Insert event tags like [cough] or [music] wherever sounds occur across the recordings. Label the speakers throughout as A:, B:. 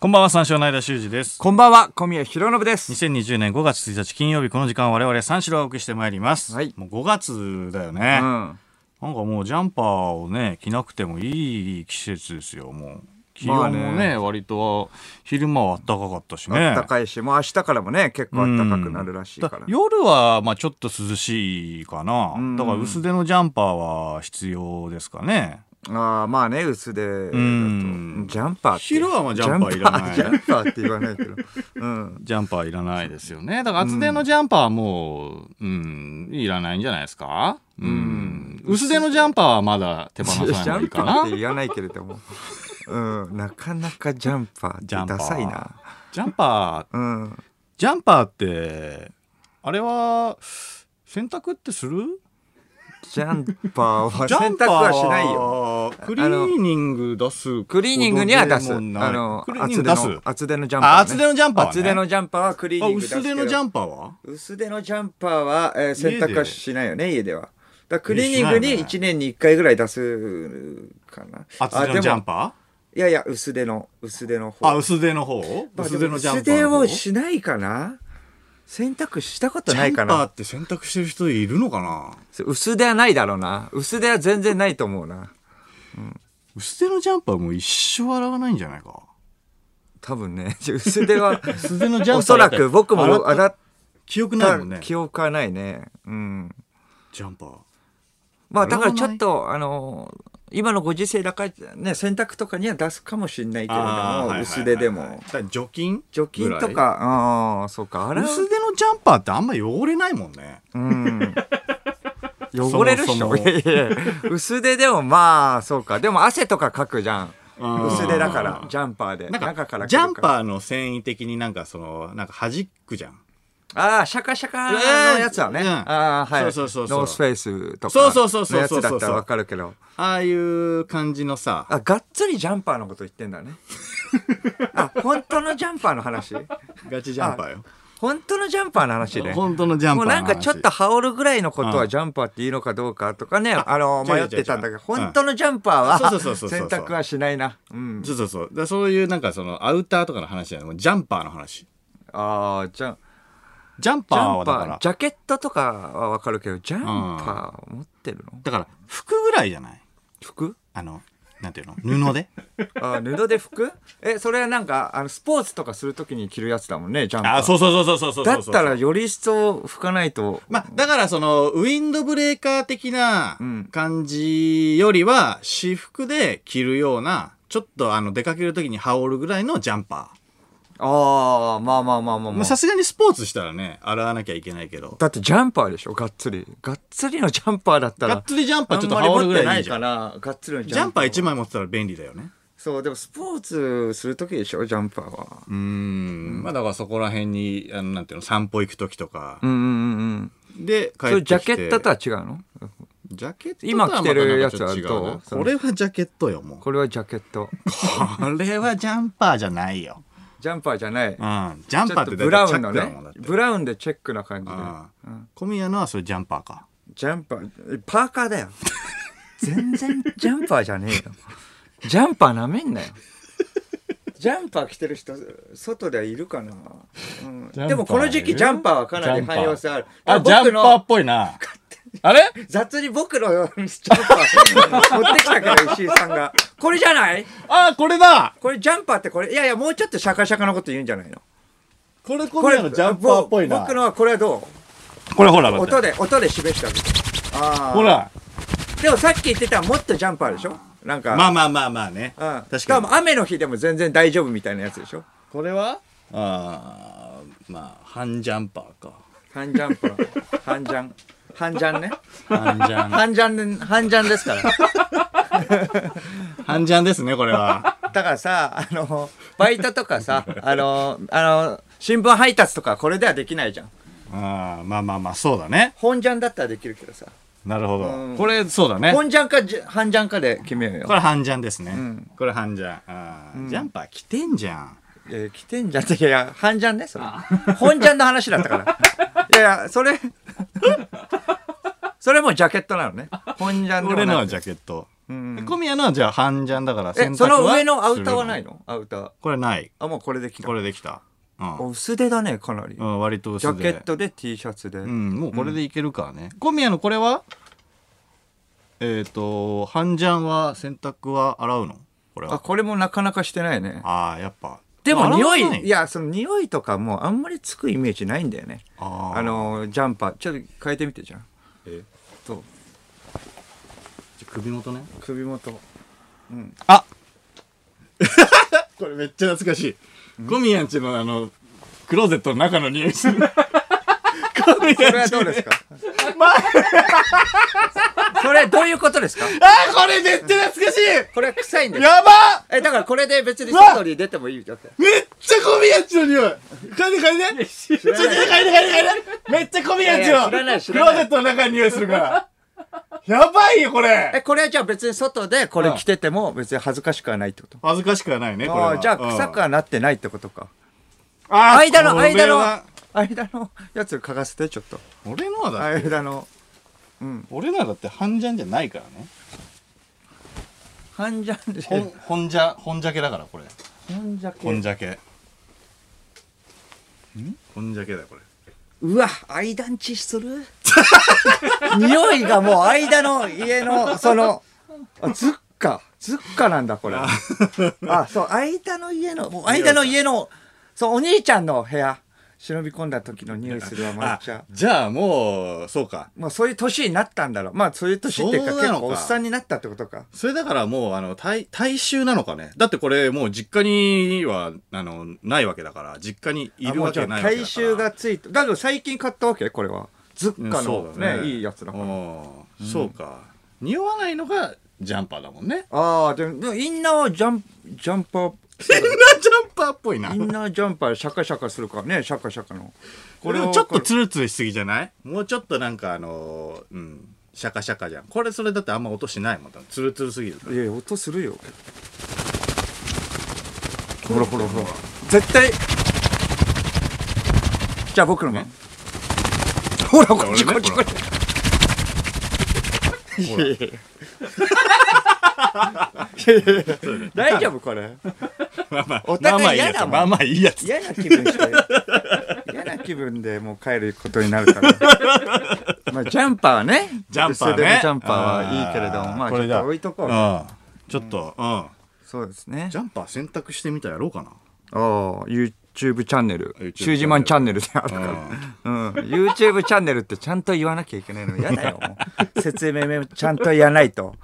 A: こんばんは、三四郎の間修二です。
B: こんばんは、小宮弘信です。
A: 2020年5月1日金曜日、この時間我々三四郎をお送りしてまいります。
B: はい
A: もう5月だよ
B: う
A: ね、
B: ん。
A: なんかもうジャンパーをね、着なくてもいい季節ですよ、もう。気温もね、
B: まあね
A: 割とは昼間は暖かかったしね。
B: あったかいし、もう明日からもね、結構暖かくなるらしいから
A: だ。夜はまあちょっと涼しいかな、
B: ん
A: だから薄手のジャンパーは必要ですかね
B: ああ、まあね、薄手だと。ジ
A: ん
B: ャンパーって。
A: 昼はまあジャンパーいらない
B: ジャンパージャンパーって言わないけど。うん。
A: ジャンパーいらないですよねだから厚手のジャンパーはもううん、いらないんじゃないですかうん、薄手のジャンパーはまだ手放
B: ジ
A: さない方がい
B: ャ
A: い
B: ンパ
A: か
B: ー
A: な
B: って言わないけれども。うん。なかなかジャンパーって
A: ジャンパー
B: ダサいな。
A: [laughs] ジャンパー
B: うん。
A: ジャンパーってあれは洗濯ってする
B: ジャンパーは
A: ジャ
B: 洗
A: ンパ
B: 濯
A: ー
B: はしないよ。
A: よクリーニング出す
B: クリーニングには出す。
A: ほど
B: あ
A: でもない
B: の
A: ク、リーニング
B: 厚手
A: 出す
B: の、厚手のジャンパーね。
A: あ厚手のジャンパーね
B: 厚手のジャンパーはクリー
A: あ
B: ニング出すけ
A: 薄
B: ど。
A: 手のジャンパーは
B: 薄手のジャンパーは、えー洗濯はしないよね家ではだからクリーニン
A: いやし
B: グ
A: ない
B: に
A: ね
B: 1年に1回ぐらい出すかな
A: 厚手のジャン
B: パ
A: パ
B: ーいやいや薄手の薄手の
A: ー
B: 方
A: あ薄手の方
B: まあ
A: 薄手のジャンパー
B: 薄手
A: の方
B: をしないかな洗濯したこと
A: ジ
B: ない
A: ャ
B: か
A: ンパー
B: な
A: って洗濯してる人いるのかな
B: 薄手はないだろうな薄手は全然ないと思うな
A: 薄手のジャンパーもう一生洗わないんじゃない [laughs] か
B: 多分
A: [laughs]
B: ね薄手は
A: 薄手のジャンパー
B: おそらく僕
A: 洗っ
B: も
A: た
B: 洗っ
A: 記憶ないもんね
B: た記憶はないねうん
A: ジャンパー
B: まあ
A: 洗
B: だ
A: わ
B: か
A: ない
B: らちょっとあの今のご時世だからね洗濯とかには出すかもしれないけれ
A: あー
B: ど
A: はいはいはいは
B: も
A: い
B: 薄手で
A: だか
B: も
A: ら除菌
B: 除菌と
A: ぐらい
B: かああそうかあれは
A: 薄手のジャンパーってあんま汚れないもんね [laughs]
B: うん汚れるっし
A: そも
B: ょ
A: そも
B: いやいやいや薄手でもまあそうかでも汗とかかくじゃん
A: [laughs] うん
B: 薄手だからジャンパーで
A: なんか
B: 中から
A: ジャン
B: ー
A: パーの繊維的になんかそのなんか弾くじゃん
B: ああシャカシャカのやつはね、
A: うん
B: ああはい
A: そうそうそうそう
B: ノースフェイスと
A: そ
B: か
A: うそうそう
B: の
A: そう
B: や
A: そうそう
B: つだったらわかるけど
A: ああいう感じのさ
B: あがっつりジャンパーのこと言ってん
A: [laughs]
B: だねあ本当のジャンパーの話
A: ガチジャンパーよ
B: 本当のジャンパーの話ね
A: 本当のジャンパー
B: もう
A: の話
B: なんかちょっと羽織るぐらいのこと
A: う
B: は
A: ん
B: ジャンパーっていいのかどうかとかね、あの、
A: 違う違う違
B: 迷
A: う
B: ってたんだけど、
A: うん
B: 本当のジャンパーは、
A: そうそうそうそうそ
B: 洗
A: う
B: 濯はしないな。うん。
A: そうそうそう。だからそういうなんかそのアウターとかの話じゃない、もうジャンパーの話。
B: ああ、じゃ、
A: ジャン
B: ジ
A: パー
B: ャ
A: は
B: ンパ
A: だから
B: ー、、ジャケットとかはわかるけど、ジャンパー持ってるの
A: だから服ぐらいじゃない
B: 服
A: あの、なんていうの布で
B: あー布で服 [laughs] え、それはなんか、あの、スポーツとかするときに着るやつだもんね、ジャンパー。
A: あ、そうそうそうそうそうそう
B: だったら、より一層拭かないと、
A: まあ、だからその、ウィンドブレーカー的なん感じよりは、私服で着るような、ちょっとあの、出かけるときに羽織るぐらいのジャンパ
B: ああ、まあまあまあまあ
A: ー。ま
B: ま
A: あ、
B: あ
A: さ。すがにスポーツしたらね、洗わなきゃいけないけど。
B: だってジャンパーでしょ、がっつり。がっつりのジャンパーだったら。
A: がっつりジャンパーちょっと
B: あんま
A: 羽
B: り
A: 織る
B: 持
A: ぐ
B: って
A: ら
B: な
A: でいい
B: いい
A: じゃ
B: か
A: ん。
B: らがっつりの
A: ジャンパー1
B: 枚
A: 枚持ってたら便利だよね。
B: そうでもスポーツする時でしょジャンパーは
A: うーん。まあだからそこら辺に、あの、なんていうの、散歩行くときとか。
B: うんうんうん
A: で、帰
B: そ
A: って
B: れ
A: き
B: ジ
A: て
B: ャケットとは違うの
A: ジャケット
B: 今着てるやつは
A: は
B: どう
A: またなんかちょっと違うなこれはジャケットよ、もう。こ
B: これはジャケット
A: れはジャンパーじゃないよ。
B: [laughs] ジャンパーじゃな
A: う
B: い
A: ん。ジャン
B: ち
A: パー
B: ょっ
A: っ
B: と
A: て
B: ブラウン
A: だっ
B: の
A: てチャックだ
B: ね
A: もんだって
B: ブラウンでチェックな感じで
A: うん。小宮のはそれジャンパーか。
B: ジャンパーパーカーだよ全然ジャンパーじゃねえよジャンパーなめんなよジャンパー着てる人外ではいるかな、う
A: ャ
B: ん
A: ンパー
B: でもこの時期ジャンパーはかなり汎用性ある僕の
A: っぽいな。あれ
B: 雑に僕の [laughs] ジャンパー持ってきたから石井さんがこれじゃない
A: あ、これだ
B: これジャンパーってこれいやいやもうちょっとシャカシャカのこと言うんじゃないの
A: これ小
B: これ
A: 宮のジャンパーっぽいな。
B: 僕のはこれはど
A: これほら、
B: う
A: 待って
B: 音で音で示してあげてあ
A: ほ
B: あ
A: ら。
B: でもさっき言ってたもっとジャンパーでしょなんか
A: まあまあまあまあね。
B: うん、
A: 確
B: しか
A: かに。
B: も雨の日でも全然大丈夫みたいなやつでしょ
A: これはあーまあ、半ジャンパー [laughs] か。
B: 半ジャンパー半ジャン半ジャンね
A: 半ジャン。
B: 半ジャンで半ジャンですから
A: 半ジャンですね、これ
B: [laughs]
A: は。
B: だからさあのバイトとかさあのあの新聞配達とかこれではできないじゃん
A: あーまあまあまあ、そうだね。
B: 本ジャンだったらできるけどさ
A: なるほど。
B: うん
A: これ、そうだね。
B: 本ジャンかじ半ジャンかで決めよう
A: こ
B: よ、
A: れ半ジャンですね。
B: ん
A: これ半ジャンあー、ジャンパー着てんじゃん。
B: えー、来てんじゃん [laughs] いやいや半ジャンねそれ本ジャンの話だったからいやいやそ [laughs] れそれもジャケットなのね本ジャンでもなく
A: 俺のはジャケット。
B: うん
A: で小宮のはじゃあ半ジャンだから
B: え
A: 洗濯
B: そ
A: は
B: の上のアウターはないいのアウター
A: これない
B: あもうこれできた
A: これできたうん
B: お薄手だねかなり、
A: うん、割と
B: ジ
A: 薄
B: ャ
A: で
B: ケットで T シャツで、
A: うんもうこれでいけるからね、小宮のこれはえっ、と半ジャンは洗濯は洗うのこれ
B: あ
A: は
B: これもなかなかしてないね
A: ああやっぱ
B: でも匂いい
A: や
B: やその匂いとかもあんまりつくイメージないんだよね
A: あ
B: あ
A: ー
B: のジャンパーちょっと変えてみてじゃん
A: え
B: と
A: じゃあ首元ね
B: 首元
A: あ [laughs] これめっちゃ懐かしい。小宮んちのあの、クローゼットの中の匂いする。小宮んち
B: それはどうですかそれどういう [laughs] ことですか
A: あこれめっちゃ懐かしい
B: これは臭いんだよ
A: やば
B: えだからこれで別に外に出てもいいじゃん
A: めっちゃ小宮んちの匂い嗅いで嗅いでちょっと嗅いで嗅いで嗅いでめっちゃ小宮んち
B: いや
A: の
B: いや知らない知
A: ク
B: ら
A: ロ
B: ない
A: ーゼットの中の匂いするから。やばいよこ
B: え
A: れ
B: これはじゃあ別に外でこれ着てても別に恥ずかしくはないってこと
A: 恥ずかしくはないね、これ
B: あ
A: は。
B: あじゃあ臭く
A: うん
B: はなってないってことか
A: あー
B: 間の
A: これは
B: 間の間のやつ嗅がせてちょっと
A: 俺のはだって、
B: 間のうん
A: 俺のはだって半ジャンじゃないからね。
B: 半ジャンで
A: ほん、本じゃ、本じゃけだから、これ。
B: 半ジャ
A: こん
B: ケ
A: じゃけ。んこんじゃけだよこれ。
B: うわ間んちする [laughs] 匂いがもう間の家のそのあズッカズッカなんだこれあそう間の家のもう間の家のそうお兄ちゃんの部屋忍び込んだ時の匂いするわ抹茶
A: あじゃあもう、そうか。
B: まあそういう年になったんだろう。まあそういう年っていうか
A: そう
B: 結
A: なのか
B: 構おっさんになったってことか。
A: それだからもう、あの、大、大衆なのかね。だってこれ、もう実家には、あの、ないわけだから、実家にいるわけないわけだから。
B: 大衆がついて。だけど最近買ったわけこれは。ズッカの
A: うんそうだ
B: ね、
A: ね
B: いいやつだから。
A: うんそうか。匂わないのがジャンパーだもんね。
B: ああ、でも、でもインナーはジャン、ジャンパー、
A: 変なジャンパーっぽいな。
B: インナージャンパーシャカシャカするからね、シャカシャカの。
A: これ
B: は
A: もちょっ
B: こと
A: ツルツルしすぎじゃないもうちょっとなんかあのーうん、シャカシャカじゃん。これそれだってあんま音しないもん。多分ツルツルすぎるから
B: いやいや、音するよ。ほらほらほら。絶対。じゃあ僕のね。ほら、こっちこっちこっち。
A: ほら
B: [laughs] 大丈夫これ。
A: まあまあ、
B: お互い
A: まあまあいいや
B: 嫌だ
A: つ。
B: もん
A: まあまあいいやつ。
B: 嫌な気分して [laughs] 嫌な気分でもう帰ることになる [laughs] からまあジャンパーはね
A: ジャンパー
B: 薄手
A: ね
B: の。ジャンパーはいいけれども
A: ー
B: まあち
A: こ
B: ょ
A: れ
B: っ
A: だ
B: と置いとこう、
A: んちょっと、うん。
B: そうですね
A: ジャンパー選択してみたらやろうかな。
B: ああ YouTube チャンネル
A: YouTube
B: シュージマンチャンネルであるから、うん YouTube チャンネルってちゃんと言わなきゃいけない [laughs] の嫌だよもう説明もちゃんと言わないと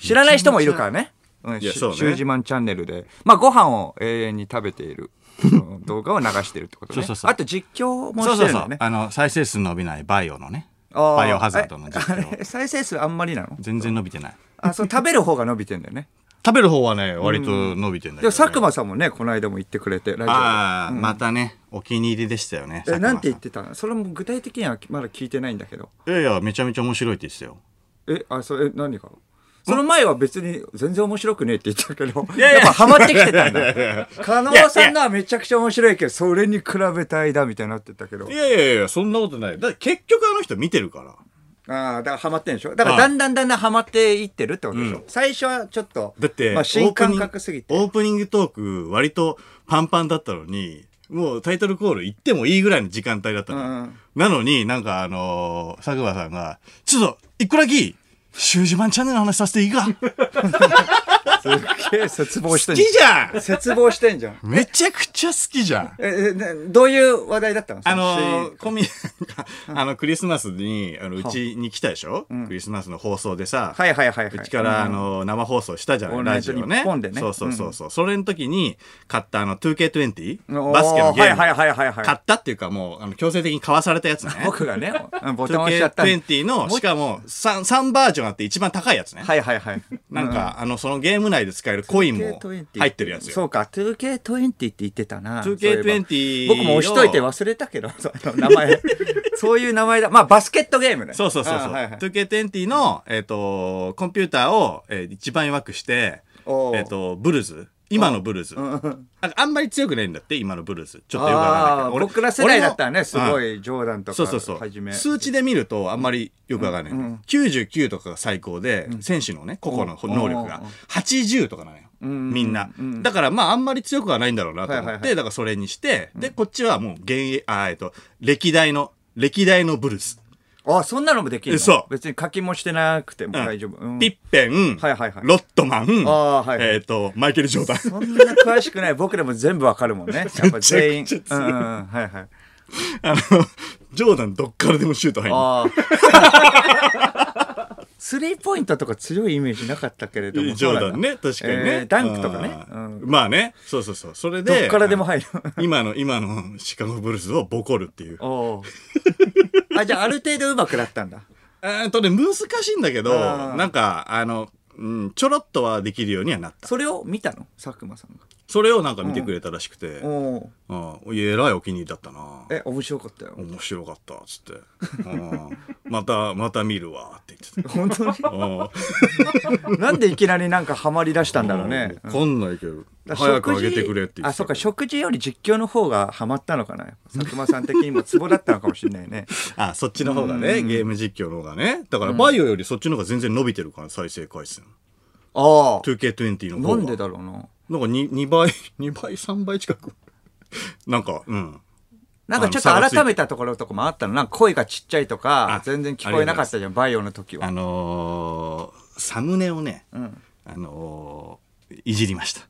B: 知らない人もいるからねうん、
A: いや
B: シ
A: そう
B: ュ
A: ね
B: シュージマンチャンネルで、まあ、ご飯を永遠に食べてい [laughs] るうん動画を流してるってことね
A: そうそうそう
B: あと実況も
A: そう
B: して
A: そうそ
B: るんだよ
A: う
B: ね。
A: あの、再生数伸びないバイオのね。
B: あー
A: バイオハザードの実
B: えあ
A: 況。
B: れ再生数あんまりなの
A: 全然伸びてない。
B: あそう食べる方が伸びてん
A: [laughs]
B: だよね
A: 食べる方はね、割と伸びてんだけど、
B: でも
A: ね。
B: 佐久間さんもねこの間も言ってくれてラ
A: ああ、またね、お気に入りでしたよね。
B: ジ
A: 佐
B: オえ
A: 久間
B: な
A: さ
B: んて言ってたのそれも具体的にはまだ聞いてないんだけど
A: いやいや、めちゃめちゃ面白いって言ってたよ。
B: えあそれ何がその前は別に全然面白くねえって言ってたけど
A: やいや
B: やっぱハマってきてたん
A: [laughs]
B: だ
A: や
B: 加納さんのはめちゃくちゃ面白いけどそれに比べた間みたいになってたけど
A: いやいやいや、そんなことない。だって結局あの人見てるから。
B: ああ、だからハマってんでしょだからだんだんだんだんハマっていってるってことでしょ、
A: うん
B: 最初はちょっと、
A: だって、
B: まあ、新感
A: オープニング
B: 覚すぎて。
A: オープニングトーク、割とパンパンだったのに、もうタイトルコール行ってもいいぐらいの時間帯だったの。
B: うん
A: なのに、なんかあのー佐久間さんが、ちょっと、一個だけ、シュージマンチャンネルの話させていい
B: [laughs]
A: か好
B: すっげえ絶望して
A: き
B: んじ
A: じゃ
B: ゃん。絶望してんじゃん。
A: んめちゃくちゃ好き
B: [laughs]
A: じゃん
B: え、えなどういう話題だったの
A: あの
B: そ
A: ー、小宮が、 [laughs] あの、クリスマスに、あの、うちに来たでしょ、クリスマスの放送でさ、
B: はいはいはいはいう
A: ちから、あのー、生放送したじゃな
B: オ
A: い、
B: ンライン
A: ラジオ
B: 日
A: ね。
B: 本でね
A: そうそうそうそう。それの時に買った、あの、2K20?
B: の
A: バスケのゲーム。
B: はいはいはいはいはい。
A: 買ったっていうか、もう、あの、強制的に買わされたや
B: [laughs]
A: つね。
B: 僕がね、
A: [laughs]
B: うんボタン押しちゃったんで。
A: 2K20 の、しかも3、3バージョンあって一番高いやつね。
B: はいはいはい。
A: なんか、あの、そのゲーム内で使えるコインも
B: 2K20
A: 入ってるやつ
B: そ
A: よ。
B: うか、2K20 って言ってたな。
A: 2K20
B: そういえば僕も押しといて忘れた
A: [laughs]
B: けど、その名前。そういう名前だ。まあ、バスケットゲームね。
A: そうそうそうそう。
B: あはいはい
A: 2K20 の、えっ、と、コンピューターを、えー一番弱くして、えっ、
B: [laughs] おー
A: と、ブルズ。今のブルース、
B: うん
A: ああんまり強くないんだって今のブルースちょっとよくわかんない
B: あ
A: け
B: あ
A: ど俺
B: 僕ら世代だったら
A: 俺
B: ね
A: も
B: すごい冗談とか
A: そうそうそ
B: はじめ
A: う数値で見るとあんまりよくわかんない、99とかが最高で、選手のね個々の能力
B: う
A: が
B: んうん
A: 80とかなのよ、
B: ん
A: みんな、
B: うん
A: だからまああんまり強くはないんだろうなと思って、
B: はいはいはい
A: だからそれにしてでこっちはもう現役あーえっと歴代の歴代のブルース、
B: あそんなのもできるの
A: そう
B: 別に課金もしてなくても
A: うん
B: 大丈夫、うん
A: ピッペン、
B: はいはいはい
A: ロットマン、
B: あーはいはい
A: えっ、とマイケル・ジョーダン
B: そんな詳しくない僕でも全部わかるもんねやっぱ全員
A: [laughs] めちゃくち
B: う
A: ゃ
B: ん
A: 強
B: う
A: い
B: んうんはいはい
A: あの、ジョーダンどっからでもシュート入る。
B: ああ [laughs] スリーポイントとか強いイメージなかったけれども
A: ジョーダンね、確かにね。
B: えーダンクとかね
A: あー
B: うん
A: まあね、そうそうそう。それ
B: ど
A: で、
B: っからでも入る
A: あの今の、今の [laughs] シカゴブルースをボコるっていう。
B: [laughs] おう [laughs] あじゃあある程度上手くなったんだ
A: えーっとね、難しいんだけど、
B: あー
A: なんか、あの、うん、ちょろっとはできるようにはなった。
B: それを見たの佐久間さんが
A: それをなんか見てくれたらしくて、うん、
B: おお
A: いやえらいお気に入りだったな。
B: え面白かったよ
A: 面白かった、つって。うん [laughs] また、また見るわ、って言ってた。
B: 本当に
A: うん
B: なんでいきなりなんかハマり出したんだろうね。
A: わかんないけど、早くあげてくれって言ってたら
B: あ、そっか、食事より実況の方がハマったのかな。やっぱ佐久間さん的にもツボだったのかもしれないね。
A: あ、そっちの方がね、ゲーム実況の方がね。だから、バイオよりそっちの方が全然伸びてるから、再生回数。
B: [laughs] ああ。
A: 2K20 の方
B: な
A: が。
B: んでだろうな。
A: なんか 2, 2倍、2倍、3倍近く。なんか、うん。
B: なんかちょっと改めたところとかもあったの。なんか声がちっちゃいとか
A: あ、
B: 全然聞こえなかったじゃん、バイオの時
A: あ
B: は。
A: のー、サムネをね、
B: うん。
A: あのー、いじりました。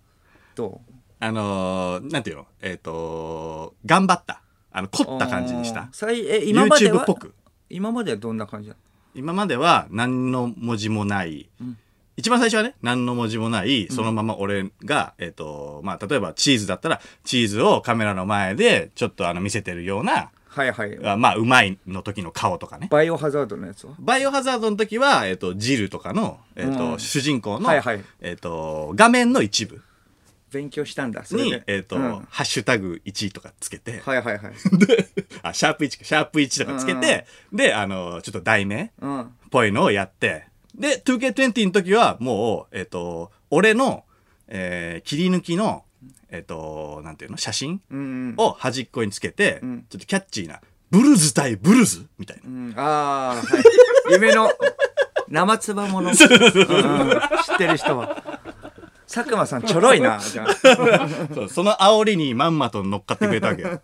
B: ど
A: あのー、なんていうのえっ、と頑張った。あの、凝
B: う
A: った感じにした。
B: さいえ、今まで
A: YouTube
B: は
A: っぽく。
B: 今まではどんな感じだ
A: 今までは何の文字もない、一番最初はね何の文字もないそのまま俺が、えっとまあ、例えばチーズだったらチーズをカメラの前でちょっとあの見せてるような
B: はいはい。
A: あまあうまいの時の顔とかね
B: バイオハザードのやつは。
A: バイオハザードの時は、えっとジルとかの、えっと
B: うん
A: 主人公の、
B: はいはい
A: えっと画面の一部
B: 勉強したんだ、それ
A: に
B: で。、
A: えっと
B: うんは
A: ハッシュタグ1とかつけて、
B: い
A: [laughs]
B: はいはい。
A: であシャープ1かシャープ1とかつけて、であのちょっと題名、
B: うん。
A: っぽいのをやって、で、2K20 の時はもう、えっ、と、俺の、えー切り抜きの、えっ、と、なんていうの、写真
B: うん。
A: を端っこにつけて、
B: ん
A: ちょっとキャッチーな、ブルーズ対ブルーズみたいな。
B: うん、ああ、はい、夢の生つばも
A: [laughs]
B: の、うん、知ってる人は佐久間さんちょろいなじゃあ
A: そうその煽りにまんまと乗っかってくれたわけ
B: [laughs]
A: よ。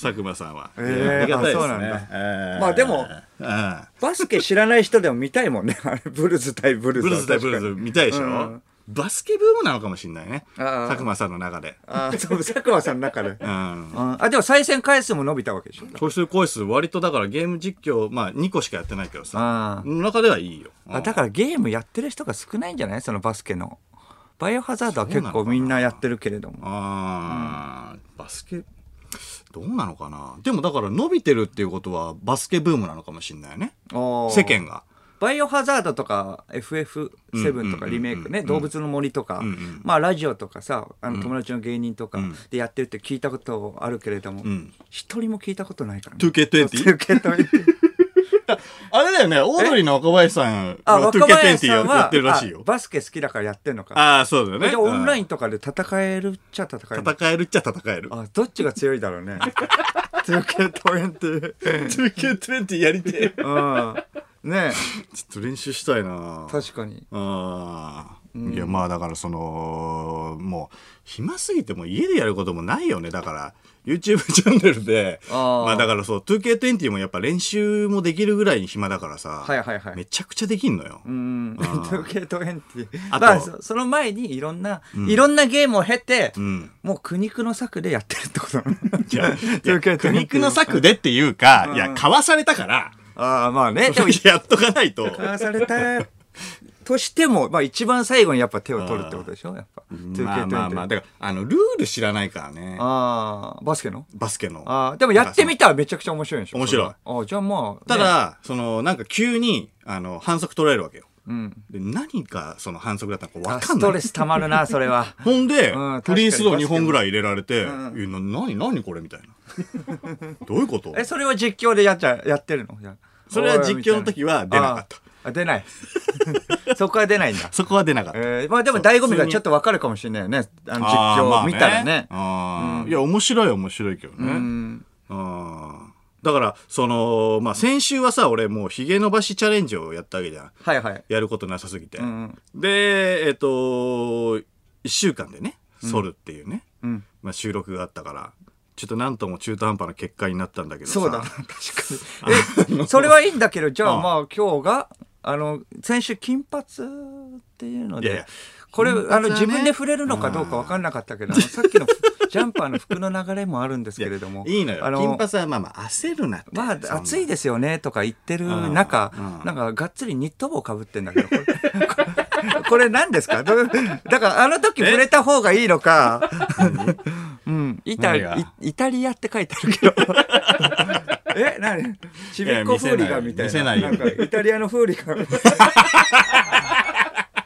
A: 佐久間さんは。
B: えー
A: いやありがたいですね。
B: あそうなんだ
A: えー
B: まあでも
A: うん
B: バスケ知らない人でも見たいもんねあれブルーズ対ブルー
A: ブ
B: ズ
A: ルーズ対ブルーズ見たいでしょ、
B: うん
A: バスケブームなのかもしれないね。
B: あー
A: 佐久間さんの中で。
B: あー [laughs] そう佐久間さんの中で、
A: うん
B: う。ん、あでも再生回数も伸びたわけでしょ
A: 投数コイ数割とだからゲーム実況、まあ2個しかやってないけど
B: あ
A: さ、
B: ー
A: の中ではいいよ。
B: あだからゲームやってる人が少ないんじゃないそのバスケのバイオハザードは結構みんなやってるけれども
A: あー、バスケ、どうなのかなでもだから伸びてるっていうことはバスケブームなのかもしれないね。
B: おー
A: 世間が。
B: バイオハザードとか FF7 とかリメイクね、動物の森とか、
A: んうん
B: まあラジオとかさ、あの友達の芸人とかでやってるって聞いたことあるけれども
A: ん、
B: 一、人も聞いたことないから、ね。
A: 2K20?
B: 2K20
A: あれだよね、オードリーの若林さん
B: [laughs] あ、
A: は
B: 若林さん
A: 2K20 や
B: は
A: ってるらしいよ
B: あ。バスケ好きだからやってんのか。
A: ああー、そうだよね。
B: じゃあオンライ
A: ン。
B: ンとかで戦えるっちゃ戦えるの。
A: 戦えるっちゃ戦える。 [laughs]
B: あ、どっちが強いだろうね。2K20。
A: 2K20 やりてえ。
B: うん。ね
A: [laughs] ちょっと練習したいな
B: え確かに。
A: ああ、いやまあだからそのもう暇すぎても家でやることもないよねだから YouTube チャンネルで
B: あー
A: まあだからそう 2K20 もやっぱ練習もできるぐらいに暇だからさ、
B: はいはいはい
A: めちゃくちゃできんのよ、
B: うん、2K20
A: あと
B: まあそその前にいろんな、いろんなゲームを経て、 [laughs]
A: ん
B: もう苦肉の策でやってるってこと
A: [laughs]
B: なの
A: いやいや
B: 2K20
A: 苦肉の策でっていうか、いや買わされたから
B: ああまあね [laughs] でも
A: やっとかない
B: [laughs]
A: と
B: やらされたとしても、まあ、一番最後にやっぱ手を取るってことでしょやっぱ 2K20、
A: まあまあまあだからあのルール知らないからね
B: あーバスケの
A: バスケの
B: あーでもやってみたらめちゃくちゃ面白いんでしょ
A: 面白い
B: それはあーじゃあまあ、
A: た
B: ね
A: だ、そのなんか急にあの反則取られるわけよ
B: うん、
A: で何がその反則だったのか
B: あ
A: 分かんない
B: ストレスたまるなそれ [laughs] は
A: ほんで、
B: うん
A: フリースロー
B: 確かに
A: 2本ぐらい入れられて、
B: うん
A: え、な、なに、なにこれみたいな。どういうこと
B: えそれは実況でやっちゃやってるのじゃあ
A: それは実況の時は出なかった
B: あーあ出ない [laughs] そこは出な
A: [laughs]
B: いんだ
A: そこは出なかった。
B: えーまあでも醍醐味がちょっとわかるかもしれないよねあの
A: あー
B: 実
A: まあ
B: 況見たらね
A: あーいや、面白いは面白いけど
B: う
A: ね。
B: ん
A: あーだから、その、まあ、先週はさ、俺もうヒゲ伸ばしチャレンジをやったわけじゃん。
B: はいはい
A: やることなさすぎて。
B: うん
A: で、えっ、と、1週間でね、剃るっていうね、
B: うん
A: まあ、収録があったから、ちょっとなんとも中途半端な結果になったんだけどさ。
B: そうだ確かに
A: [laughs]
B: えそれはいいんだけどじ
A: う
B: ゃあ
A: ん
B: まあ今日があの先週金髪っていうの
A: いやい
B: で
A: や
B: これ
A: 金髪
B: あ
A: はね
B: の自分で触れるのかどうか分かんなかったけどあのさっきのジャンパーの服の流れもあるんですけれど
A: [laughs]
B: も
A: いやいいのよ。
B: あの
A: 金髪はまあまあ焦るなって。
B: まあ
A: そんな
B: 暑いですよねとか言ってる中
A: うんうん
B: なんかがっつりニット帽かぶってんだけどこれ [laughs] これ何ですかどうだからあの時触れた方がいいのかうんイタ
A: 何が
B: イイタリアって書いてあ
A: [laughs]
B: るけどえ何ちびっこフーリガンみたい
A: 見せ
B: な
A: ない
B: なんかイタリアのフー
A: [laughs]
B: リガン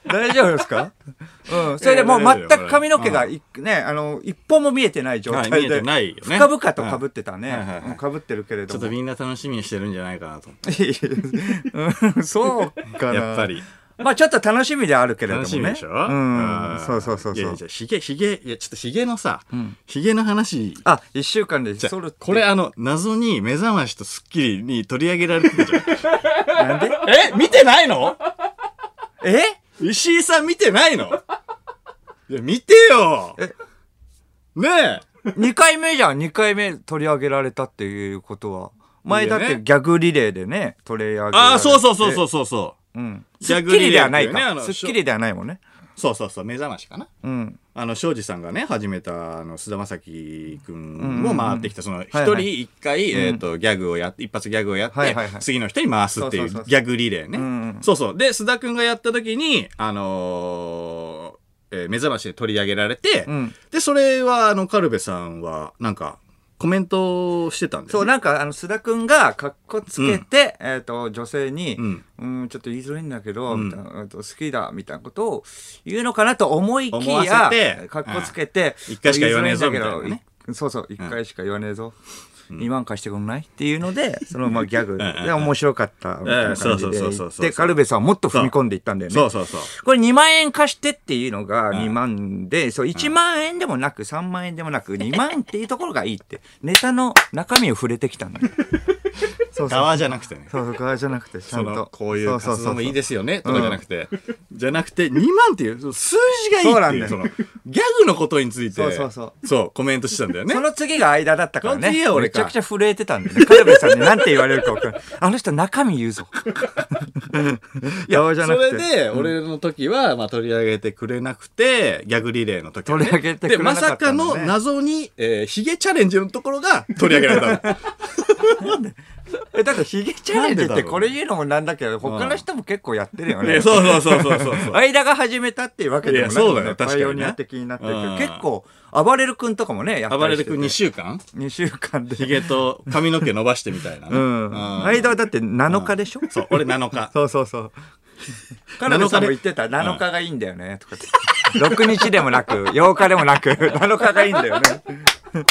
B: 大丈夫ですかうんそれでもう
A: いや大丈夫
B: 全
A: よ
B: く髪の毛がいねあの一本も見えてない状態
A: はい見え
B: で
A: てないよね
B: 深々とかぶってた
A: はいはい
B: ね
A: はい
B: うんかぶってるけれ
A: ち
B: ど
A: ょっ
B: も
A: とみんな楽しみにしてるんじゃないかなと思っ
B: いやいやうんそう
A: て。
B: かな。
A: やっぱ。り。
B: まあちょっと楽しみであるけれどもね。
A: 楽しみでしょ
B: うん
A: ん。
B: そうそうそう
A: い
B: そ
A: や
B: う
A: い。や、ひげ、ひげ、いや、ちょっとひげのさ
B: ん、
A: ひげの話。
B: あ、一週間で
A: じゃ
B: 剃るって
A: これあの、謎に目覚ましとスッキリに取り上げられてるじゃん。
B: なんで
A: [laughs] え見てないの
B: え
A: 石井さん見てないの [laughs] いや、見てよ
B: え
A: ねえ
B: 二回目じゃん。二回目取り上げられたっていうことは。前だっ
A: いいよ
B: て
A: ね
B: ギャグリレーでね、取り上げられて。。
A: ああ、そうそうそうそううそうそ
B: うん。
A: ギ
B: ス
A: ャ
B: ッ
A: グ
B: キ
A: リレ
B: リで
A: ー
B: は
A: って
B: ないいう
A: ねあの
B: か。スッキリではないもんね。
A: う。そうそうそう、目覚ましかな。
B: うん。
A: あの庄司さんがね始めたあの菅田将暉君
B: うんう
A: も
B: ん
A: 回ってきたその一
B: はい
A: 人一回えーとギャグをやって一発ギャグをやっ
B: は
A: て
B: いはいはい
A: 次の人に回すっていう
B: そ
A: ギ
B: うそうそう
A: ャグリレー
B: うん
A: ね
B: うん
A: そうそうで菅田君がやった時にあのーえー目覚ましで取り上げられて
B: うん
A: でそれはあの軽部さんはなんかコメントをしてたんだ
B: そう、
A: よね
B: なんか、あの、須田くんが、かっこつけて、えっと、女性に、
A: う
B: うんん、ちょっと言いづらいんだけど、
A: うん
B: みたいなえっと好きだ、みたいなことを言うのかなと思いき
A: 思わ
B: や
A: せて、
B: かっこつけて、
A: うん一回しか言わねえぞ
B: 言づらんだ
A: みた
B: けど
A: いなね
B: そうそう、一回しか言わねえぞ。2万貸してくんないっていう
A: [laughs]
B: ので、そのまあギャグで面白かったみたいな感じ
A: うん
B: で
A: そうそう
B: 言
A: そ
B: っ
A: うそう
B: て、カルベさんはもっと踏み込んでいったんだよね。
A: そうそうそう
B: これ2万円貸してっていうのが2万で、そう1万円でもなく3万円でもなく2万っていうところがいいって [laughs] ネタの中身を触れてきたん
A: [laughs]
B: だよそうそう
A: 側じゃなくてね
B: そうそう側じゃなくてちゃ
A: そ
B: んと
A: のこういう活動もいい
B: で
A: ですよねとかじゃなくて、じゃなくて2万っていうその数字がいいっていう
B: そ
A: そうのギャグのことについて
B: そうそうそう
A: そうコメントしてたんだよね
B: その次が間だったから
A: そ
B: ね
A: の次は俺
B: めち
A: か
B: ゃくちゃ震えてたんでね軽部さんに何て言われるか分からないあの人中身
A: [laughs]
B: 言うぞいや側じゃ
A: そ
B: なく
A: れ
B: て
A: で俺の時は、まあ、取り上げてくれなくてギャグリレーの時はね、
B: 取り上げてくれなかったんだ
A: で
B: ね
A: まさかの謎に、えー、ヒゲチャレンジのところが取り上げられ
B: [laughs]
A: たの
B: えだからヒゲチャレンジ
A: な
B: っ
A: んでだ
B: て
A: ろう
B: これ言うのもなんだけど他の人も結構やってるよね
A: ねそうそうそうそうそうそう
B: 間が始めたっていうわけでもない
A: いやそうだよ確かにね
B: パイオニア的になってるけど
A: うん
B: 結構暴れる君とかもねやった
A: 暴
B: り
A: れ
B: して
A: る
B: て
A: 君2週間
B: 2週間で
A: ヒゲと髪の毛伸ばしてみたいなね、
B: うん間はだって7日でしょ
A: そう俺7日
B: [laughs] そうそうそう彼女さんも言ってた7日がいいんだよねとかって6日でもなく8日で [laughs] もなく7日がいいんだよねうん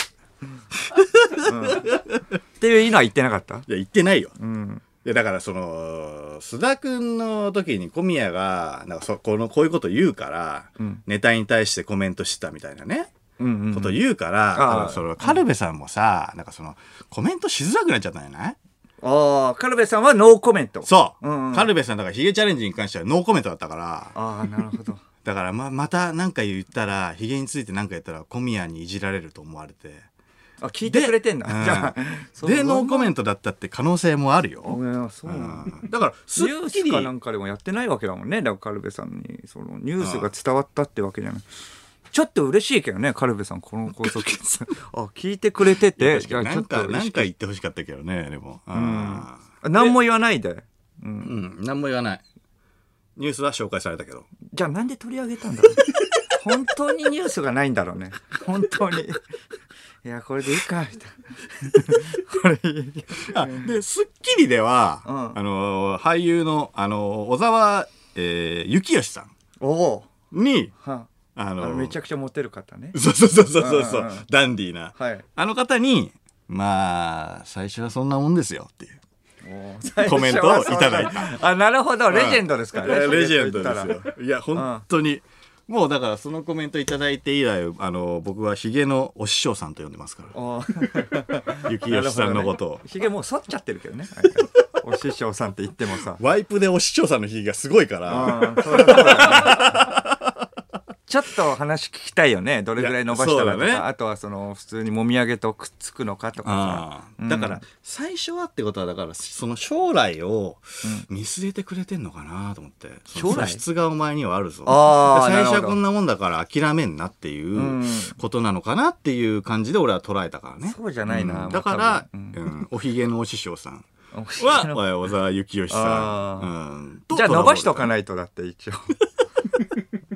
B: っていうのは言ってなかった
A: いや言ってないよ
B: うん
A: いやだからその須田君の時に小宮がなんかそこのこういうこと言うから、
B: うん
A: ネタに対してコメントしてたみたいなね、
B: うんうん
A: こと言うから、
B: ああ
A: 多分そのカルベさんもさ、なんかそのコメントしづらくなっちゃったんじゃない
B: ああ軽部さんはノーコメント
A: そう、
B: うんうん
A: カルベさんだからヒゲチャレンジに関してはノーコメントだったから
B: ああなるほど
A: だからままた何か言ったらヒゲについて何か言ったら小宮にいじられると思われて
B: あ聞いてくれてんだ
A: うん
B: じゃあそう
A: でノーコメントだったって可能性もあるよ、
B: いやそう
A: う
B: なんだ
A: ん、だからすっ
B: ニュー
A: き
B: ス
A: り
B: かなんかでもやってないわけだもんねだからカルベさんにそのニュースが伝わったってわけじゃないちょっと嬉しいけどねカルベさんこの放送聞いて [laughs] あ聞いてくれ
A: い
B: て
A: や
B: て
A: 確かに
B: いや
A: なんか
B: 嬉
A: な
B: し
A: ん
B: い
A: か言ってほしかったけどねでも、うん
B: あ何も言わないで、うん、
A: うん、何も言わない。ニュースは紹介された
B: [laughs]
A: けど。
B: じゃあなんで取り上げたんだろう [laughs] 本当にニュースがないんだろうね本当にいやこれでいいかみたいなこれいい
A: あで、スッキリでは、
B: うん
A: あのー、俳優の、あのー、小沢、えー、幸義さ
B: おお
A: んに、
B: う
A: あ
B: はあ
A: の
B: あ
A: ー
B: のめちゃくちゃモテる方ね
A: そうそうそうそうそうそう
B: うんうんうん
A: ダンディーな、
B: はい
A: あの方に、まあ、最初はそんなもんですよっていう。コメントをいただい
B: た。あ、なるほど。レジェンドですからね。
A: レジェンドです
B: そう言っ
A: よ。いや、本当に。もうだからそのコメントいただいて以来、あの、僕はヒゲのお師匠さんと呼んでます
B: [laughs]
A: か
B: た
A: ら。
B: ら。
A: ゆきよしさんのことを。
B: ひげもう剃っちゃってるけど
A: [laughs]
B: ね。お師匠さんって言ってもさ。
A: ワイプでお師匠さんのヒゲがすごいから。
B: [laughs] うんそりゃそうだねちょっと話聞きたいよね。どれぐらい伸ばしたらとか、
A: いやそうだね
B: あとはその普通にもみあげとくっつくのかとか
A: ああだから最初はってことはだからその将来を見据えてくれてんのかなと思って、その
B: 将来
A: 素質がお前にはあるぞ
B: あー
A: 最
B: な
A: 初は
B: るほど
A: こんなもんだから諦めんなっていうんことなのかなっていう感じで俺は捉えたからね
B: そうじゃないな
A: うんだから、う
B: まあ多
A: んおひげのお師匠さん
B: さ。
A: はえー小沢幸義さ
B: あ
A: ん、うん、
B: じゃあ伸ばしとか
A: な
B: ないとだっ
A: [laughs]
B: て一応。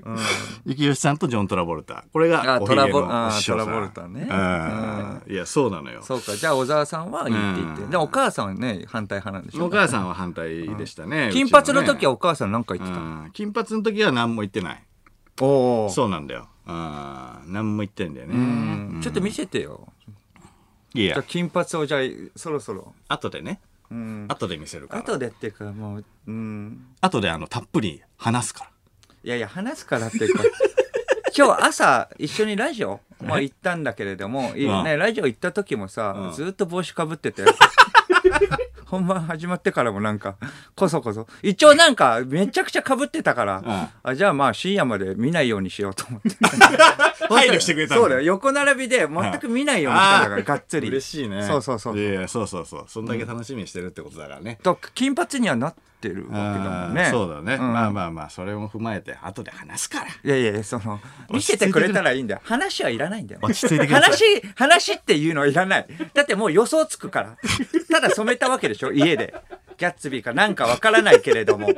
B: うん
A: 幸義さんとジョン・トラボルタこれが
B: あ
A: おひげの
B: トラボ
A: お師匠さん
B: あートラボルタね
A: うんいやそうなのよ
B: そうか、じゃあ小沢さんはいいって言っ
A: うん
B: て。で、お母さんはね、反対派なんでしょ
A: お母さんは反対でしたね。
B: 金髪の時
A: は
B: はお母さんなんか言ってた。
A: うん金髪の時は何も言ってない
B: おー
A: そうなんだようん何も言ってんだよね
B: うんちょっと見
A: せ
B: せてよ。
A: い
B: じゃあ
A: や
B: 金髪をじゃあそろそろ。
A: 後でね
B: うん
A: 後で見せるから
B: 後でっていうかもう、うん。
A: 後であのたっぷり話すから
B: いやいや、話すからっていうか。 [laughs] 今日朝、一緒にラジオ、まあ、行ったんだけれども、いいね、ラジオ行った時もさ、
A: うん
B: ずっと帽子かぶって [laughs] て。本番始まってからもなんか、こそこそ。一応なんか、めちゃくちゃかぶってたから、あじゃあまあ深夜まで見ないようにしようと思 [laughs] って。
A: 配慮してくれたん
B: そうだよ。横並びで全く見ないようにしたんだから、がっつり。
A: 嬉しいね
B: そうそうそう。
A: いやいやそうそうそうそんだけ楽しみにしてるってことだからね
B: と金髪にはなってるわけだもんね
A: あ。ーそうだね
B: ん
A: まあまあまあそれも踏まえて後で話すから
B: いやいやいや、その、見せてくれたらいいんだよ。話はいらないんだよ。
A: 落ち着いてください
B: 話、話っていうのはいらない。だってもう予想つくから。ただ染めたわけでしょ家で。ギャッツビーかなんかわからないけれども。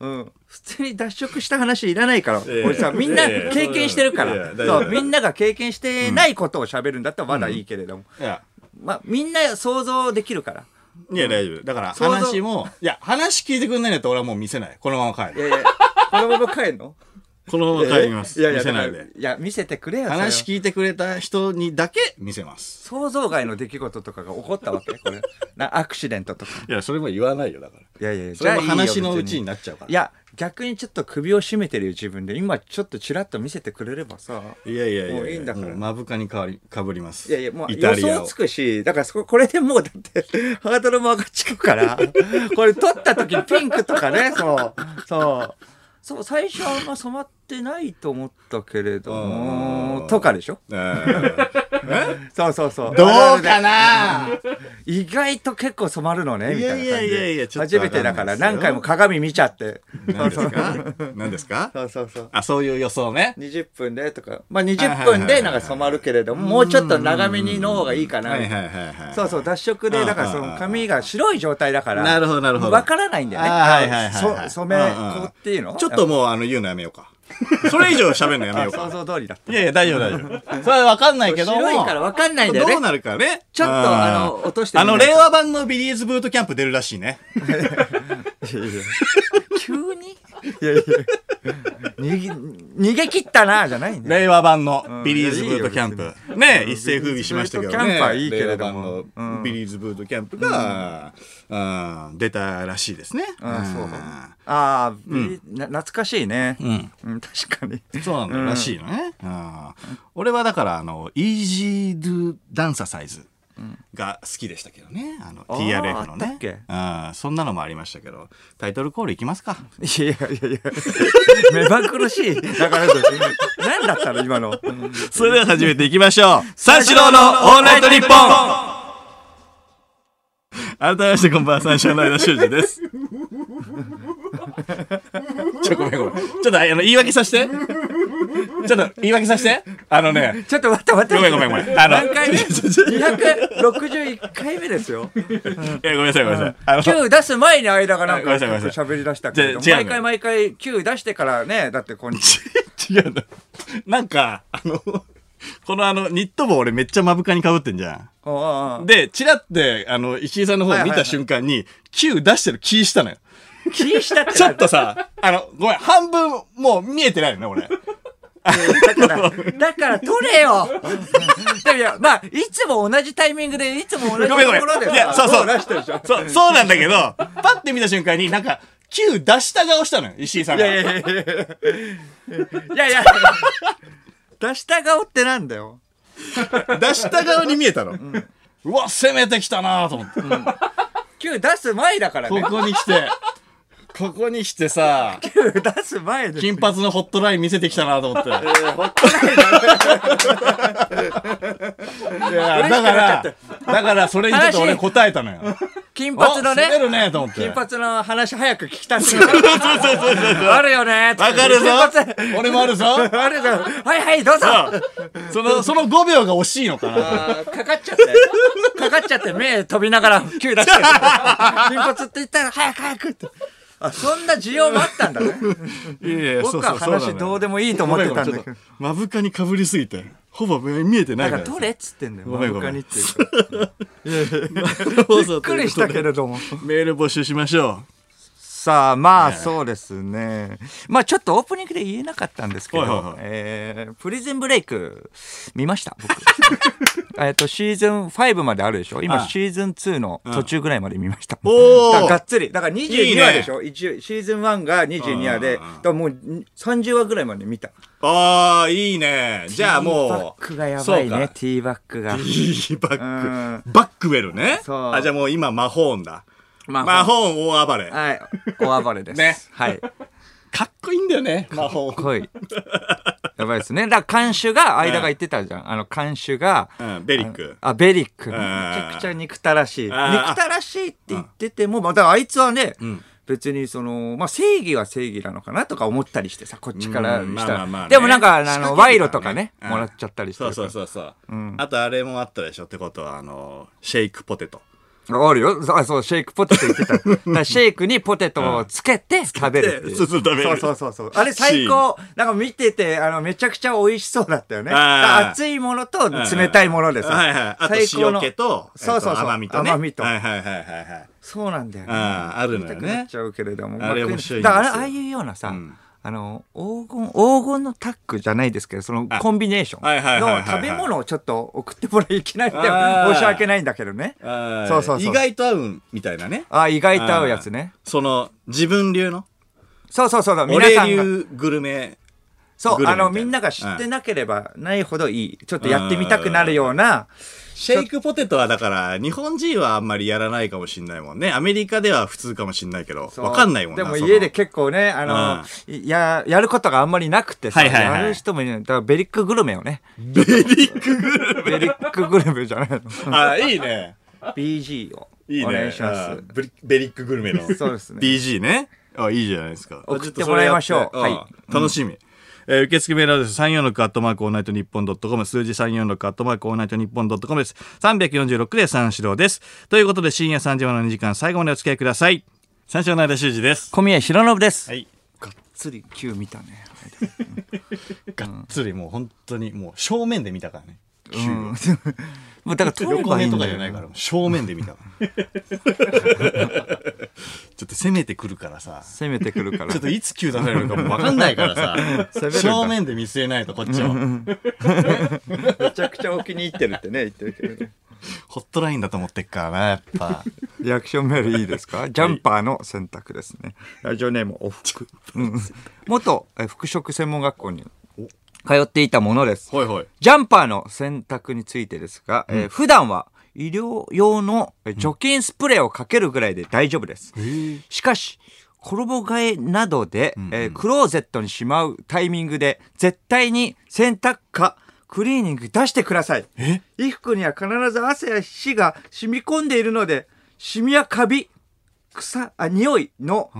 B: うん。普通に脱色した話いらないから。
A: ええ
B: 俺さ、みんない
A: やいや
B: 経験してるか
A: いやいや
B: ら。
A: 大丈夫
B: そう、みんなが経験してないことを喋るんだったらまだいいけれども。
A: いや
B: まあ、みんな想像できるから。
A: いや大丈夫だから
B: 想像
A: 話もいや話聞いてくんないんだったら俺はもう見せないこのまま帰
B: い
A: る [laughs]
B: やいや、このまま帰んの
A: このまま帰ります
B: いやいや、
A: 見せない
B: だ
A: で
B: からいや、見せてくれよ。それは
A: 話聞いてくれた人にだけ見せます
B: 想像外の出来事とかが起こったわけこれなアクシデントとか
A: いやそれも言わないよだから
B: いやいやいや
A: それも
B: じゃあいいよ
A: 話のう
B: 別
A: ちになっちゃうから
B: いや逆にちょっと首を絞めてるよ自分で今ちょっとちらっと見せてくれればさ
A: いやいやいや
B: もういいんだから
A: もうまぶかにかわりかぶります
B: いやいやもう
A: イ
B: 予
A: タリア
B: 想
A: を
B: つくしだからそここれでもうだって [laughs] ハードルも上がっちゃうからこれ撮った時ピンクとかねそうそうそう最初はあんま染まってないと思ったけれど
A: う
B: も
A: ん
B: とかでしょ
A: えー
B: そうそうそう
A: どうかな
B: 意外と結構染まるのねみたいな感じで
A: いやいやいやいやちょっと
B: 初めてだから何回も鏡見ちゃって
A: 何ですか何ですか
B: そうそうそう
A: あそういう予想ね
B: 20分でとかまあ20分でなんか染まるけれどももうちょっと長めにの方がいいかな
A: はいはいはいはい
B: そうそう脱色でだからその髪が白い状態だから
A: なるほどなるほど
B: 分からないんだよね
A: あはいはいはいはい
B: そ染め
A: うんうん
B: こうっていうの
A: ちょっともうあの言うのやめようかそれ以上喋るのやめよ [laughs]
B: あ
A: うか
B: 想像通りだった
A: いやいや大丈夫大丈夫それは分かんないけども
B: 白いから分かんないんだよね
A: どうなるかね
B: ちょっと
A: うん
B: あの落としてみ
A: あ
B: ない
A: の
B: と
A: 令和版のビリーズブートキャンプ出るらしいね
B: 急にいやいや [laughs] 逃げ逃げ切ったなじゃないんだよ
A: 令和版のビリーズブートキャン
B: うんいいよ
A: プ。ね一世風靡しましたけどね。
B: ビリーズブートキャンプはいいけれども
A: 令和版のビリーズブートキャンプが、うん出たらしいですね。
B: あそう
A: あ
B: ああ、な懐かしいね、うん確かに [laughs]
A: そうなんだよらしいのね。うん俺はだから、あの、イージードゥダンササイズが好きでしたけどね。あの、
B: あー
A: TRF の
B: あったっけ
A: ね。うんそんなのもありましたけど、タイトルコールいきますか。
B: いやいやいや
A: [laughs]
B: いや目まぐるしい流れだ何だったの今の
A: それでは始めていきましょう。 [laughs] 三四郎
B: 郎
A: のオ
B: のオ
A: ー
B: ー
A: ルナ
B: ルナ
A: イ
B: イ
A: ト
B: ト
A: ニ
B: ニ
A: ッ
B: ッ
A: ポ
B: ポ
A: ン改めましてこんばんは、三四郎の間修二です。 [laughs] ちょ、ごめんごめん。ちょっと、あの、言い訳させて。ちょっと、言い訳させて。あのね、
B: ちょっと待って待って
A: ごめんごめんごめん。あの、
B: 何回目
A: ちょちょちょ [laughs] い
B: 261回目ですよ
A: やごめんなさいごめんなさい。あの、
B: 9出す前に間がなん
A: ご
B: か
A: めんなさいごめんなさ
B: 喋り出したけれど
A: じゃあ違うの
B: 毎
A: よ
B: 回毎回9出してからねだってこ
A: [laughs]
B: んにち
A: 違うの。なんか、あの、このあの、ニット帽俺めっちゃ目深に被ってんじゃん。
B: は
A: で、チラって、あの、石井さんの方を見た瞬間に、Q 出してる気したのよ。
B: 気にしたって [laughs]
A: ちょっとさ、あの、ごめん、半分もう見えてないよね、俺。
B: だから、だから取れ
A: [laughs]
B: よいやいや、まあ、いつも同じタイミングで、いつも同じと
A: ご
B: こ
A: めんごめん
B: ろで。
A: いやそうそう
B: 出してるでしょ。
A: そう、そうなんだけど、パッて見た瞬間になんか、9出した顔したのよ、石井さん
B: い
A: が。
B: やいやいやいや。いやいや。出した顔ってなんだよ。
A: 出した側に見えたの。うわ、攻めてきたなと思って。
B: 9出す前だからね
A: こ。こに来て、ここに来てさ、
B: 9出す前で。
A: 金髪のホットライン見せてきたなと思って。い
B: えーほっとないな
A: や、だから、だからそれにちょっと俺答えたのよ。
B: 金髪の
A: あ攻め
B: ね。
A: るねと思って。
B: 金髪の話早く聞きたい。あるよね。
A: わかるぞ
B: 金
A: [laughs]
B: 髪
A: 俺もあるぞ
B: あるぞ。はいはい、どうぞ。
A: その、その5秒が惜しいのかな。
B: あーかかっちゃって。かかっちゃって、目飛びながら、急出してる。金髪って言ったら、早く早くって。あ、そんな需要もあった
A: [laughs]
B: んだね。
A: いやいや
B: 僕は話どうでもいいと思ってたんだけど。
A: まぶかにかぶりすぎて、ほぼ見えてな
B: だ
A: いか。
B: からら、取れっつってんだよ。
A: ごめんごめん
B: 真ん中にっていうから
A: びっ
B: びっくりしたけれども。
A: メール募集しましょ
B: さあ、まあ、そうですね。まあ、ちょっとオープニングで言えなかったんですけ
A: はいはいはい
B: ど、えープリズンブレイク、見ました、僕。 [laughs] えっと、シーズン5まであるでしょ今、
A: はい
B: シーズン2の途中ぐらいまで見ました。
A: う。お
B: だからが
A: ー
B: っつり。だから
A: いい
B: 22
A: ね
B: 話でしょ一応シーズン1が22話で、だ
A: うん
B: か
A: うんうん
B: らもう30話ぐらいまで見た。
A: あー、いいね。じゃあ
B: ティーバ
A: もう。
B: ックがやばい
A: そう
B: ね
A: か、
B: ティーバックが
A: テ。ィーバッ
B: う
A: ク。バックウェルね。
B: そう
A: あ、じゃあもう今、魔法音だ。
B: ま
A: 魔法音大暴れ。
B: はい、大暴れで
A: [laughs]
B: す。
A: ね
B: はい。
A: かっこいいんだよね、魔法音。
B: 濃い。やばいですね。だから監修が、間が言ってたじゃん。あの監修が、
A: うん、ベリック。
B: あ、ベリック。め
A: ん
B: ちゃくちゃ憎たらしい。
A: あー
B: 憎たらしいって言ってても、まあだからあいつはね、
A: ん
B: 別にその、まあ正義は正義なのかなとか思ったりしてさ、こっちから
A: うん
B: し
A: まあ
B: た
A: まあまあ
B: ら。
A: ね
B: でもなんか、あ
A: 仕
B: の、
A: 掛
B: 賄
A: けてたね
B: 賂とかね、
A: うん
B: もらっちゃったりして
A: そう
B: る
A: そ
B: か
A: う
B: ら。
A: そうそう。あとあれもあったでしょってことは、あの、シェイクポテト。
B: あるよ。あ、そう、シェイクポテト言ってた。
A: [laughs]
B: だからシェイクにポテトをつけて食べるっていう。
A: そうそう食べる
B: そうそうそうそう。あれ最高。なんか見てて、あの、めちゃくちゃ美味しそうだったよね。
A: あー
B: 熱いものと冷たいもので
A: は
B: さ。
A: いはい。あと
B: 最高の
A: 塩気と、
B: そうそ
A: え
B: うそう
A: っと甘みとね。
B: 甘みと
A: はいはいはいはいはい。
B: そうなんだよね。
A: ああ、あるの
B: 痛
A: よ
B: くなっ
A: ね
B: ち。ゃうけれども。
A: あれ面白いんですよ
B: だから、ああいうようなさ、
A: うん
B: あの、黄金、黄金のタッグじゃないですけど、そのコンビネーショ
A: はいはいはいはい
B: ンの食べ物をちょっと送ってもらいけないって
A: あー
B: 申し訳ないんだけどね。
A: はい
B: そうそうそう
A: 意外と合うみたいなね。
B: ああ、意外と合うやつね。
A: その、自分流の。
B: そうそうそうそう、皆
A: 俺
B: さんが。
A: 流グルメ。
B: そ
A: グル
B: う、
A: メみた
B: あ
A: いな
B: の、みんなが知ってなければないほどいい。ちょっとやってみたくなるような、
A: シェイクポテトはだから、日本人はあんまりやらないかもしんないもんね。アメリカでは普通かもしんないけど、
B: そう
A: わかんないもんな
B: でも
A: その
B: 家で結構ね、あの、いや、やることがあんまりなくてさ、
A: はいはいはい
B: やる人もいない。だからベリックグルメをね。
A: ベリックグルメ。
B: ベリックグルメじゃない
A: [laughs]
B: の。
A: あ、いいね。
B: BG を
A: いいね。
B: お願いしま
A: あ
B: す。
A: ベリベリックグルメの。
B: [laughs] そうですね
A: BG ね。あ、いいじゃないですか。
B: 送ってもらいましょう
A: ちっとそれやってあ楽しみ。えー受付メールアドレス346アットマークオールナイトニッポンドットコム数字346アットマークオールナイトニッポンドットコムです346で三四郎ですということで深夜3時までの2時間最後までお付き合いください三四郎の間修二です
B: 小宮弘信です。
A: はい
B: がっつり Q 見たね。
A: がっつりもう本当にもう正面で見たからね
B: うん。 [laughs] もうだから撮れ
A: 横
B: ばいい
A: 目と
B: んだ
A: か
B: よ
A: じゃないから正面で見たから [laughs] ちょっと攻めてくるからさ
B: 攻めてくるから
A: ちょっ。といつ急出されるかも分かんないから [laughs]
B: 攻め
A: さ
B: るか
A: 正面で見据えないとこっちは
B: めちゃくちゃお気に入ってるってね、言ってるけどね。
A: ホットラインだと思ってっからなやっぱ
B: リアクションメールいいですかジャンパーの選択ですね。ラジオネームおふく。うん元え服飾専門学校に通っていたものです。
A: ほいほい
B: ジャンパーの選択についてですが、えー普段は医療用のえ除菌スプレーをかけるぐらいで大丈夫です。しかし、衣替えなどで、えークローゼットにしまうタイミングで、絶対に洗濯か、クリーニング出してください。衣服には必ず汗や皮脂が染み込んでいるので、シミやカビ、草、あ、匂いの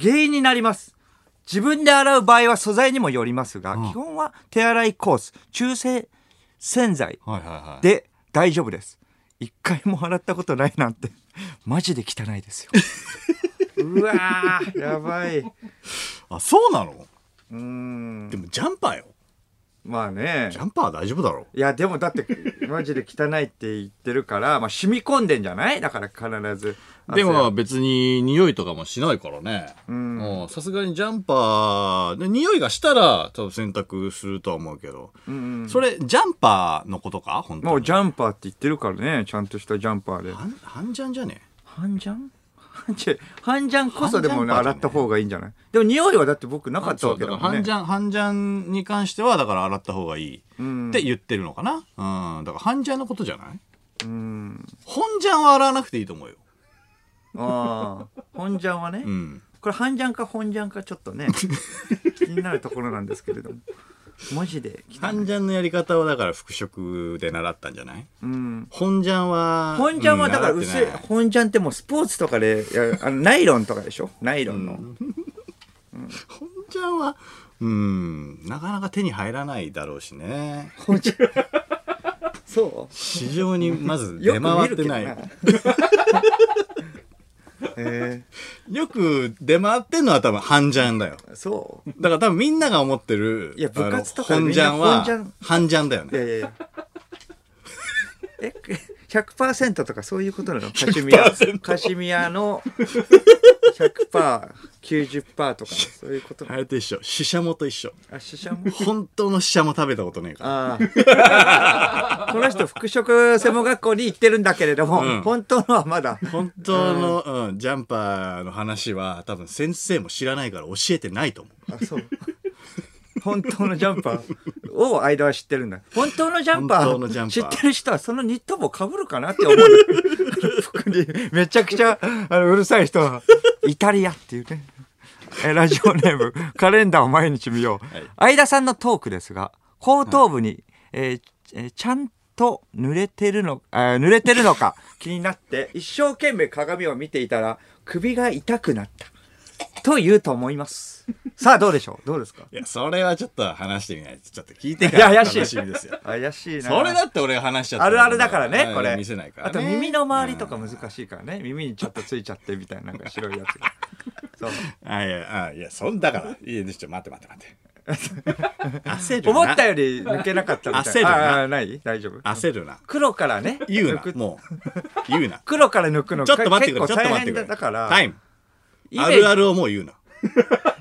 B: 原因になります。自分で洗う場合は素材にもよりますが、基本は手洗いコース、中性洗剤
A: はいはいはい
B: で大丈夫です。一回も洗ったことないなんて、マジで汚いですよ。うわー、やばい。う
A: あそうなの
B: ーん。
A: でもジャンパーよ
B: まあね
A: ジャンパー大丈夫だろ
B: いやでもだってマジで汚いって言ってるから、まあ、染み込んでんじゃないだから必ず
A: でも別に匂いとかもしないからね。
B: うん
A: もうさすがにジャンパー、で匂いがしたら多分洗濯するとは思うけど。
B: うんうん
A: それ、ジャンパーのことか本当に
B: もうジャンパーって言ってるからねちゃんとしたジャンパーで
A: 半半ジャンじゃね
B: 半ジャン半ジャン半ジャンこそでも
A: 半ジャンパーだね
B: 洗った方がいいんじゃないでも匂いはだって僕なかった
A: そう
B: わけ
A: だから
B: だもん
A: 半ジ
B: ね
A: ャン、半ジャンに関してはだから洗った方がいい
B: うん
A: って言ってるのかな。うん。だから半ジャンのことじゃない
B: うん
A: 本ジャンは洗わなくていいと思うよ。
B: ああ本ジャンはね
A: うん。
B: これ半ジャンか本ジャンかちょっと
A: [laughs]
B: ね気になるところなんですけれどもマジで
A: 半ジャンのやり方はだから服飾で習ったんじゃない
B: うん
A: 本ジャンは。
B: 本ジャンはだから
A: うん
B: 薄
A: 習
B: い
A: ってない
B: 本ジャンってもうスポーツとかでいやあのナイロンとかでしょナイロンの、
A: 本ちゃんは、うん、なかなか手に入らないだろうしね。
B: 本ジャンそ
A: 市場にまず [laughs]
B: う
A: 出
B: よく見
A: 回っ
B: る
A: て
B: けど
A: な。
B: ない [laughs] え
A: よく出回ってんのは多分半ジャンだよ。
B: ー、そう
A: だから多分みんなが思ってる、
B: いや部活とか
A: あの本
B: でみん
A: ジ
B: な
A: ャンは
B: 本ジャン、
A: 半ジャンだよ
B: いや
A: ね。
B: いやいや。え、100%とかそういうことなのカシミヤ。
A: 100%
B: カシミヤの100%、90%とか、そういうことな
A: あ
B: の
A: れと一緒。シシャモと一緒。
B: あ、死者も。
A: 本当のシシャモ食べたことねえから。
B: ああ。この人、服飾専門学校に行ってるんだけれども、
A: うん
B: 本当のはまだ。
A: 本当の、うん、ジャンパーの話は多分先生も知らないから教えてないと思う。
B: あ、そう。本当のジャンパーを間は知ってるんだ。本当のジャンパ
A: 本当のジャ
B: ー
A: ンパー
B: 知ってる人はそのニット帽被るかなって思う。服にめちゃくちゃあのうるさい人はイタリアっていうね。えラジオネームカレンダーを毎日見よう。
A: はい
B: 相田さんのトークですが後頭部に、えーえーちゃんと濡れてるの、えー濡れてるのか気になって一生懸命鏡を見ていたら首が痛くなった。と言うと思い [laughs] ます。さあどうでしょうどうですか
A: いや、それはちょっと話してみないと。ちょっと聞いて
B: い
A: から
B: や
A: 楽
B: 怪しい
A: しみですよ。
B: 怪しい [laughs] な。
A: それだって俺話しちゃった
B: あるあるだから
A: う
B: ね、
A: ん
B: これ。
A: 見せないから、
B: あ
A: ね、
B: と耳の周りとか難しいからね。耳にちょっとついちゃってみたいな、なんか白いやつが。
A: [laughs]
B: そう。
A: あいやあいやそんだからいいでしょ待って待って待って
B: [laughs]
A: 焦るな
B: [laughs] 思ったより抜けなかったみたい
A: 焦る
B: な。
A: な
B: ああー、ない大丈夫。
A: 焦るな
B: 黒からね。
A: 言う
B: 抜く
A: なもう言う
B: [laughs]
A: な
B: 黒から抜くの
A: ちょっと待ってくれちょ
B: 結
A: っと待
B: 構大
A: って
B: 変
A: くれ
B: だだから。
A: タイム
B: イメー
A: あ
B: ジ
A: るあるをもう言うな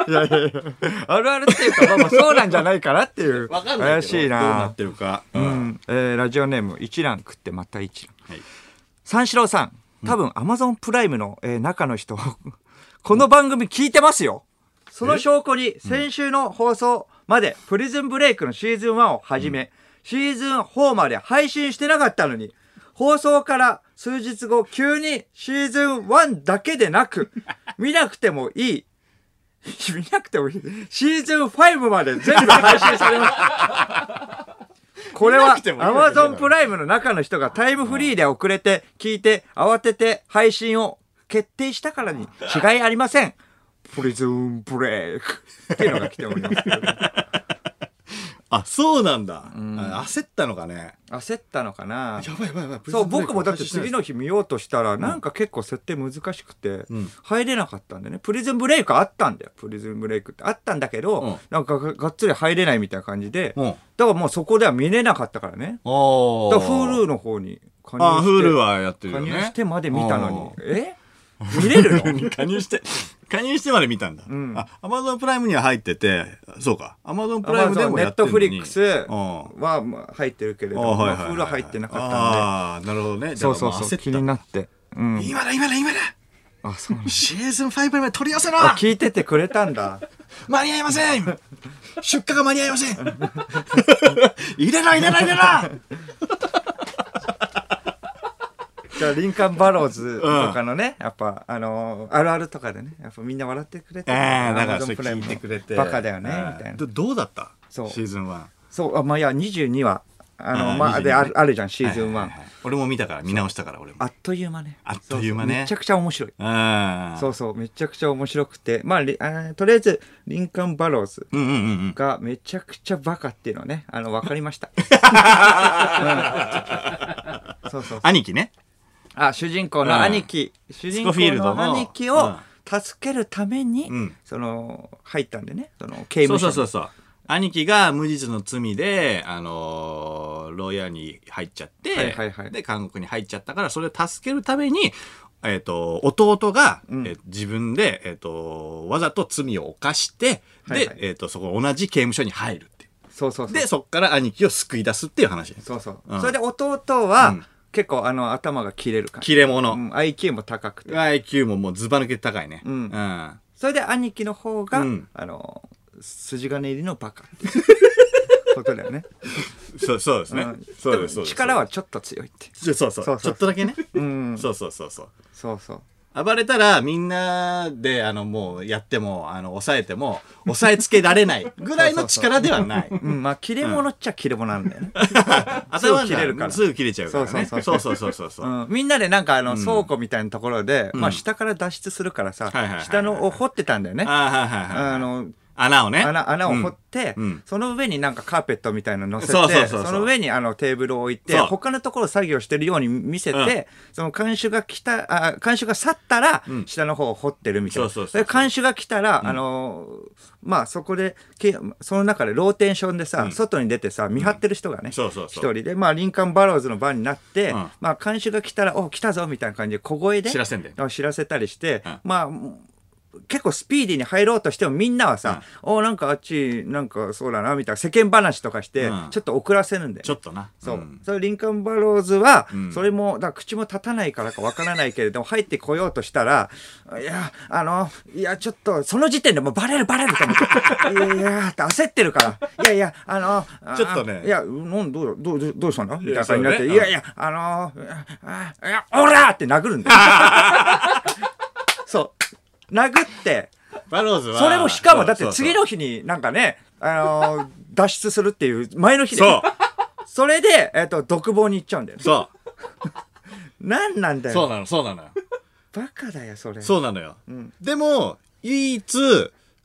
A: い
B: やいやいや。あるあるっていうか、まあまあそうなんじゃないかなっていう。
A: [laughs] わかんないけど
B: 怪しい
A: どうなっ
B: な。
A: てるか、
B: う
A: うん
B: ん。えーラジオネーム、一覧食ってまた一覧。
A: はい、
B: 三四郎さん、多分アマゾンプライムの、えー中の人、 [laughs] この番組聞いてますよ。その証拠に、先週の放送まで、プリズンブレイクのシーズン1をはじめ、シーズン4まで配信してなかったのに、放送から数日後、急にシーズン1だけで
A: [laughs]
B: なく、見なくてもいい、見なくてもいい、シーズン5まで全部配信されました。これ
A: [laughs] 見な
B: は
A: くてもいい
B: Amazon
A: わけだから
B: プライムの中の人がタイムフリーで遅れて聞いて慌てて配信を決定したからに違いありません。プリズンブレイクっていうのが来ておりますけど。
A: [laughs] あそうなんだ、あ焦ったのかね
B: 焦ったのかな
A: やばいやばいやばい
B: そう、僕もだって次
A: の
B: の日見ようとしたら、なんか結構設定難しくて
A: うん、
B: 入れなかったんでね。プリズンブレイクあったんだよ。プリズンブレイクってあったんだけ
A: うん
B: ど、なんかががっつり入れないみたいな感じで、
A: うん
B: だからもうそこでは見れなかったからね。
A: お
B: だから Hulu の方に加
A: あフー
B: 入して
A: ル。はやってる
B: 加
A: よね
B: 入してまで見たのに。え見れるの
A: 加入して、加入してまで見たんだ。
B: ん
A: あ、アマゾンプライムには入ってて、そうか。アマゾン [laughs] プ
B: プ
A: ラ
B: ラ
A: イ
B: イ
A: ム
B: ム
A: で
B: で
A: も
B: も
A: や
B: や
A: っ
B: ってて
A: る
B: る
A: の
B: の
A: に
B: にネットフリックス
A: うん
B: はまあ入ってるけれど
A: あ
B: も、
A: はいはいはい
B: まあ
A: はい
B: フール入ってなかったん
A: ああ、なるほどね。
B: で。
A: じゃ
B: そ
A: あ
B: うそう
A: まあ
B: そ
A: 焦っ
B: う、気になって。うん。
A: た。今だ、今だ、今だ
B: あ、そうなんだ
A: シーズン5まで取り寄せろ
B: あ、聞いててくれたんだ。
A: 間に合いません出荷が間に合いませ
B: [laughs]
A: ん入れろ、入れろ、入れろ
B: じゃあ、リンカン・バローズとかの
A: [laughs]
B: ね、やっぱ、あのーあるあるとかでね、やっぱみんな笑ってくれて。
A: ああ、だから
B: Amazon
A: それ
B: プライ
A: 聞い
B: ム
A: てくれて。
B: バカだよね、
A: ああ
B: みたいな
A: ど。どうだった
B: そう
A: シーズン1。
B: そう、あ、まあ、いや、22話、あの、
A: あー
B: まあ、で、
A: 22
B: あるあるじゃん、シーズン
A: は
B: 1。
A: いはいはい俺も見たから、見直したから、俺も。
B: あっという間ね。
A: あっという間ね
B: めちゃくちゃ面白い。
A: ああ。
B: そうそう、めちゃくちゃ面白くて。まあ、りあーとりあえず、リンカン・バローズ
A: うんうんうんうん。
B: がめちゃくちゃバカっていうのはね、あの、わかりま
A: [laughs]
B: した。うんそうそう。
A: 兄貴ね。
B: あ、主人公
A: うん
B: の兄貴、主人
A: スコフィール
B: 公
A: ド
B: の
A: の
B: 兄貴
A: う
B: を助けるために、
A: うん
B: その、入ったんでね、その、刑
A: そう
B: 務所
A: そう
B: に
A: そうそう。兄貴が無実の罪で、あのー牢屋に入っちゃって、
B: はいはいはい
A: で、韓国に入っちゃったから、それを助けるために、えっ、と、弟が、
B: うん
A: えー自分で、えっ、と、わざと罪を犯して、で、
B: はいはい
A: えっ、と、そこ同じ刑務所に入るっていう。
B: そうそうそう
A: で、そっから兄貴を救い出すっていう話です。
B: そうそう、
A: うん
B: それで弟
A: う
B: は
A: ん
B: 結構あの頭が切れるから、
A: 切れ者。
B: うん、IQ も高くて
A: IQ ももうズバ抜けて高いね。
B: うん
A: うん
B: それで兄貴の方が、
A: うん
B: あの筋金入りのバカっていう
A: [laughs]
B: ことだよね
A: そうそうですね
B: うん。
A: そうです、そう
B: も
A: です。
B: 力はちょっと強いって
A: ちょ。そうそう。
B: そうそう
A: ちょっとだけね。
B: うん
A: そうそうそうそう。
B: そうそう
A: 暴れたらみんなであのもうやってもあの抑えても抑えつけられないぐらいの力では
B: [laughs]
A: ない。
B: うん、まあ切れ者っちゃ切れ者なんだよね、
A: 頭が
B: すぐ切れるから
A: すぐ切れちゃうからね。
B: そ
A: そうう
B: そ
A: そううそうそうそうそう。
B: うん、みんなでなんかあの倉庫みたいなところで、
A: ん
B: まあ、下から脱出するからさ、
A: はいはいはいはい
B: 下のを掘ってたんだよね、
A: あーはいはいはい
B: あの
A: 穴をね。
B: 穴穴を掘っ
A: うん
B: て、
A: うん
B: その上になんかカーペットみたいなの乗せて
A: そうそうそうそう
B: その上にあのテーブルを置いて
A: そう
B: 他のところ作業してるように見せて、
A: うん
B: その看守が来たあ看守が去ったら、
A: ん
B: 下の方を掘ってるみたいな
A: そうそうそうそう
B: で看守が来たら、あのまあそこでけその中でローテーションでさ、外に出てさ見張ってる人がね
A: そうそうそ
B: 一
A: う。
B: 人で、まあ、林間バローズの番になって、
A: うん
B: まあ、監修が来たら、お来たぞみたいな感じで、小声で
A: 知らせんで
B: あ知らせたりして、
A: うん
B: まあ、結構スピーディーに入ろうとしてもみんなはさ、おなんかあっち、なんかそうだな、みたいな世間話とかして、
A: うん
B: ちょっと遅らせるんで。
A: ちょっとな。
B: そう。
A: ん
B: それリンカーン・バローズは、
A: ん
B: それも、だから口も立たないからかわからないけれども、入 [laughs] ってこようとしたら、いや、あの、いや、ちょっと、その時点でもうバレるバレると思って、い [laughs] やいや、って焦ってるから、いやいや、あの、あ
A: ちょっとね
B: いや、うんどう、どう、どうどうしたのみたいな感じになって、
A: い
B: い
A: やそう
B: や
A: ね
B: いや、あの、あいや、オラーって殴るんだよ。そう。殴って、
A: バローズは。
B: それもしかも、だって
A: そうそう
B: 次の日になんかね、あのー [laughs] 脱出するっていう、前の日で。
A: そう
B: それで、えっ、と、独房に行っちゃうんだよね。 [laughs]
A: そ
B: なんなんだ
A: う。そう
B: よ。
A: なの、そうなのよ。
B: バカだよ、それ。
A: そうなのよ
B: ん。
A: でも、唯一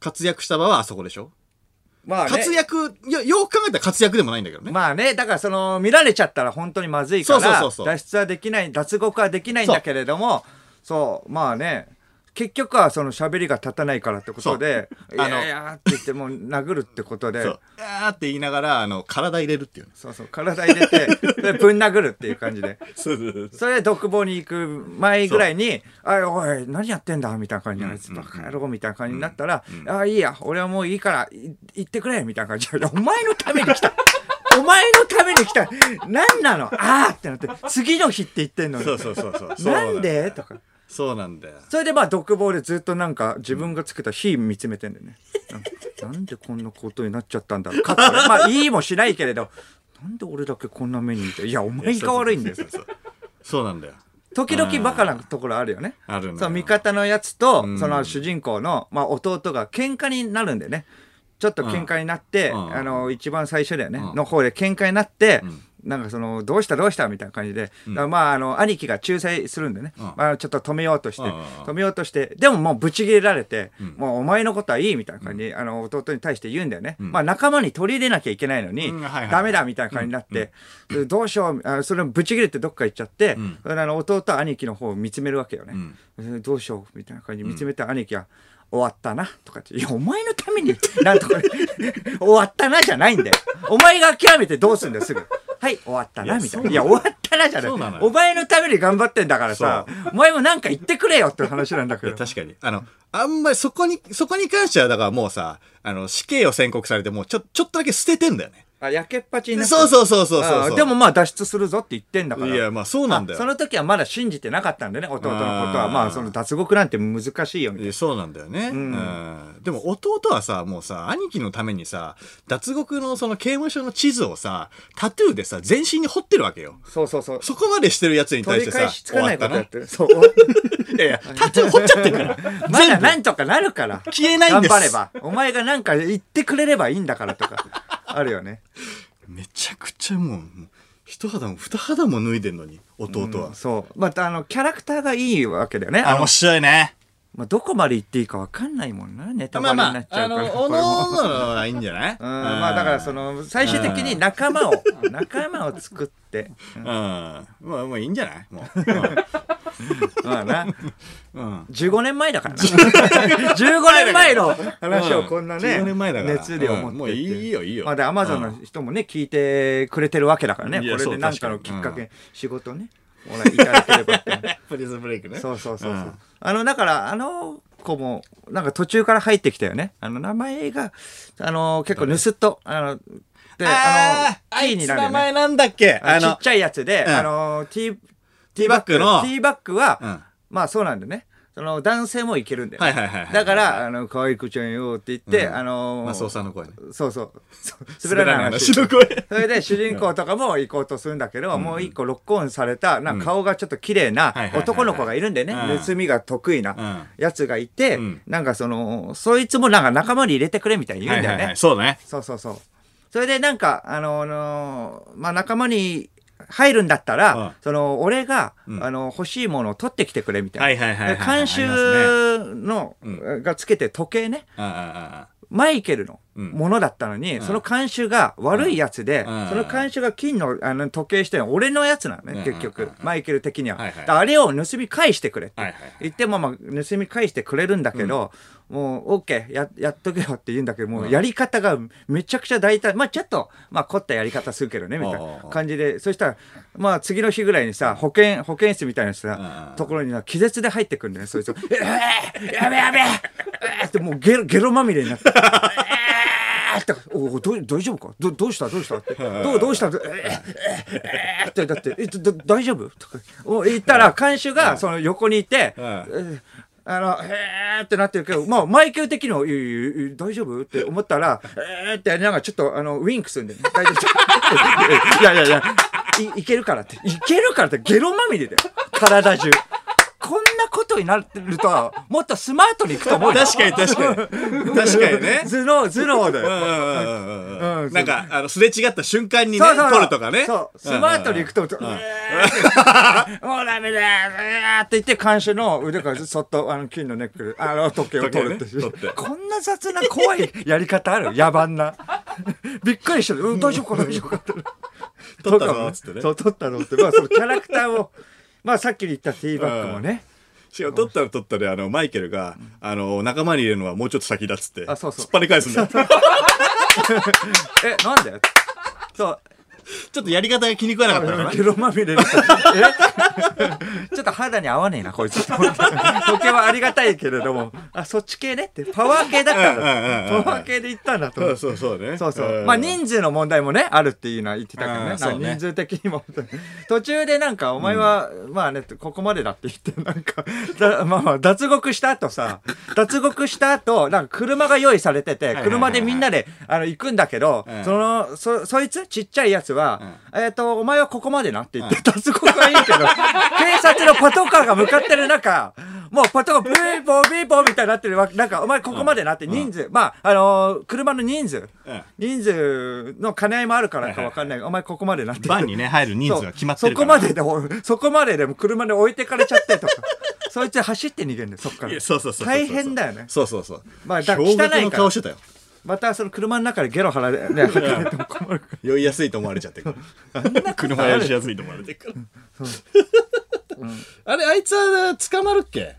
A: 活躍した場はあそこでしょ
B: まあね。
A: 活躍、いやよく考えたら活躍でもないんだけどね。
B: まあね、だからその、見られちゃったら本当にまずいから、
A: そうそうそうそう
B: 脱出はできない、脱獄はできないんだけれども、そう、まあね、結局はその喋りが立たないからってことで、い
A: そうあの
B: やいやーって言ってもう殴るってことで、
A: そう。あーって言いながら、あの、体入れるっていうね。
B: そうそう、体入
A: [laughs]
B: れて、でぶん殴るっていう感じで。
A: そうそうそう
B: それで独房に行く前ぐらいに「あいおい何やってんだ」みたいな感じで「あいつバカ野郎」みたいな感じになったら「あいいや俺はもういいからい行ってくれ」みたいな感じで「お前のために来た」 [laughs] お前のために来た何なのああってなって次の日って言ってんのに
A: そうそうそうそう。そう
B: [laughs] な
A: のよ
B: んでとか
A: そうなんだよ。
B: それでまあ独房でずっとなんか自分がつけた火見つめて
A: [laughs]
B: んだよね。なんなんでこんなことになっちゃったんだろうかってまあいいもしないけれどなんで俺だけこんな目に見ていやお前が悪いんだよ
A: そうそうそうそうなんだよ。
B: 時々バカなところあるよね。
A: あるんだよ
B: そう味方のやつと、
A: ん
B: その主人公の、まあ、弟が喧嘩になるんだよねちょっと喧嘩になって、
A: うん
B: あの一番最初だよね、
A: うん
B: の方で喧嘩になって、なんかそのどうしたどうしたみたいな感じで、だからまああの兄貴が仲裁するんでね、
A: うん
B: まあ、ちょっと止めようとして、
A: うんうんうん
B: 止めようとしてでももうブチ切れられて、もうお前のことはいいみたいな感じで、あの弟に対して言うんだよね、まあ、仲間に取り入れなきゃいけないのに、
A: うんはいはい
B: ダメだみたいな感じになって、でどうしようあそれぶち切れてどっか行っちゃって、
A: ん
B: それであの弟は兄貴の方を見つめるわけよね、
A: ん
B: でどうしようみたいな感じで見つめた兄貴は「終わったな」とかって「いやお前のために [laughs] なんとか終わったな」じゃないんだよお前が諦めてどうすんだよすぐ。はい、終わった
A: い
B: な、
A: や
B: みたいな。
A: そうな
B: い
A: の
B: や、終わったな、じゃな
A: そうなの
B: い。
A: よ
B: お前のために頑張ってんだからさ、お前もなんか言ってくれよって話なんだけど。
A: 確かに。あの、あんまりそこに、そこに関しては、だからもうさ、あの、死刑を宣告されて、もうちょ、ちょっとだけ捨ててんだよね。
B: あ、やけっぱちになって
A: そうそうそうそうそう
B: あ
A: そ
B: ー
A: う。
B: でも、まあ脱出するぞって言ってんだから。
A: いや、まあそうなんだ
B: あそ
A: よ。
B: の時はまだ信じてなかったんでね、弟のことは。
A: あー
B: まあ、その脱獄なんて難しいよ、みたい
A: い
B: な。
A: やそうなんだよね、うんんでも弟はさもうさ兄貴のためにさ脱獄のその刑務所の地図をさタトゥーでさ全身に彫ってるわけよ
B: そうそうそう。
A: そこまでしてるやつに対
B: 取
A: し
B: り
A: てさ
B: 返しつかないこ
A: 終
B: と
A: わっ
B: やったてる。そう。
A: ないやいやタトゥー彫っちゃってるから
B: [laughs] まだなんとかなるから。
A: 消えないん
B: 頑
A: です
B: 張れば。お前がなんか言ってくれればいいんだからとか。あるよね。
A: めちゃくちゃもうもう一肌も二肌も脱いでんのに弟は、
B: そう。また、あの、キャラクターがいいわけだよね。あの、
A: 白いね
B: まあ、どこまで言っていいかわかんないもんな。ネタ
A: ま
B: バ
A: あ
B: レ
A: ま
B: になっ
A: あ
B: ちゃ
A: あ
B: うか
A: の
B: ら。
A: おのおの
B: [laughs]
A: はいいんじゃない
B: うん、まあだからその最終的に仲間を仲間を作って [laughs]
A: うんまあまあいいんじゃないもう、うん
B: まあな。
A: うん。
B: 15年前だからな。15
A: [laughs]
B: 年前の話をこんなね、
A: 15年前だから
B: 熱量を持ってって、
A: うんもういいよいいよ
B: まあで、アマゾンの人もね、聞いてくれてるわけだからね。
A: い
B: こ
A: や
B: れ
A: そう
B: でなんかのき
A: 確か
B: っ
A: に
B: かけに仕事ね、もらいただければ
A: [laughs]
B: って。
A: プリズムブレイクね。
B: そうそうそうそう。
A: ん
B: あの、だから、あの子も、なんか途中から入ってきたよね。あの、名前が、あの、結構ぬすっと、あの、
A: あー
B: で、の、
A: あ
B: T
A: い
B: に
A: つ
B: なる
A: 名
B: よね
A: 前なんだっけ
B: あ
A: あ
B: のちっ
A: の、
B: ちゃいやつで、
A: うん
B: あの、T、
A: ティーバッグの
B: ティーバッグは、
A: うん
B: まあそうなんだよね。その男性もいけるんだよ、ね
A: はいはいはいはい
B: だから、あの、可愛い子ちゃんよって言って、
A: うん
B: あの
A: マスオさんの声ね。
B: そうそう。そう滑らない話。
A: 滑らない話の声
B: それで主人公とかも行こうとするんだけど、もう一個ロックオンされた、なんか顔がちょっと綺麗な
A: はいはいはいはい
B: 男の子がいるんでね、
A: うん
B: 盗みが得意なやつがいて、
A: うん
B: なんかその、そいつもなんか仲間に入れてくれみたいに言うん
A: は
B: だよね。
A: いはいはいそうね。
B: そうそうそう。それでなんか、あの、あのまあ、仲間に入るんだったら、
A: うん
B: その、俺が、
A: うん
B: あの、欲しいものを取ってきてくれみたいな。
A: はいはいはいはい
B: で監修の、
A: ります
B: がつけて時計ね、
A: ああああ
B: マイケルの
A: うん
B: ものだったのに、
A: ん
B: その監修が悪いやつで、
A: うん
B: その監修が金のあの時計して俺のやつなのね、
A: うん
B: 結局、
A: うん
B: マイケル的には。
A: はいはい
B: だからあれを盗み返してくれって。
A: はいはいはい
B: 言ってもまあ盗み返してくれるんだけど、もう OK ややっとけよって言うんだけどもうやり方がめちゃくちゃ大胆まあちょっと、まあ、凝ったやり方するけどねみたい
A: おうおうお
B: な
A: う
B: 感じでそしたらまあ次の日ぐらいにさ保健保健室みたい
A: う
B: な
A: んう
B: さ
A: ん
B: ところにな気絶で入ってくるんだよねそいつ [laughs] が「えー、やべやべえー!」ってもうゲロゲロまみれになって。えーっておおどう大丈夫かどどうしたどうしたってどうどうしたってえーえーえーってだってえどど大丈夫とかお言ったら監修がその横にいて、
A: うん
B: えーあのえーってなってるけど、まあ、マイケル的にもいいいいいい大丈夫って思ったらえーってなんかちょっとあのウィンクするんで、ね、大丈夫いやいやいやいい [laughs] けるからっていけるからってゲロまみれだよ体中こんなことになってるとはもっとスマートにいくと思うよ
A: 確かに確かに。確かにね。
B: 頭脳頭脳だよ
A: うんうんうんうん
B: う
A: うんんなんか、あの、すれ違った瞬間にね、
B: そうそうそう
A: 撮るとかね。
B: そうスマートに行くと、 [laughs] うわーもうダメだーうわーって言って監視の腕からそっとあの金のネックルあの時計を取るっていう、
A: 時計ね取って
B: こんな雑な怖いやり方ある野蛮な [laughs] びっくりしてる、うん、大丈夫か大丈夫かって
A: 撮ったぞ、つってね
B: そ。う取ったのってまあそのキャラクターをまあさっき言ったティーバッグもね、
A: しかも撮ったら撮ったで、あの、マイケルが、あの、仲間に入れるのはもうちょっと先だっつって、
B: あそうそう
A: 突っ張り返すんだよ。
B: えなんだよそう
A: ちょっとやり方が気に食わなかったのかな。
B: ゲロまみれになったえ [laughs] ちょっと肌に合わねえなこいつ時計はありがたいけれどもあそっち系ねってパワー系だったん
A: うんうんうんう
B: だ
A: ん
B: パワー系で行ったんだ
A: [laughs]
B: と
A: そう
B: 思う
A: そうそうね。
B: そうそ
A: ん
B: うまあ人数の問題もねあるっていうのは言ってたけど
A: う
B: ね
A: んそうね
B: なんか人数的にも途中でなんかお前は、まあねここまでだって言ってなんか [laughs] だまあまあ脱獄した
A: [laughs]
B: 後さ脱獄した後なんか車が用意されてて
A: はいはい
B: 車でみんなであの行くんだけど、
A: うん
B: そのそそいつちっちゃいやつは、えっ、とお前はここまでなって言って、脱獄はいいけ
A: [laughs]
B: ど警察のパトカーが向かってる中もうパトカーブーボービーボーみたいになってるわけなんかお前ここまでなって人数、まああのー車の人数、
A: うん
B: 人数の兼ね合いもあるからかわかんない、お前ここまでなって
A: バンにね、入る人数が決まってるから。
B: そうそこまででもそこまででも車で置いてかれちゃって
A: [laughs]
B: とかそいつ走って逃げんねそっから
A: いやそうそうそうそう
B: 大変だよね
A: そうそうそう。
B: まあだから
A: 衝撃
B: 汚いから
A: の顔してたよ。
B: またその車の中でゲロ払え、ね、吐かれても困るか
A: 酔いやすいと思われちゃってるから車酔いしやすいと思われてるからあれあいつは捕まるっけ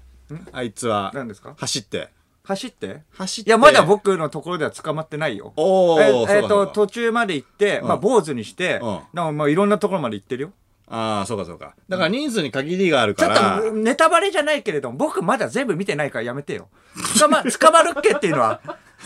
A: あいつは
B: 何ですか
A: 走って
B: 走って
A: 走って
B: いやまだ僕のところでは捕まってないよ
A: おー
B: え
A: そうか
B: えっ
A: そう
B: と
A: か
B: 途中まで行って、まあ、
A: うん
B: 坊主にして、
A: うん
B: なんかまあいろんなところまで行ってるよ
A: ああそうかそうかだから人数に限りがある
B: ち
A: か
B: ょ
A: ら
B: っとネタバレじゃないけれども、僕まだ全部見てないからやめてよ。捕ま、 [laughs] 捕まるっけっていうのは。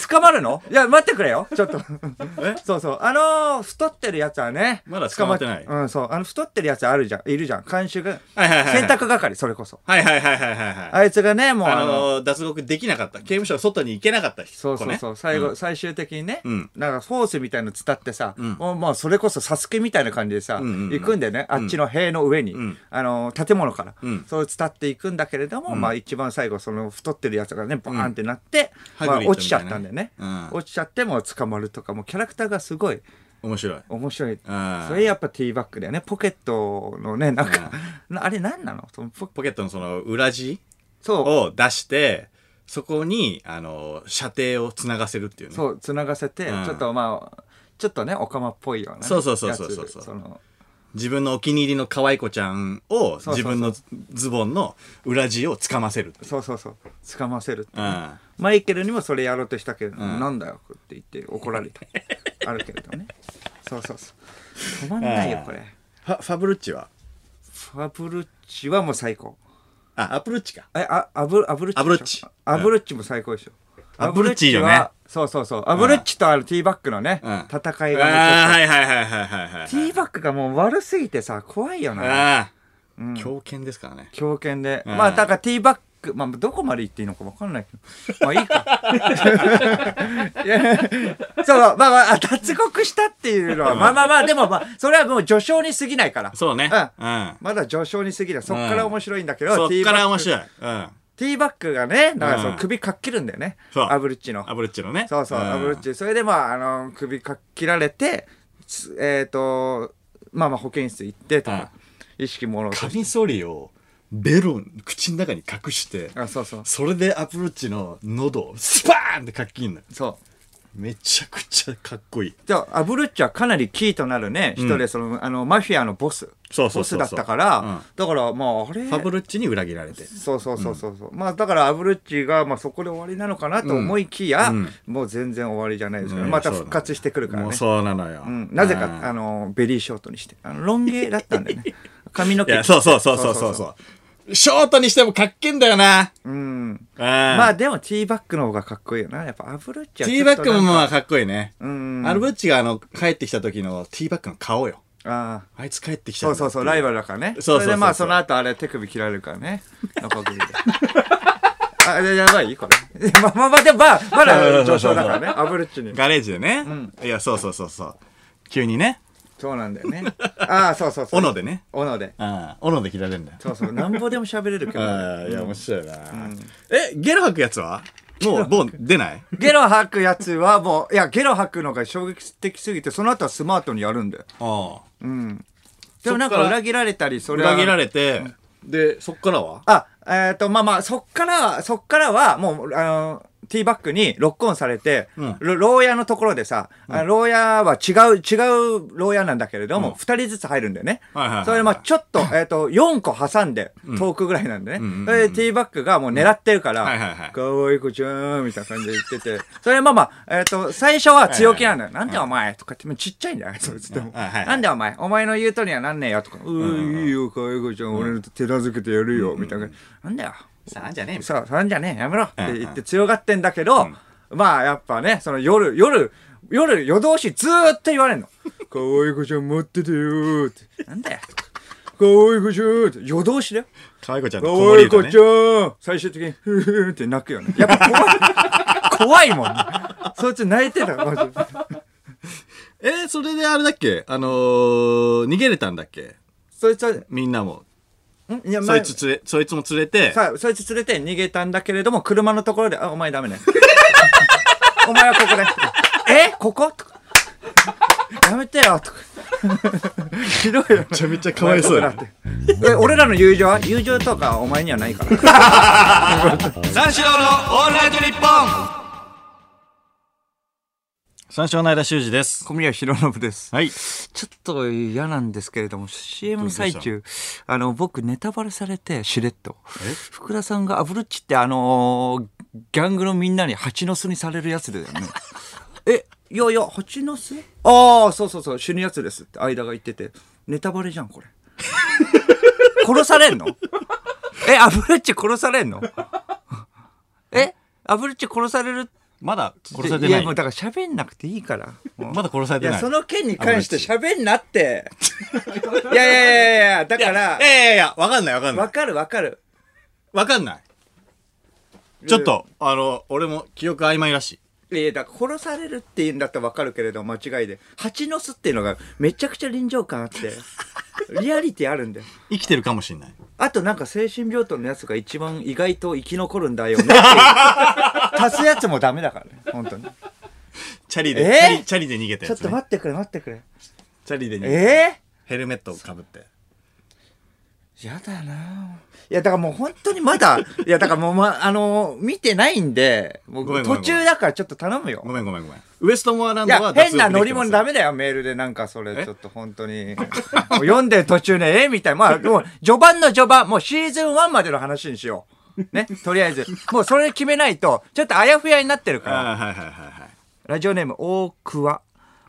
B: 捕まるのいや、待ってくれよ。ちょっと。
A: [laughs] え
B: そうそう。あのー太ってるやつはね。
A: まだ捕まってない
B: うん、そう。あの、太ってるやつあるじゃん。いるじゃん。監修が。
A: はいはいはい
B: 洗濯係、それこそ。
A: はいはいはいはいはいはい
B: あいつがね、もうあ
A: あ
B: の
A: のー脱獄できなかった刑務所の外に行けなかった人
B: そうそうそう、
A: ね
B: 最後、最終的にね、
A: うん
B: なんかフォースみたいの伝ってさ、
A: ん
B: もうまあそれこそサスケみたいな感じでさ、
A: んうんうん
B: 行くんだよねあっちの塀の上に、
A: ん
B: あの建物から、
A: ん
B: それを伝っていくんだけれども、まあ一番最後その太ってるやつがねバーンってなって、
A: うん
B: まあ
A: ハグリッドみたいなね
B: 落ちちゃったんだよね、
A: うん
B: 落ちちゃってもう捕まるとかもうキャラクターがすごい
A: 面白い
B: 面白い、
A: ん
B: それやっぱティーバッグだよねポケットのねなんか、あれ何なのそのポ
A: ポケットのその裏地
B: そう
A: を出してそこにあのー射程をつながせるっていうね
B: そう繋がせて、
A: うん
B: ちょっとまあちょっとねオカマっぽいようなね、
A: そうそうそうそうそう
B: やつその
A: 自分のお気に入りの可愛い子ちゃんを
B: そうそうそう
A: 自分のズボンの裏地をつかませる。
B: そうそうそう捕ませるって
A: う
B: ね、
A: ん。
B: マイケルにもそれやろうとしたけど、
A: ん
B: なんだよって言って怒られ
A: [laughs]
B: たあるけれどねそうそうそう止まんないよ
A: あー
B: これ
A: ファファブルッチは
B: ファブルッチはもう最高
A: あ、アプルッチか。
B: えあアブアブルッチでしょ
A: アブルッチ
B: アブルッチも最高でしょ
A: アブルッチいいよね
B: アブルッチはそうそうそうアブルッチとあのティーバックのね、
A: うん
B: 戦
A: あ
B: い
A: ー
B: がもうちょっ
A: はいはいはいはいはいはい。
B: とティーバックがもう悪すぎてさ怖いよな
A: ああ、狂犬ですからね。
B: 強権で、
A: うん
B: まあだからティーバックまあどこまで行っていいのか分かんないけどまあ
A: [laughs]
B: いいかいやそうまあまああ脱獄したっていうのはまあまあまあでもまあそれはもう序章に過ぎないから
A: そうね。う
B: う
A: ん。
B: まだ序章に過ぎないそっから面白いんだけど、
A: そ
B: ティ
A: っ
B: ー
A: か
B: バック
A: ら面白い。うん。
B: ティーバックがねだからそうの
A: ん
B: 首かっきるんだよね、
A: そう
B: アブルッチの
A: アブルッチのね。
B: そうそう、
A: ん
B: アブルッ。チそれでまああの首かっきられてすえっ、とまあまあ保健室行ってとか、意識もろうと
A: カ
B: し
A: ミソリをベロン、口の中に隠して、
B: あそうそう
A: それでアプルッチの喉をスパーンってかっきんの。
B: そう
A: めちゃくちゃかっこいい。
B: じゃあアブルッチはかなりキーとなるね人でその、あのマフィアのボス
A: そうそうそうそう
B: ボスだったから、
A: うん
B: だからまああれ
A: ファブルッチに裏切られて。
B: そうそうそうそうそうまあだからアブルッチが、まあ、そこで終わりなのかなと思いきや、
A: うん
B: もう全然終わりじゃないですから、
A: うん
B: また復活してくるから
A: もう
B: ね
A: そうなのよ。
B: うん、なぜか、
A: うん
B: あのベリーショートにしてあのロン毛だったんだよ
A: [laughs]
B: ね髪の
A: い
B: 毛
A: や、そうそうそうそうそうそう。ショートにしてもかっけんだよな。
B: うんま
A: ま
B: あ、でもティーバックの方がかっこいいよなやっぱアブルッ
A: テ
B: チは
A: ィーバックも
B: あ
A: まあかっこいいね。
B: うん
A: アルブッチがあの、帰ってきた時のティーバックの顔よ。
B: あ
A: あいつ帰ってきたん
B: そ
A: だ
B: う
A: ってい
B: そうそうライバルだからね
A: そうそうそうそう
B: れでまあその後あれ手首切られるからね
A: [laughs]
B: 中首であややばいこれまあまあまあでもまあまだ上昇
A: [laughs]
B: だからねアブルッチに
A: ガレージでね。いや、そうそうそうそう。急にね、
B: そうなんだよねああそうそうそう
A: 斧でね。
B: 斧で
A: ああ、斧で切られるんだよ。
B: そうそうなんぼでも喋れるけど
A: ああ、いや、面白いな。え、ゲロ吐くやつはもう、もう出 [laughs] ない
B: ゲロ吐くやつはもういやゲロ吐くのが衝撃的すぎてその後はスマートにやるんだよ
A: ああ。
B: でもなん
A: そっ
B: か
A: から
B: 裏切られたりそれは
A: 裏切られて、で、そっからは
B: あ、えっ、と、まあまあ、そっから、そっからは、もう、あの、ティーバックにロックオンされて、
A: うん
B: ろ牢屋のところでさ、あ牢屋は違う、違う牢屋なんだけれども、二、人ずつ入るんだよね。
A: はいはいはいはい
B: それでまあ、ちょっと、えっ、と、4個挟んで、遠くぐらいなんでね。
A: うんうんうんうん
B: それでティーバックがもう狙ってるから、
A: うんはいはいはい
B: かわいい子ちゃん、みたいな感じで言ってて、 [laughs] それでまあまあ、えっ、と、最初は強気なんだよ。なんでお前とかって、ちっちゃいんだよ、そいつでも。
A: はいはいはい
B: なんでお前、お前の言うとりはなんねえよ、とか。うー、いいよ、かわいい子ちゃん、俺の手なずけてやるよ、みたいな。なんだよ。
A: さあ、じゃね
B: さあ、そんじゃねえ、やめろって言っ
A: うんう
B: て強がってんだけど、まあやっぱね、その夜、夜、夜夜通しずーっと言われん [laughs] の。かわいい子ちゃん待っててよーって。なんだよ。かわいい子ちゃんーって。夜通しだよ。
A: え。かわいこちゃん
B: か
A: の子守
B: わいい
A: 歌
B: 子
A: ね
B: ち。ゃん最終的に、ふふふって泣くよね。やっぱ
A: [laughs]
B: 怖い。怖いもんね。そいつ泣いてたマジで
A: えー、それであれだっけあのー、逃げれたんだっけ
B: そいつは、ん
A: みんなも。
B: いや、
A: そ
B: ま
A: い
B: あ
A: つ連れ、そいつも連れて、
B: さあ、そいつ連れて逃げたんだけれども、車のところで、あ、お前ダ
A: [laughs]
B: メね。お前はここで。えこことか。やめてよとか。ひどいよ。
A: めちゃめちゃかわいそうだ
B: だっ。て。え、俺らの友情は友情とかお前にはないから。
A: 三四郎のオールナイトニッポン三四郎の間修二です。
B: 小宮宏信です。
A: はい。
B: ちょっと嫌なんですけれども、CM の最
A: ど
B: 中、あの、僕ネタバレされて、しれっと。福田さんがアブルッチってあのーギャングのみんなに蜂の巣にされるやつだよね。 [laughs] え、いやいや、蜂の巣ああ、そうそうそう、死ぬやつですって間が言ってて。ネタバレじゃん、こ [laughs] れ。殺されんのえ、アブルッチ殺されんのえ、アブルッチ殺されるって
A: まだ殺されて
B: い
A: な
B: や、
A: い
B: もう。だから喋んなくていいから。もう
A: まだ殺され
B: い
A: てない。
B: や、その件に関して喋んな [laughs] って。いやいやいやいやいや、だ
A: いや
B: から
A: い、やいやいや、わかんないわかんな
B: わ
A: い。
B: かるわかる。
A: わかんない。ちょっと、あの、俺も記憶曖昧らしい。
B: いやいやだから殺されるっていうんだったらわかるけれど、間違いで。蜂の巣っていうのがめちゃくちゃ臨場感あって、リアリティあるんだよ。
A: 生きてるかもしんない。
B: あとなんか精神病棟のやつが一番意外と生き残るんだよね [laughs] っていう。足すやつもダメだからね、本当に。
A: チャリで、
B: えー
A: チャリチャリで逃げた
B: ち
A: や
B: ょっ
A: つ、
B: と
A: ね。
B: 待ってくれ、待ってくれ。
A: チャリで逃げた。
B: ええ
A: ヘルメットをかぶって。
B: やだなぁいや、だからもう本当にまだ、 [laughs] いや、だからもう、ま、あのー見てないんで、僕
A: ごめんごめん
B: 途中だからちょっと頼むよ
A: ご。めんごめんごめん。ウエストモアラン
B: い
A: ド
B: や
A: は、脱
B: 変な乗り物ダ
A: メ。
B: メだよ、メールでなんかそれ、ちょっと本当
A: [laughs]
B: に。 [laughs] もう読んでる途中ね、えみたいな。まあ、もう、序盤の序盤、もうシーズン1までの話にしよう。ね、とりあえず。もうそれ決めないと、ちょっとあやふやになってるから。
A: ああ、はいはいはいはい。
B: ラジオネーム大桑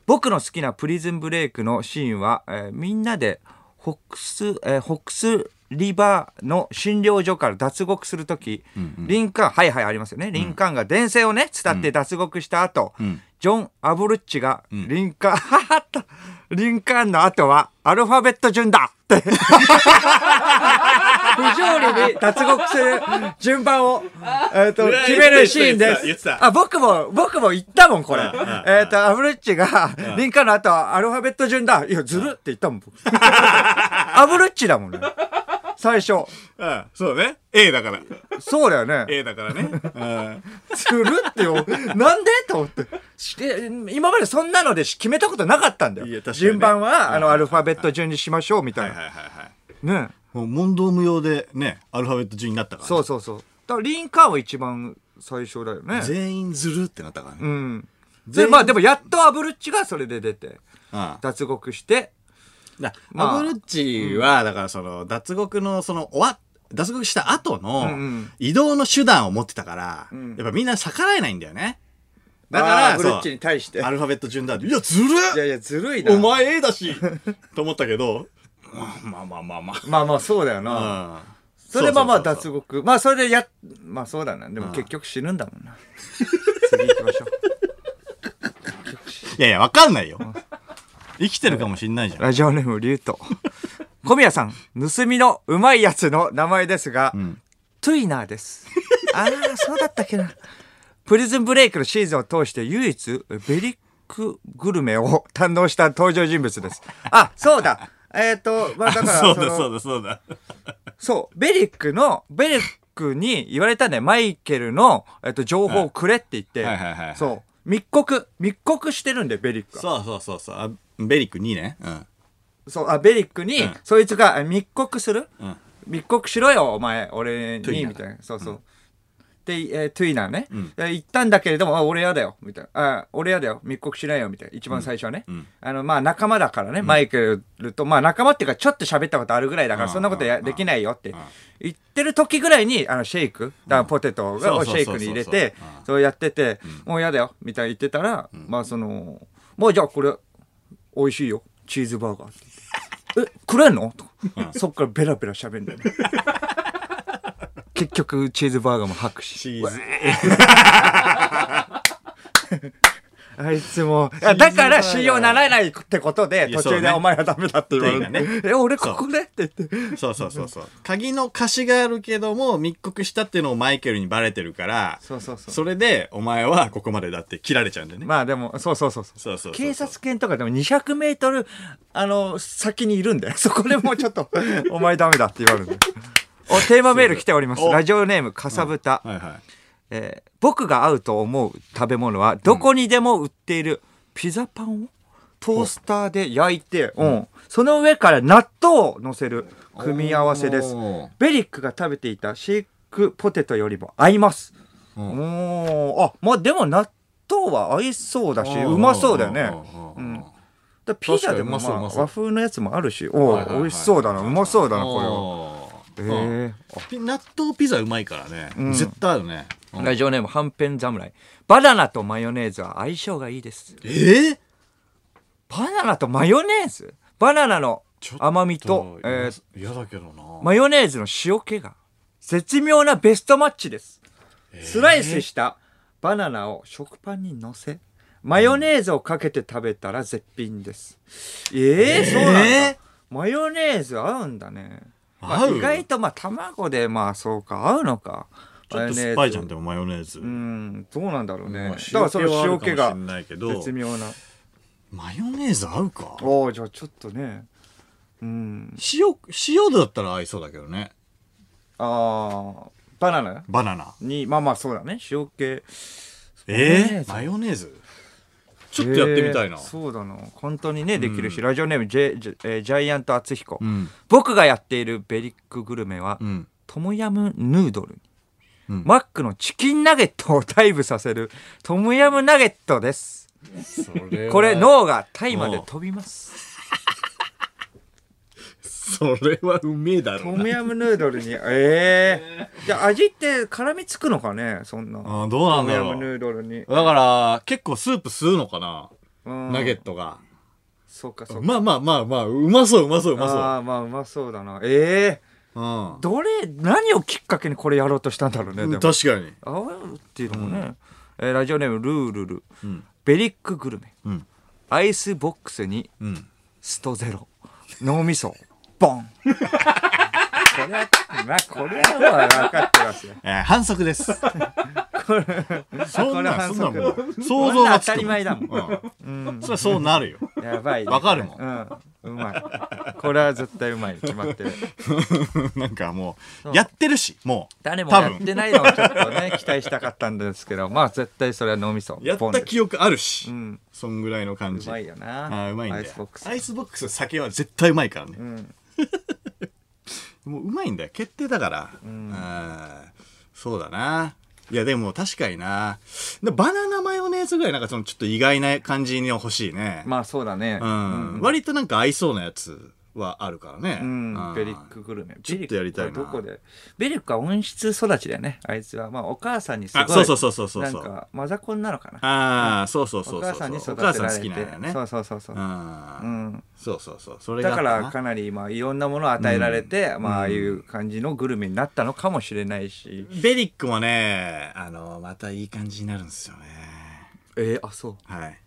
B: 僕の好きなプリズンブレイクのシーンは、えーみんなでホックス、えーホックスリバーの診療所から脱獄するとき、リンカーン、はいはいありますよね。リンカーンが伝声をね、伝って脱獄した後、
A: ん
B: ジョン・アブルッチが、リンカーン、ははっと、リンカーンの後はアルファベット順だって。 [laughs] 不条理に脱獄する順番を、えっ
A: [laughs]
B: と
A: うわ
B: 決めるシー
A: 言
B: ンで
A: って
B: す
A: た言って。た
B: あ、僕も、僕も言ったもん、これ
A: うんうん。
B: えっと、アブルッチが、リンカーンの後はアルファベット順だ。いや、ずるって言ったも
A: [laughs]
B: ん、僕アブルッチだもんね。最初。
A: ああ、そうね。A だから。
B: そうだよね。
A: A だ
B: [laughs]
A: からね。うん
B: ずるってよ。なんでと思って。しえ今までそんなので決めたことなかったんだ
A: いや
B: よ。
A: 確かにね
B: 順番は、あの、アルファベット順にしましょう、みた
A: はい
B: い
A: はい
B: な。
A: はいはい。
B: ね。
A: もう問答無用でね、アルファベット順になったからね、
B: そうそうそう。だから、リンカーンは一番最初だよね。
A: 全員ずるってなったからね。
B: うん。
A: 全
B: で、
A: 員
B: まあでもやっとアブルッチがそれで出て、
A: ああ
B: 脱獄して、
A: だ
B: まあ
A: アブルッチは、だからその、脱獄の、その、終わっ脱獄した後の
B: んうん
A: 移動の手段を持ってたから、
B: ん
A: やっぱみんな逆らえないんだよね。だ
B: だ
A: か
B: から
A: ら、
B: アブルッチに対して。
A: そうア
B: い
A: ルファベット順だって。いや、ずるっ
B: やいや、ずるいな。
A: お前 A だ
B: [laughs]
A: しと思ったけど、まあまあまあま
B: まあまあ、そうだよな。
A: あ。うん
B: それはま
A: そ
B: あ
A: うそうそ
B: 脱
A: う
B: 獄。まあそれでや、まあそうだな。でも結局死ぬんだもんな。 [laughs] 次行きましょう。
A: いやいや、わかんないよ。生きてるかもしんないじゃん。
B: ラジオネーム、リュウト。小宮さん、盗みのうまいやつの名前ですが、
A: ん
B: トゥイナーです。ああ、そうだったっけな。プリズンブレイクのシーズンを通して唯一、ベリックグルメを堪能した登場人物です。あ、そうだ。えっ、と、まあだから、
A: [laughs] そうだ
B: の
A: そうだそうだ。
B: そう、ベリックの、ベリックに言われたね、マイケルの、えっと、情報をくれって言って、
A: はいはいはいはい
B: そう、密告、密告してるんで、ベリックは。
A: そうそうそうそうあ。ベリック2ね。うん。
B: そう、あ、ベリックに、
A: うん
B: そいつがあ密告する、
A: うん。
B: 密告しろよ、お前、俺
A: トゥイ
B: に、
A: ナー
B: みたいな。そうそう。で、えートゥイナーね、
A: ん
B: えー言ったんだけれども、あ、俺やだよ、みたいな。あ、俺やだよ、密告しないよ、みたいな。一番最初はね。
A: ん
B: あの、まあ、仲間だからね、マイケルと、まあ、仲間っていうか、ちょっと喋ったことあるぐらいだから、
A: うん
B: そんなこと
A: う
B: や
A: ん
B: できないよって
A: ん
B: 言ってる時ぐらいに、あの、シェイク、だからポテトが
A: そ
B: を
A: うそう
B: シ
A: そうそうそう
B: ェイクに入れて
A: う、ん
B: そうやってて、もうやだよ、みたいな言ってたら、まあ、その、もうじゃあこれ、美味しいよ、チーズバーガーって言って。え、くれんのとか、そっからベラベラ喋るんだよね。 [laughs] 結局チーズバーガーも拍
A: チ
B: 手
A: ーズ。
B: あいつもいやだから信用ならないってことで
A: いや
B: 途中
A: そう
B: で
A: ね
B: お前はダメだって言われる、
A: っていうかね
B: え俺ここでって言って
A: そうそうそうそう。鍵の貸しがあるけども、密告したっていうのをマイケルにバレてるから、
B: そうそうそう
A: それで、お前はここまでだって切られちゃうんだよね。
B: まあでもそうそうそうそう
A: そうそうそう
B: 警察犬とかでも200メートルあの先にいるんだよ [laughs] そこでもうちょっとお前ダメだって言われるんだよおテーマメール来ております
A: お
B: ラジオネームかさぶた、
A: はいはい。
B: えー僕が合うと思う食べ物はどこにでも売っているピザパンをトースターで焼いて、うん、その上から納豆を乗せる組み合わせです
A: おー
B: ベリックが食べていたシェイクポテトよりも合います
A: う
B: うんんあまあでも納豆は合いそうだし
A: ん
B: うまそうだよね
A: ん
B: うん
A: んん
B: だピザでも、
A: 確かにうまそうう
B: ま
A: ま
B: あ、
A: そう
B: 和風のやつもあるしおう、
A: はいはいはい
B: 美味しそうだなうまそうだなこれは
A: お
B: え
A: ーうん
B: ー、
A: ピ納豆ピザうまいからね。絶対あるね。うん
B: ラジオネームはんぺん侍バナナとマヨネーズは相性がいいです
A: えー
B: バナナとマヨネーズバナナの
A: ちょっ
B: 甘みと、えー
A: 嫌だけどな。
B: マヨネーズの塩気が絶妙なベストマッチです、スライスしたバナナを食パンにのせマヨネーズをかけて食べたら絶品です、ええそうなんだ、
A: え
B: マヨネーズ合うんだね、まあ
A: 合う
B: 意外とまあ卵でまあそうか合うのか
A: ちょっと酸っぱいじゃん、でもマヨネーズ。
B: マヨネーズうんどうなんだろうね、
A: まあ
B: だからその塩気
A: はあ
B: が
A: るかもしんないけど
B: 絶妙な
A: マヨネーズ合うか
B: おおじゃあちょっとねうん
A: 塩、塩だったら合いそうだけどね。
B: ああバナナ
A: バナナ。
B: にまあまあそうだね塩気
A: え
B: ー
A: ーマヨネーズちょっとやってみたいな
B: へー。そうだな簡単にねできるし、ラジオネームジェジェえージャイアント厚彦、
A: うん。
B: 僕がやっているベリックグルメは、
A: うん。
B: トムヤムヌードルに、
A: うん
B: マックのチキンナゲットをダイブさせるトムヤムナゲットです
A: それは
B: これ。脳がタイまで飛びます
A: それはうめえだ
B: ト
A: ろうな。
B: ムヤムヌードル [laughs] にええじゃあ味って絡みつくのかねそんな
A: あーどうな
B: ト
A: ん
B: ム
A: だ
B: ヤムヌ
A: ろう。
B: ードルに、
A: だから、結構スープ吸うのかな、
B: うん
A: ナゲットが。
B: そうかそうか
A: まあまあまあまあ、うまそううまそううま
B: あ
A: そ
B: あまあうまそうだなええ
A: う。
B: どれ何をきっかけにこれやろうとしたんだろうね
A: う
B: で
A: ん。
B: も
A: 確かに。
B: あうっていうのもね、えーラジオネームルールル
A: うん。
B: ベリックグルメ
A: うん。
B: アイスボックスに
A: うん。
B: ストゼロ脳みそボンこれはまあこれはまあ分かってますよ
A: えー反則
B: [laughs]
A: です。そん
B: これ
A: な
B: 反
A: ん、
B: 則
A: そんなんもう、想像がつく。
B: 当たり前だも
A: ん。
B: う
A: うんん。そりゃそうなるよ。 [laughs]
B: やばいね
A: わかるもん
B: うんうまいこれは絶対うまいに決まってる
A: なんかもう、やってるし、もう。
B: 誰も
A: 多
B: やっ
A: 分。
B: てないのをちょっとね期待したかったんですけどまあ絶対それは脳みそ
A: やっ
B: ボン
A: た
B: です
A: 記憶ある
B: う
A: し。
B: ん
A: そんぐらいの感じ。
B: うまいよな
A: あーうまいんだ
B: ア
A: よ
B: イスボックス
A: アイスボックス酒は絶対うまいからね
B: う、ん
A: もううまいんだよ決定だから、うん、そうだないやでも確かになでバナナマヨネーズぐらいなんかそのちょっと意外な感じには欲しいね、
B: まあそうだね
A: うん割となんか合いそうなやつはあるからね、
B: うん、
A: あー
B: ベリックグルメ。
A: ちょっとやりたいな
B: ベリックはどこでベリックは温室育ちだよね、あいつは。まあ、お母さんにすごい。
A: あそうそうそうそうそう
B: なん
A: そう
B: か、マザコンなのかな。
A: ああそうそうそうそう
B: お母さんに育て
A: お
B: られ
A: 母
B: て。
A: さん好きなんだよね
B: そうそうそうそう
A: う。ん
B: うん、
A: そうそうそうそれが
B: だ
A: あった
B: か
A: な
B: らかなりまあいろんなものを与えられて、まあああいう感じのグルメになったのかもしれないし、
A: ベリックもねあのまたいい感じになるんですよね
B: えー、あそう
A: はい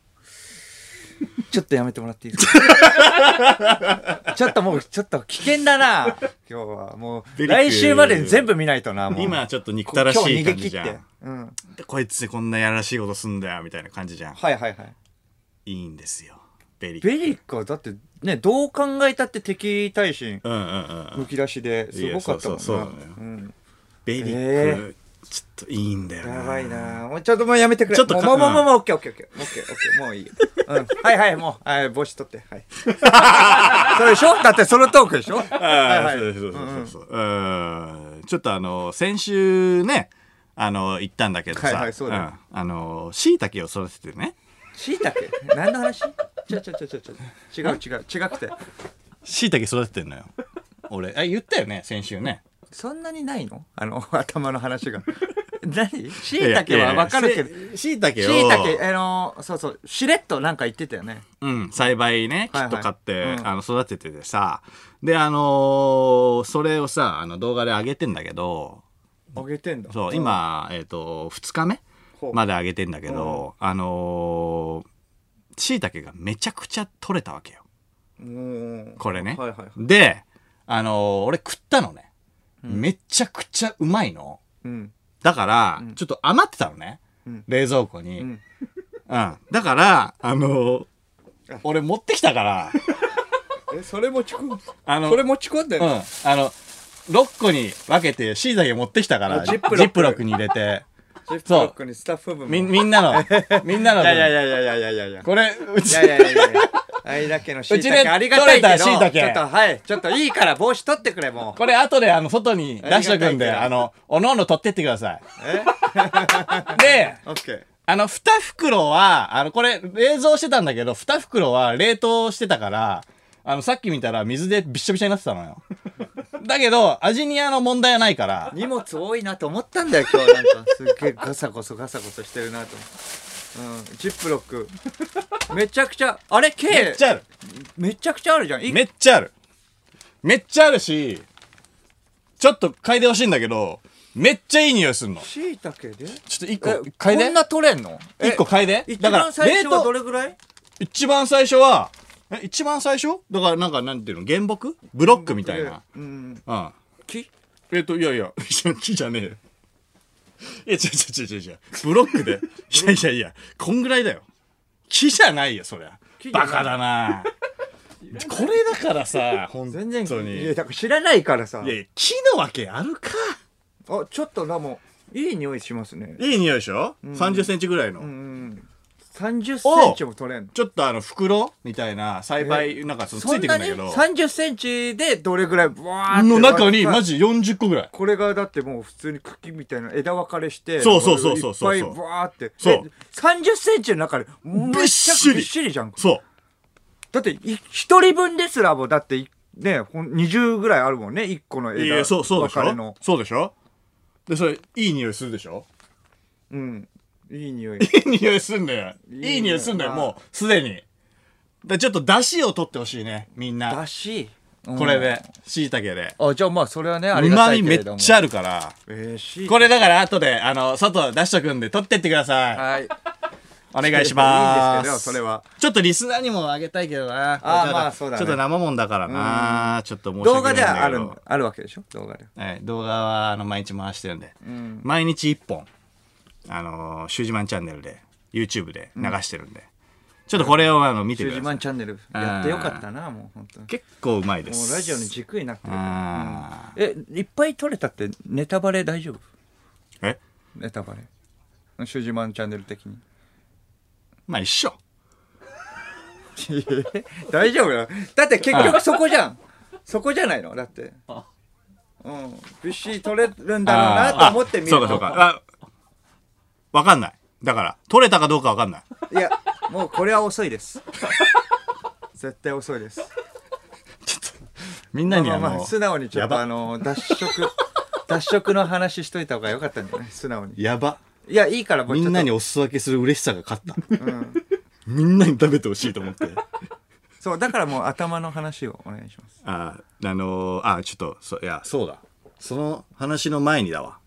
B: ちょっとやめてもらっていいですかちょっともうちょっと危険だな今日はもう
A: ベリック
B: 来週までに全部見ないとなもう
A: 今ちょっと憎たらしい感じじゃ
B: 今日逃げ切
A: ん
B: って、うん、
A: でこいつこんなやらしいことすんだよみたいな感じじゃん
B: はいはいはい
A: いいんですよベリック
B: ベリックはだってねどう考えたって敵対心
A: うんうんうんう
B: む
A: ん
B: き出しですごかったもん
A: いや
B: な
A: そうそうそうだよ
B: うん
A: ベリック、
B: え
A: ちょっといいんだよな
B: やばいなもうちょっともうやめてくれ
A: ちょっとか
B: もうもう
A: うん
B: もうもうオッケーオッケーオッケーオッケーオッケーもういいよ、うん、はいはいもう、はい、帽子取って
A: [laughs]
B: はいそれでしょだってそのトークでしょはい
A: あ
B: は
A: あ
B: い
A: そうそうそうそうそううんちょっとあの先週ねあの行ったんだけどさ、
B: はいはいそうだよ
A: んあの椎茸を育ててね
B: しいたけ何の話ちょちょちょちょちょ違う違う違くて
A: 椎茸育ててんのよ俺あ言ったよね先週ね
B: そんなにないのあの [laughs] 頭の話が何しいたけは分かるけど
A: しいたけを
B: しいたけあのそうそうしれっとなんか言ってたよね
A: うん、栽培ね、キ
B: はいは
A: ッ
B: い
A: ト買って、
B: うん
A: あの、育てててさ、で、あのーそれをさ、あの、動画で上げてんだけど、
B: あげてんだ
A: そう、今、えっ、と、2日目
B: ほう
A: まで上げてんだけど、あのー、椎茸がめちゃくちゃ取れたわけよ。
B: うん
A: これね。
B: はいはいはい
A: で、あのー俺食ったのね、めちゃくちゃうまいの。
B: うん
A: だから、ちょっと余ってたのね。
B: うん
A: 冷蔵庫に。
B: う
A: うんん。だから、あのー
B: あ
A: 俺持ってきたから、
B: えそれ持ち込ん
A: あの、
B: それ持ち込んでん
A: う
B: の
A: ん。あの、6個に分けて、椎茸持ってきたから、
B: あ
A: ジ
B: ジッ
A: ッ
B: プロッ
A: プ
B: ク
A: ロックに入れて、
B: ジップロックにスタッフ分も
A: み、みん
B: [laughs]
A: なの、みんなの
B: い
A: 分、
B: やいやいやいやいやいやいや
A: これ、う
B: い
A: ち、
B: やいやいやいや [laughs] あいだけのしいう
A: ち
B: たけ
A: で
B: ありがたいけど
A: 取れた椎茸
B: ちょっとはいちょっといいから帽子取ってくれも
A: [laughs]
B: う
A: これ後で、あの、外に出しとくん
B: ありがたいけ
A: で、
B: ど
A: あの、おのおの取ってってください。[laughs] で、
B: え [laughs] オッケー
A: あの、2袋は、あの、これ、冷蔵してたんだけど、2袋は冷凍してたから、あの、さっき見たら水でびっしょびしょになってたの
B: [laughs]
A: よ。だけど、味にあの問題はないから、
B: 荷物多いなと思ったんだよ今日なんかすっげえガサゴソガサゴソしてるなと思ってうんジップロックめちゃくちゃあれ
A: め
B: K
A: っちゃある。
B: めちゃくちゃあるじゃんい
A: めっちゃある。めっちゃあるし、ちょっと嗅いでほしいんだけど、めっちゃいい匂いすんの。
B: しいたけで
A: ちょっと一個
B: え
A: 嗅い
B: こ
A: で
B: ん。な取れんのえ
A: 一個嗅いで。
B: 一
A: だから
B: 番、最初はど
A: 冷凍
B: れぐらい
A: 一番最初は、え、一番最初だからなんかなんていうの原木ブロックみたいな。
B: うん
A: うん。
B: 木
A: えっと、いやいや、いや木じゃねえよ。いや、違う違う違う違う違う。ブロックで。いやいやいや、こんぐらいだよ。木じゃないよ、そりゃ
B: 木。じゃな
A: バ
B: い
A: カだなこれだからさ、本当
B: 全
A: に。
B: 然いや
A: い
B: だから知らないからさ
A: やいや、木のわけあるか。
B: あちょっとラモンいい匂いしますね
A: いい匂いでしょ、?30 センチぐらいの。
B: うん30センチも取れんの
A: ちょっとあの袋みたいな栽培なんかそのついてくんだけど
B: そんなに30センチでどれぐらいブワーって
A: の中にマ
B: ジ
A: ジ40個ぐらい
B: これがだってもう普通に茎みたいな枝分かれして
A: そうそうそうそうそう
B: いっぱいブワーって
A: そう
B: で30センチの中でめっちゃく
A: び
B: び
A: っ
B: っ
A: し
B: しりじゃん
A: そう
B: だってい一人分ですらもだっていねほん20ぐらいあるもんね1個の枝
A: いやそうそうでし
B: 分かれの
A: ょそうでしょでそれいい匂いするでしょ
B: うんいい匂
A: [laughs] い
B: い [laughs]
A: い匂いすんだよ
B: いい
A: いい匂いすんだよ
B: まあ
A: もうすでにだちょっと出汁を取ってほしいねみんな
B: だし、
A: これで椎茸で
B: あじゃあまあそれはねあ
A: う
B: りが
A: ま
B: た
A: み
B: いけ
A: め
B: れども
A: っちゃあるから
B: えーし
A: これだから後であの外出しとくんで取ってってください
B: はい
A: お願いしま
B: いいんです
A: す
B: けどそれは
A: ちょっとリスナーにもあげたいけどな
B: あー
A: これ
B: まあそうだね
A: ちょっと生もんだからなちょっと申し
B: 動
A: 訳な
B: 画
A: いんだけ
B: で
A: ど
B: はあるんあるわけでしょ動画で
A: はい、動画はあの毎日回してるんで、
B: ん
A: 毎日1本、あのー、シュージマンチャンネルで YouTube で流してるんで、ちょっとこれをあの見て
B: 中
A: くだ
B: 島
A: さい
B: チャンネルやってよかったなもう本当に
A: 結構うまいで
B: も
A: す
B: うラジオの軸になってる
A: あ
B: えいっぱい撮れたってネタバレ大丈夫
A: ーえ
B: ネタバレ中島チャンネル的に
A: まあ一緒
B: [laughs] 大丈夫よだって結局そこじゃんそこじゃないのだってうんびっしり撮れるんだろうなと思って見る
A: あそうかそうかあわかんないだから取れたかどうかわか
B: [laughs]
A: んない
B: いやもうこれは遅いです [laughs] 絶対遅いです
A: みんなに
B: ま
A: あ
B: あまあ
A: の
B: 素直にちょっ
A: やば
B: とあの脱色脱色の話しといた方が良かったんじゃない素直に
A: やば
B: いやいいからもう
A: み
B: ちょっと
A: んなにお裾分けする嬉しさが勝った、みんなに食べてほしいと思って
B: そうだからもう頭の話をお願いします
A: ああのーあちょっとそいやそうだその話の前にだわ、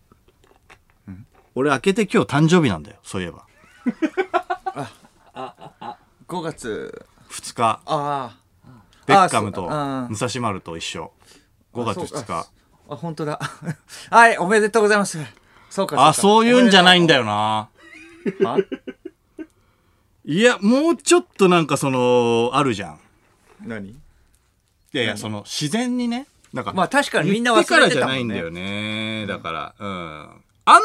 A: 俺明けて今日誕生日なんだよそういえば
B: 5月
A: 2日
B: ああ
A: ベッカムと
B: あ
A: 武蔵丸と一緒5月2日
B: あ本当だ [laughs] はいおめでとうございますそうか
A: あそういうんじゃないん
B: だ
A: だよな
B: あ
A: いやもうちょっとなんかそのあるじゃん
B: 何
A: いやいやその自然にねなんか
B: まあ確かにみんな忘
A: 言
B: れ
A: ってからじゃ
B: たも
A: ない
B: ん
A: んだ
B: ね
A: よね。だから、うん。あん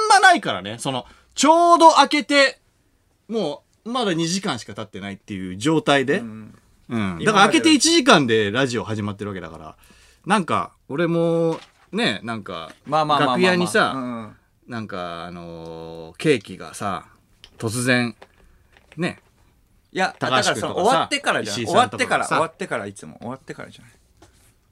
A: まないからね、その、ちょうど開けて、もう、まだ2時間しか経ってないっていう状態で、うん。だから開けて1時間でラジオ始まってるわけだから、なんか、俺も、ね、なんか、
B: まあまあまあまあ
A: 楽屋にさ、
B: うん
A: なんか、あのーケーキがさ、突然、ね、
B: いやだ
A: 高
B: か
A: 橋
B: らその
A: 君とかさ
B: 終わってからじゃ
A: 石
B: ん
A: 井
B: 終
A: さ
B: わ
A: ん
B: っ
A: と
B: て
A: か
B: か
A: が
B: ら
A: さ
B: 終わってからいつも終わってからじゃない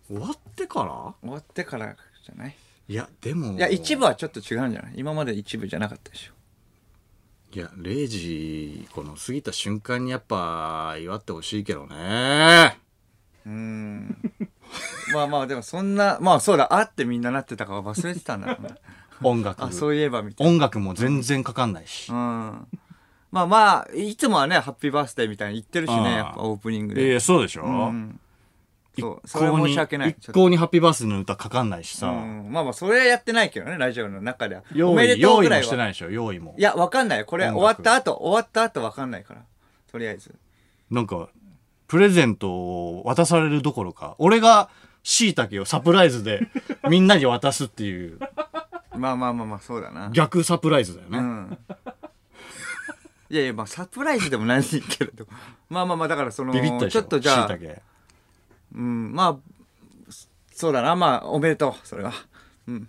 A: 終わってから
B: 終わってからじゃない
A: いや、でも。
B: いや一部はちょっと違うんじゃない今まで一部じゃなかったでしょ
A: いや、0時、この過ぎた瞬間にやっぱ祝ってほしいけどね。
B: うーんまあまあでもそんなまあそうだあってみんななってたから忘れてたんだろうな
A: 音楽。
B: あそういえばみたい
A: 音楽も全然かかんないし。
B: なうんまあまあいつもはねハッピーバースデーみたいに言ってるし
A: ああ
B: ねやっぱオープニング
A: いやい
B: で、
A: や、そうでしょ、う
B: うん、そうそれは申し訳ない
A: 一向にハッピーバースデーの歌かかんないし
B: う
A: さ。
B: ん、まあまあそれはやってないけどねラジオの中では
A: 用
B: おめで
A: 意、
B: とう
A: 用
B: ぐ
A: 意
B: ら
A: も
B: い
A: して
B: は
A: ないでしょ用意も
B: い。やわかんないよこれ
A: 音
B: 終
A: 楽
B: わった後終わった後わかんないからとりあえず
A: なんか、プレゼントを渡されるどころか、俺が椎茸をサプライズでみんなに渡すっていう
B: まあまあまあまあそうだな
A: 逆サプライズだよね。
B: うんいやいやまあサプライズでもないけれどまあまあまあだからその
A: ビビったでし
B: ち
A: ょ
B: ょっとじゃあ
A: 椎茸。
B: うんまあそうだなまあおめでとうそれはうん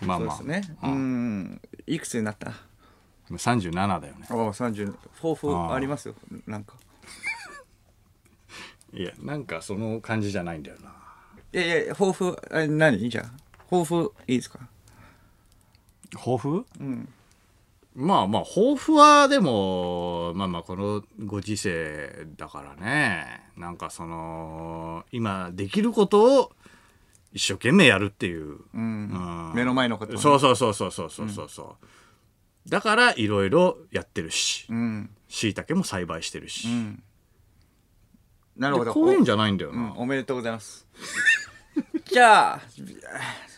A: まあま
B: そう
A: あ。
B: ですねうんいくつになった
A: 今37だよね。
B: おお30抱
A: あ
B: 負
A: あ
B: ありますよなんか
A: いや、なんかその感じじゃないんだよな。
B: いやいや抱負え何じゃあ抱負いいですか
A: 抱負
B: うん
A: まあまあ抱負はでもまあまあこのご時世だからねなんかその今できることを一生懸命やるっていう、
B: うん
A: うん
B: 目の前のことをね
A: そうそうそうそうそうそうそうそうだからいろいろやってるし
B: うん
A: しいたけも栽培してるし、
B: うんなるほ
A: で
B: ど
A: こういうんじゃないんだよ
B: う
A: な、
B: ん、おめでとうございます。 [laughs] じゃあ、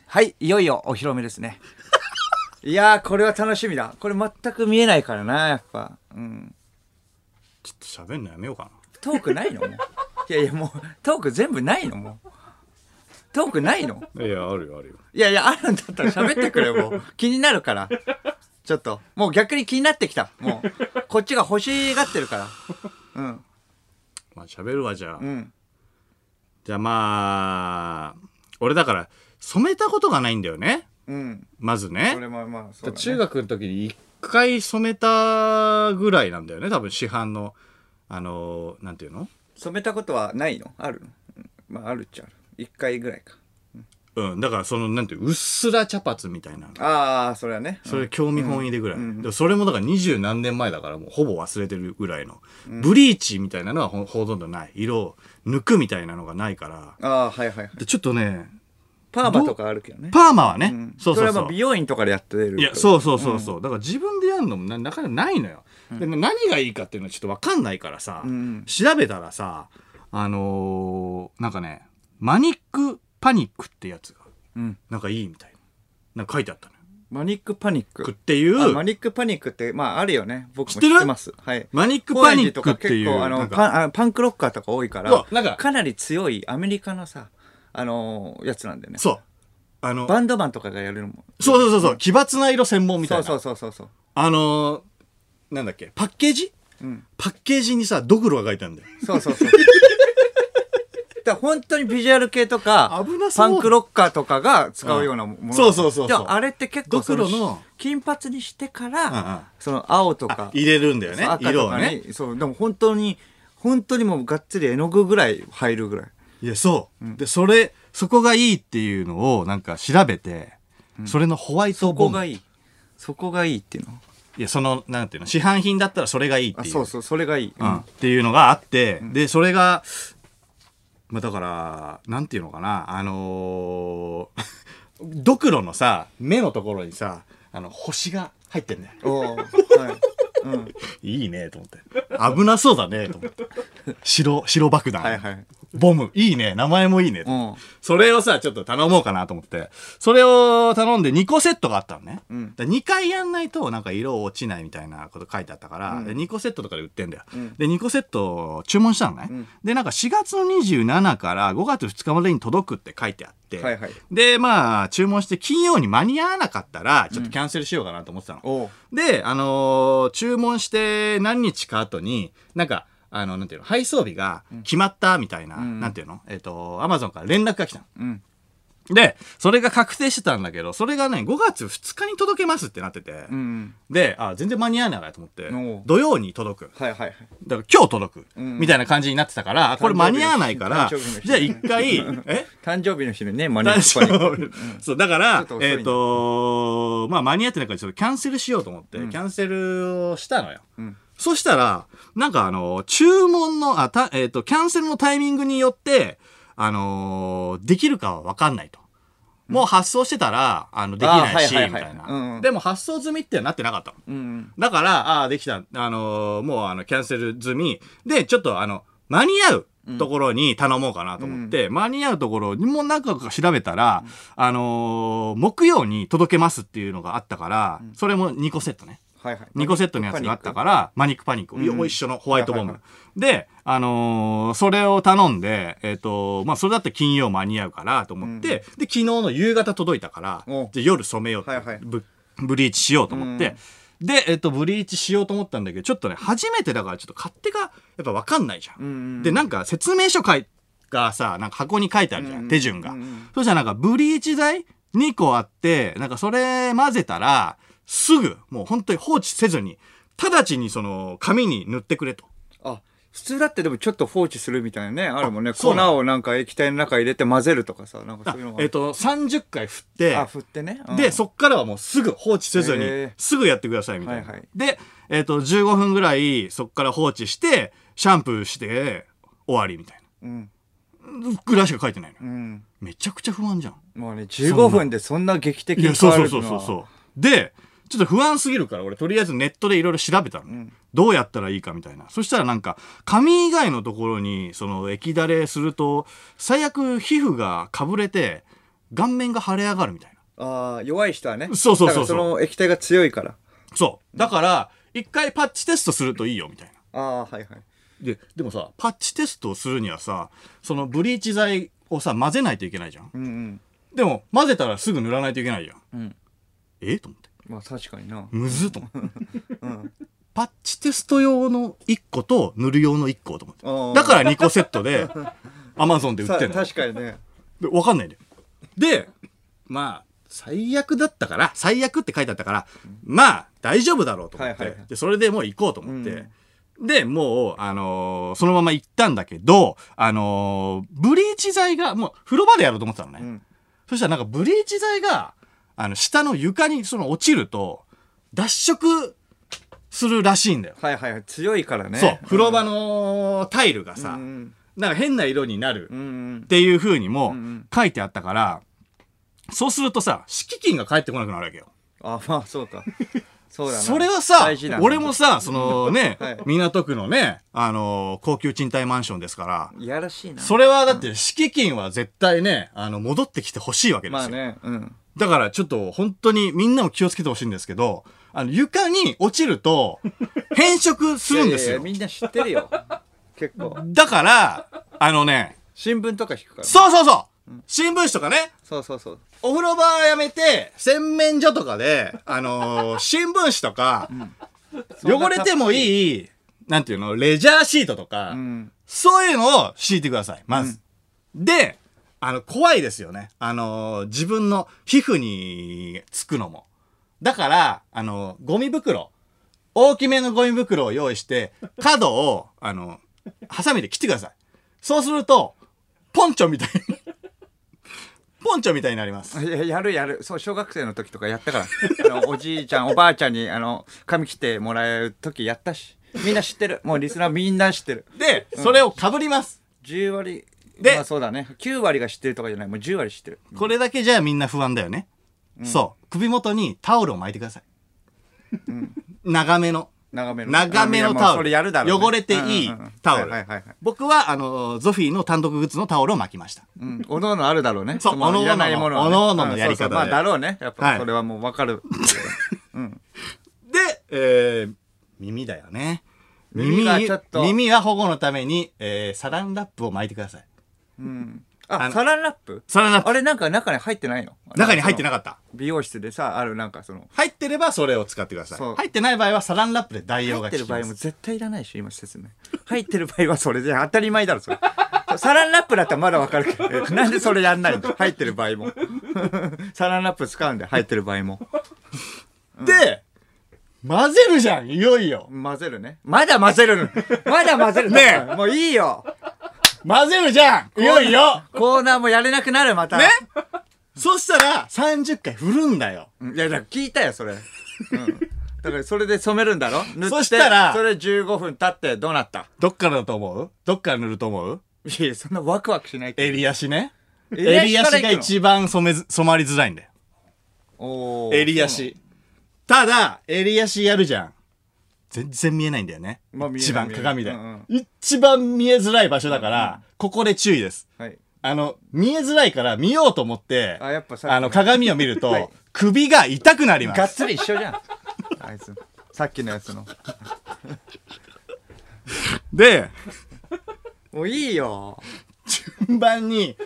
B: はい、いよいよお披露目です
A: [laughs]
B: ね。いやー、これは楽しみだ。これ全く見えないからな、やっぱ。うん。
A: ちょっと喋んのやめようか
B: トークないのもう。いやいや、もう、トーク全部ないのもう。トークないの
A: ないやあるよあるよ
B: [laughs] いやいや、あるんだったら喋ってくれよ、もう。気になるから。ちちょっと。もう逆に気になってきた。もう、こっちが欲しがってるから。うん。
A: まあ喋るわじゃあ、
B: うん。
A: じゃあまあ俺だから染めたことがないんだよね
B: うん。
A: まず
B: そ
A: ね
B: れもまあ、そうだね
A: 中学の時に一回染めたぐらいなんだよね多分市販のあのーなんていうの
B: 染めたことはないのあるのうんまあ、あるっちゃある。一回ぐらいか。
A: うんだからそのなんていううっすら茶髪みたいな
B: ああ、それはね。
A: それ興味本位でぐらい、
B: うんうん
A: でもそれもだから二十何年前だからもうほぼ忘れてるぐらいの、ブリーチみたいなのはほほとんどない色を抜くみたいなのがないから
B: ああ、はいはいはい。
A: でちょっとね
B: パーマとかあるけどね。
A: パーマはね、
B: うん
A: そう
B: そ
A: そう
B: れ
A: そう
B: はまあ美容院とかでやってる。
A: いや、そうそうそうそう。だから自分でやるのもななかなかないのよ。で何がいいかっていうのはちょっとわかんないからさ、
B: うん
A: 調べたらさ、あのーなんかね、マニックパニックってやつが、
B: うん。
A: なんかいいみたいな。なんか書いてあったのよ。
B: マニックパニック。
A: っていう、
B: あマニックパニックって、まああるよね。僕も知
A: 知
B: っ
A: ってる
B: てます。はい。
A: マニックパニックっていう。
B: 高円寺とか結構あ
A: な
B: の
A: んか
B: パンあパンクロッカーとか多いか
A: うわ
B: ら
A: なんか
B: なり強いアメリカのさあのーやつなんだよね
A: そう。あの、
B: バンドマンとかがやるのも
A: そうそうそうそう、奇抜な色専門みたいな。
B: そうそうそうそう
A: あのーなんだっけ、パッケージ
B: そううん
A: パッケージにさ、ドクロが書いてあるんだよ。
B: そうそ
A: [laughs]
B: うそうだから本当にビジュアル系とか
A: 危なそう
B: パンクロッカーとかが使うようなもの
A: そうそうそうそう
B: じゃああれって結構そ
A: ドクロの
B: 金髪にしてか
A: うんうん
B: らその青と
A: あ
B: か
A: 入れるんだよね
B: そう。赤
A: 色
B: と
A: を
B: か
A: ね。
B: にそうでも本当に本当にもうがっつり絵の具ぐらい入るぐらい
A: いや、そう。で、それ、そこがいいっていうのを、なんか調べて、それのホワイト
B: そこ
A: ボ
B: が
A: ム。
B: いいそこがいいっていうの
A: いや、その、なんていうの、市販品だったらそれがいいっ
B: あ
A: ていう。
B: そうそうそれがいい、
A: うんっていうのがあって、で、それが、まあ、だから、なんていうのかな、あのー [laughs] ドクロのさ、目のところにさ、あの、星が入ってんだよ。
B: おーはいうん、
A: いいね、と思って。危なそうだね、と思って。白、白爆弾。
B: はいはい
A: ボム、いいね、名前もいいね、と思って
B: うん
A: それをさ、ちょっと頼もうかなと思って。それを頼んで2個セットがあったのね。
B: うん
A: だ2回やんないとなんか色落ちないみたいなこと書いてあったから、で2個セットとかで売ってんだよ。
B: ん
A: で、2個セットを注文したのね。
B: うん
A: で、なんか4月の27から5月2日までに届くって書いてあって。
B: はいはい
A: で、まあ、注文して金曜に間に合わなかったら、ちょっとキャンセルしようかなと思ってたの。
B: おう
A: で、あのー注文して何日か後に、なんか、あの、なんていうの、配送日が決まったみたいな、
B: ん
A: なんていうのえっ、と、アマゾンから連絡が来たの。
B: うん
A: で、それが確定してたんだけど、それがね、5月2日に届けますってなってて、
B: うん
A: で、あ、全然間に合わないなと思って
B: おう、
A: 土曜に届く。
B: はいはいはい
A: だから今日届く。
B: うん
A: みたいな感じになってたから、あこれ間に合わないから、
B: 誕生日の日
A: じゃあ一
B: [laughs]
A: 回、え
B: 誕生日の日にねマニックパニッ
A: [laughs] そ
B: ク
A: うそう、だから
B: ちょっと、遅い
A: え
B: ね
A: っ、とまあ間に合ってないからちょっとキャンセルしようと思って、キャンセルをしたのよ。
B: ん
A: そしたら、なんかあの、注文の、あ、た、えっ、と、キャンセルのタイミングによって、あのーできるかはわかんないと。もう発送してたら、あの、できないし、
B: あーはいはい
A: み
B: は
A: たい
B: いうんう
A: な。
B: ん
A: でも発送済みってなってなかったの。
B: うん
A: だから、ああー、できた。あのーもうあの、キャンセル済み。で、ちょっとあの、間に合うところに頼もうかなと思って、間に合うところにもなんか調べたら、あのー木曜に届けますっていうのがあったから、それも2個セットね。
B: はいはい
A: 2個セットのやつがあったから、マニックパニック。
B: ん
A: よ一緒のホワイトボ
B: はい
A: ム
B: は。
A: で、あのーそれを頼んで、えっ、と、まあ、それだったら金曜間に合うからと思って、で、昨日の夕方届いたから
B: お、
A: で夜染めようって、
B: はいはい
A: ブブリーチしようと思って、で、えっ、と、ブリーチしようと思ったんだけど、ちょっとね、初めてだからちょっと勝手が、やっぱ分かんないじゃん。
B: うんうん
A: で、なんか説明書書いがさ、なんか箱に書いてあるじゃん、
B: うん
A: 手順が。
B: うんうん
A: そしたらなんかブリーチ剤2個あって、なんかそれ混ぜたら、すぐ、もう本当に放置せずに、直ちにその紙に塗ってくれと。
B: あ普通だってでもちょっと放置するみたいなねあるもんね
A: あそう
B: 粉
A: なの
B: をなんか液体の中入れて混ぜるとかさなんかそういうのが
A: えっと、30回振って、
B: あ振ってねうん
A: で、そっからはもうすぐ放置せず
B: へ
A: に
B: え、
A: すぐやってくださいみたいな。
B: はいはい
A: で、えっ、と、15分ぐらいそっから放置して、シャンプーして、終わりみたい
B: うん
A: な。ぐらいしか書いてないの
B: う。ん
A: めちゃくちゃ不安じゃん。
B: もうね15分でそんな劇的
A: い
B: に
A: や、そ
B: 変
A: う
B: わ
A: そ
B: る
A: う
B: の
A: そう
B: は
A: そうそう。で、ちょっと不安すぎるから、俺、とりあえずネットでいろいろ調べたのね、どうやったらいいかみたいな。そしたらなんか、髪以外のところに、その、液だれすると、最悪皮膚がかぶれて、顔面が腫れ上がるみたいな。
B: ああ弱い人はね
A: そうそうそうそう
B: だからその液体が強いから
A: そう。だから、一回パッチテストするといいよ、みたいな。
B: ああはいはい
A: で、でもさ、パッチテストをするにはさ、そのブリーチ剤をさ、混ぜないといけないじゃん。
B: うんうん
A: でも、混ぜたらすぐ塗らないといけないじゃん。
B: うん
A: えと思って。
B: まあ確かにな。
A: むずっと思って
B: うん。
A: パッチテスト用の1個と塗る用の1個と思って
B: ああ
A: だから2個セットでアマゾンで売
B: さ
A: ってんの
B: 確かにね。
A: でわかんないででまあ最悪だったから最悪って書いてあったからまあ大丈夫だろうと思って、
B: はいはいはい
A: でそれでもう行こうと思って、でもう、あのーそのまま行ったんだけど、あのーブリーチ剤がもう風呂場でやろうと思ってたのね、
B: うん。
A: そしたらなんかブリーチ剤があの下の床にその落ちると脱色するらしいんだよ、
B: はいはいはい。強いからね。
A: そう風呂場のタイルがさ、
B: うん
A: なんか変な色になる
B: うん。うん
A: っていう風にも
B: うんうん
A: 書いてあったから、そうするとさ、敷金が返ってこなくなるわけよ。
B: あ、まあそう
A: [laughs]
B: か。そうだな。
A: それはさ
B: 大事だ、な
A: 俺も。さ、そのね、
B: はい
A: 港区のね、あのー高級賃貸マンションですから、
B: いやらしいな。
A: それはだって敷金は絶対ね、あの、戻ってきてほしいわけですよ。
B: まあね。うん。
A: だからちょっと本当にみんなも気をつけてほしいんですけど、あの、床に落ちる
B: [laughs]
A: と、変色するんです
B: いやいやいや
A: よ。
B: みんな知ってるよ。結
A: [laughs]
B: 構。
A: だから、あのね、
B: 新聞とか引くから。
A: そうそうそう新聞紙とかね、
B: そうそうそう。
A: お風呂場はやめて、洗面所とかで、あ
B: [laughs]
A: のー新聞紙とか、汚れても
B: い。
A: いい、なんていうの、レジャーシートとか、
B: うん。
A: そういうのを敷いてください、まず。で、あの、怖いですよね。あのー自分の皮膚につくのも。だから、あのーゴミ袋、大きめのゴミ袋を用意して、角を、あのハサミで切ってください。そうすると、ポンチョみたいに、 [laughs] ポンチョみたいになります。
B: [laughs] いややるやるそう小学生の時とかやったから [laughs] あのおじいちゃんおばあちゃんにあの髪切ってもらえる時やったしみんな知ってるもうリスナーみんな知ってる
A: で、それをかぶります。
B: 10割
A: で
B: まあそうだね9割が知ってるとかじゃないもう10割知ってる
A: これだけじゃみんな不安だよね。そう。首元にタオルを巻いてください。長めの。
B: 長めの
A: 長めの
B: あいやも
A: タ
B: う
A: オ
B: そ
A: ル。
B: れやるだろうね
A: 汚れていい
B: うんうんうん
A: タオル
B: はいはいはい。
A: 僕は、あの、ゾフィーの単独グッズのタオルを巻きました。
B: うん、おのおのあるだろうね。
A: そう
B: の
A: おのおのの
B: いらないものはね
A: おのおののやり方で
B: うんそうそうまあ、だろうね。やっ
A: はい
B: ぱ、それはもうわかる。
A: で、えー耳だよね。
B: 耳がちょっと
A: 耳は保護のために、えーサランラップを巻いてください。
B: うん。
A: [laughs] あ
B: あ、
A: の
B: サランラップ
A: サランラッ
B: あ
A: プ。
B: れなんか中に入ってないの
A: 中に入ってなか
B: か
A: った。
B: 美容室でさ、あるなんかその、
A: 入ってればそれを使ってください。
B: そう
A: 入ってない場合はサランラップで代用
B: 入
A: が
B: っ
A: 効
B: て
A: き
B: る場合
A: ま
B: も
A: す。
B: 絶対いらないでしょ、今説明。入ってる場合はそれで当たり前だろ、それ。サランラップだったらまだわかるけ
A: [laughs]
B: ど、なんでそれやんないの入ってる場合も。 [laughs] サランラップ使うんで、入ってる場合も。
A: で、混ぜるじゃん、いよいよ。
B: 混ぜるね。まだ混ぜるの。まだ混ぜるの
A: ね
B: もういいよ。
A: 混ぜるじゃんいよいよ
B: コーナーもやれなくなる、また。
A: ねそしたら30回振るんだよ。
B: うんいや、だから聞いたよ、それ。うん。だから、それで染めるんだろ塗って。
A: そしたら
B: それ15分経って、どうなった
A: どっからだと思うどっから塗ると思う
B: いや、そんなワクワクしないけ
A: 襟足ね。
B: ど。
A: 襟足
B: か
A: が
B: ら行くの
A: 一番染めず、染まりづらいんだよ。
B: おー
A: 襟。足。ただ、襟足やるじゃん。全然見えないんだよね。
B: まあ見えない
A: 一番鏡で、
B: 見えない
A: 一番見えづらい場所だから、ここで注意です。
B: そうはい。
A: あの、見えづらいから見ようと思って、
B: あやっぱさっきの
A: あの、鏡を見ると、
B: はい
A: 首が痛くなりま
B: がっ
A: す。
B: つり一緒じゃん。あいつ。さっきのやつの。
A: で、 [laughs]
B: もういいよ。
A: 順番に、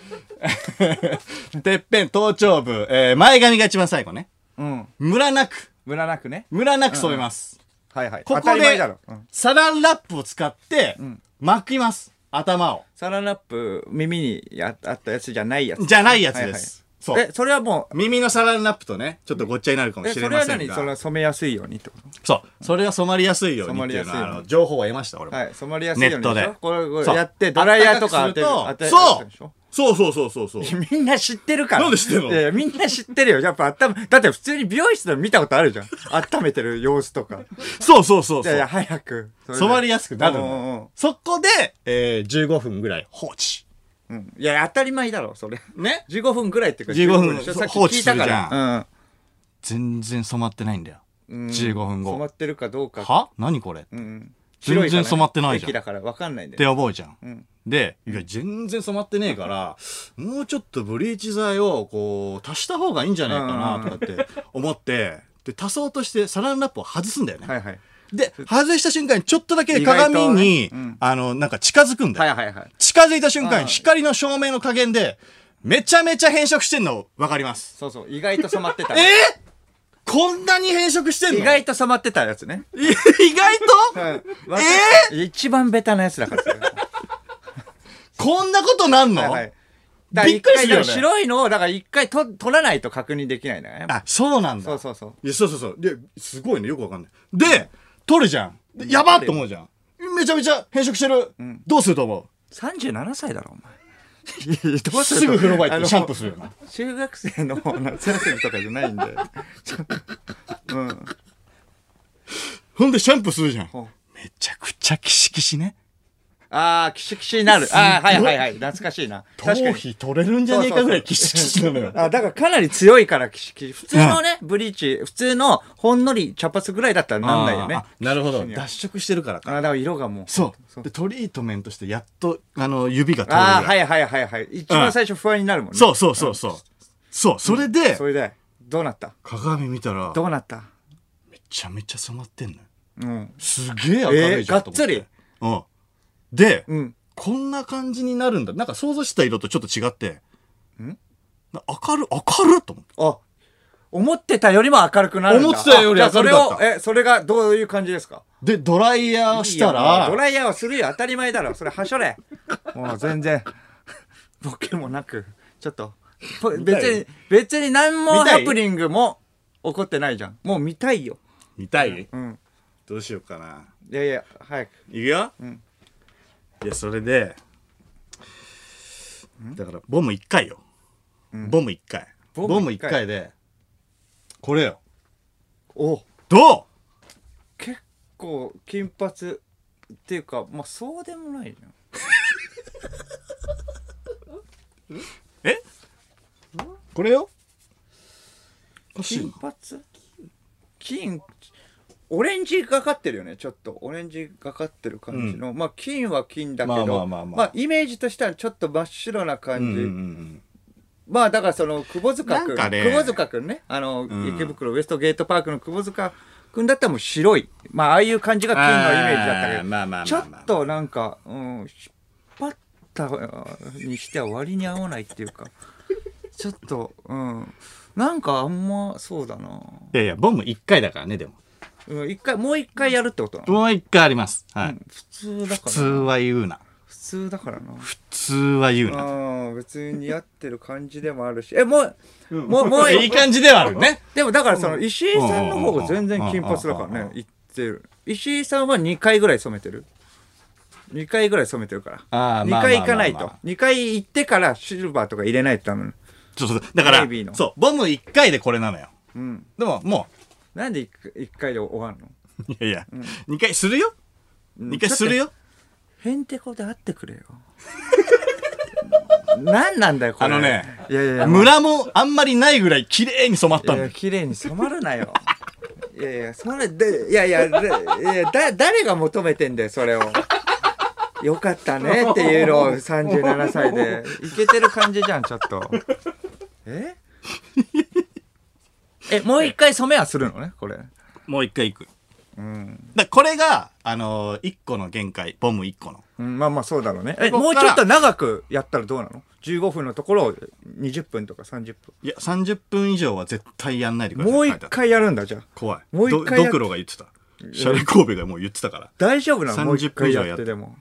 A: [laughs] てっぺん、頭頂部、えー前髪が一番最後ね。
B: うん。
A: ムラなく、
B: ムラなくね。
A: ムラなく染めます。
B: はいはい。
A: こ
B: 当た
A: こ
B: り前
A: で
B: だろ。うん、
A: サランラップを使って巻きます、頭を
B: サランラップ、耳にやあったやつじゃないやつ。
A: じゃないやつです、
B: はいはい
A: そう
B: え、それはもう、
A: 耳のサランラップとねちょっとごっちゃになるかも
B: え、
A: し
B: そ
A: れ
B: れ
A: ま
B: は
A: せん
B: 何
A: が
B: それは染めやすいようにってこと
A: そうそれが染まりやすいようにっていうの
B: 染まりやすいよう
A: は
B: に
A: あの情報を得ました俺も、
B: はい、染まりやすいようにしょ
A: ネットで
B: これ、こ
A: そ
B: れ
A: う
B: やって、ドライヤーとか当てる。
A: あ
B: 当
A: ったか
B: て
A: くすると
B: る
A: そう
B: でしょ
A: そうそうそうそうそう
B: みんな知ってるから。
A: なんで知ってんの
B: いやいや、みんな知ってるよ。やっぱ温め、だって普通に美容室でも見たことあるじゃん。温めてる様子とか。
A: そうそうそう
B: い
A: そ
B: やいうや、早く。それで
A: 染まりやすくなる
B: うん
A: の
B: うんうん
A: そこで、えー、15分ぐらい放置
B: うんいや、当たり前だろ、それ。 [laughs]
A: ね
B: 15分ぐらいっていうか、
A: 15分
B: でしょ
A: そう
B: さっき聞いたから
A: 放置するじ全然染まってないんだよ
B: うん。うん
A: 15分後
B: 染まってるかどうか。
A: は何これっ
B: うん。
A: 全然染まってないじゃん
B: 駅だから分かんないんだ
A: て
B: よ。
A: 覚えちゃう
B: うん。
A: で、いや、全然染まってねえから、もうちょっとブリーチ剤をこう、足した方がいいんじゃねえかな、とかって思って、で、足そうとしてサランラップを外すんだよね。
B: はいはい。
A: で、外した瞬間にちょっとだけ
B: 意外と
A: 鏡に、
B: ねうん
A: あの、なんか近づくんだ
B: は
A: よ。
B: いはいはい。
A: 近づいた瞬間
B: う
A: に
B: ん
A: 光の照明の加減で、めちゃめちゃ変色してんの分かります。 [laughs]
B: そうそう、意外と染まってた。
A: えーこんなに変色してんの
B: 意外と染まってたやつね。
A: い意外と、
B: え一番ベタなやつだ
A: [laughs]
B: からそれ。
A: こんなことなんの、
B: はいはいだから
A: びっくりするよね
B: 一回だから白いのを、だから一回と取らないと確認できないのね。
A: あ、そうなんだ。
B: そうそうそう。
A: いや、そうそうそう。で、すごいね、よくわかんない。で、取るじゃん。でやばっと思うじゃん。めちゃめちゃ変色してる。どうすると思
B: 37歳だろ、お前。いや [laughs] ど
A: う
B: うす
A: す
B: る
A: ぐ風呂場行
B: あ
A: っ
B: の
A: てシャンプーするよな。
B: 中学生の夏休みとかじゃないんで。ちょうん。
A: ほんでシャンプーするじゃん。
B: ほ
A: めちゃくちゃキシキシね。
B: ああ、キシキシになる。ああ、はいはいはい。懐かしいな。
A: 頭
B: 確かに。
A: 皮取れるんじゃねえかぐらいキシキシなのよ。
B: [laughs] あだからかなり強いからキシキシ。普通のね、ブリーチ、普通のほんのり茶髪ぐらいだったらなんないよね
A: あ。なるほど。
B: キシキシには
A: 脱色してるから
B: あ
A: か。
B: だから色がもう。
A: そう。で、トリートメントしてやっと、あの、指が取れる。
B: ああ、はいはいはいはい。一番最初不安になるもんね。
A: そうそうそうそう。そう、それで
B: そ、れで、どうなった
A: 鏡見たら、
B: どうなった
A: めちゃめちゃ染まってんのよ。
B: うん。
A: すげえ明るいじゃん、
B: えーがっつり
A: と思って。うん。で、
B: うん。
A: こんな感じになるんだ。なんか想像してた色とちょっと違って。
B: ん
A: な明る、明るっと思って。
B: あ、思ってたよりも明るくなるんだ。
A: 思ってたより明るかった
B: あじゃあそれを、え、それがどういう感じですか
A: で、ドライヤーした
B: いや
A: ら、
B: ドライヤーはするよ。当たり前だろ。それ、はし
A: [laughs]
B: ょれ。もう全然、ボケもなく、ちょっと、ぽ別
A: たい
B: に、別に何も
A: 見た
B: ハ
A: い
B: プニングも起こってないじゃん。もう見たいよ。
A: 見たい
B: うん。
A: どうしようかな。
B: いやいや、早く。
A: いくよ、いや、それで、だから、ボム1回よ。ボム1回。
B: ボム
A: ボム
B: 一
A: 1
B: 回
A: 回で、これよ。
B: お
A: どう
B: 結構、金髪っていうか、まあ、そうでもないじゃん。
A: えこれよおかしい
B: 金
A: な
B: 髪金オレンジがかってるよねちょっとオレンジがかってる感じの、まあ金は金だけど、
A: まあまあまあまあ
B: イメージとしてはちょっと真っ白な
A: うん
B: 感
A: う
B: じ、
A: んうん
B: まあだからその窪塚
A: な
B: 君
A: んかね
B: 窪塚君ねあの、
A: ん
B: 池袋ウエストゲートパークの窪塚君だったらもう白いまあああいう感じが金のイメージだったけ
A: あー
B: ど、
A: まあまあまあまあ
B: ちょっとなんか、うん、引っ張ったにしては割に合わないっていうかちょっとうんなんかあんまそうだない
A: やいや、ボム1回だからね、でも。
B: うん、一回、もう一回やるってことなの、
A: もう1回あります。はい。
B: 普通だか
A: 普
B: ら
A: 通
B: な。
A: は言うな。
B: 普通だからな。
A: 普通は言うな。
B: ああ、別に似合ってる感じでもあるし。え、もう、
A: [laughs]
B: もう、もう、
A: いい感じではあるね。
B: でもだからその、石井さんの方が全然金髪だ
A: う
B: か
A: んうんうんうんうんうん
B: ら
A: うん
B: ね、言ってる。石井さんは2回ぐらい染めてる。2回ぐらい染めてるから。
A: あーまあ
B: 2回行かない
A: まあま
B: と
A: あまあ。
B: 2回行ってからシルバーとか入れないとダメなの。
A: そうそう。だから
B: ネイビー、の
A: そう、ボム1回でこれなのよ。
B: うん。
A: でも、も
B: なんで 1, 回で終わるの
A: う、いやいや、2回するよ。2回するよ。
B: へんてこで会ってくれよ。 [laughs] 何なんだよ、これ。
A: あのね
B: いやいやいや、
A: ムラもあんまりないぐらい綺麗に染まった
B: い
A: の
B: や
A: よ。
B: 綺麗に染まるなよ [laughs] いやいやそれでいやいやでいやだ誰が求めてんだよそれをよかった [laughs] ねっていうのを37歳でいけてる感じじゃんちょっとええもう一回染めはするのねこれ
A: もう1回いく。
B: うん、
A: だこれが、あのー、1個の限界。ボム1個の。
B: うん、まあまあそうだろうねえ
A: こ
B: も
A: こ
B: う
A: から
B: ちょっと長くやったらどうなの15分のところを20分とか30
A: いや、30分以上は絶対やんないでく
B: 分
A: ださい。
B: もう
A: 書
B: 一
A: いてあった。
B: 回やるんだじゃあ
A: 怖い。
B: もう一回
A: ど
B: や
A: ドクロが言ってた。シャレ神戸がもう言ってたから。
B: 大丈夫なのもう一
A: 30分以
B: 回
A: 上
B: や
A: やっ
B: っ
A: て
B: てでも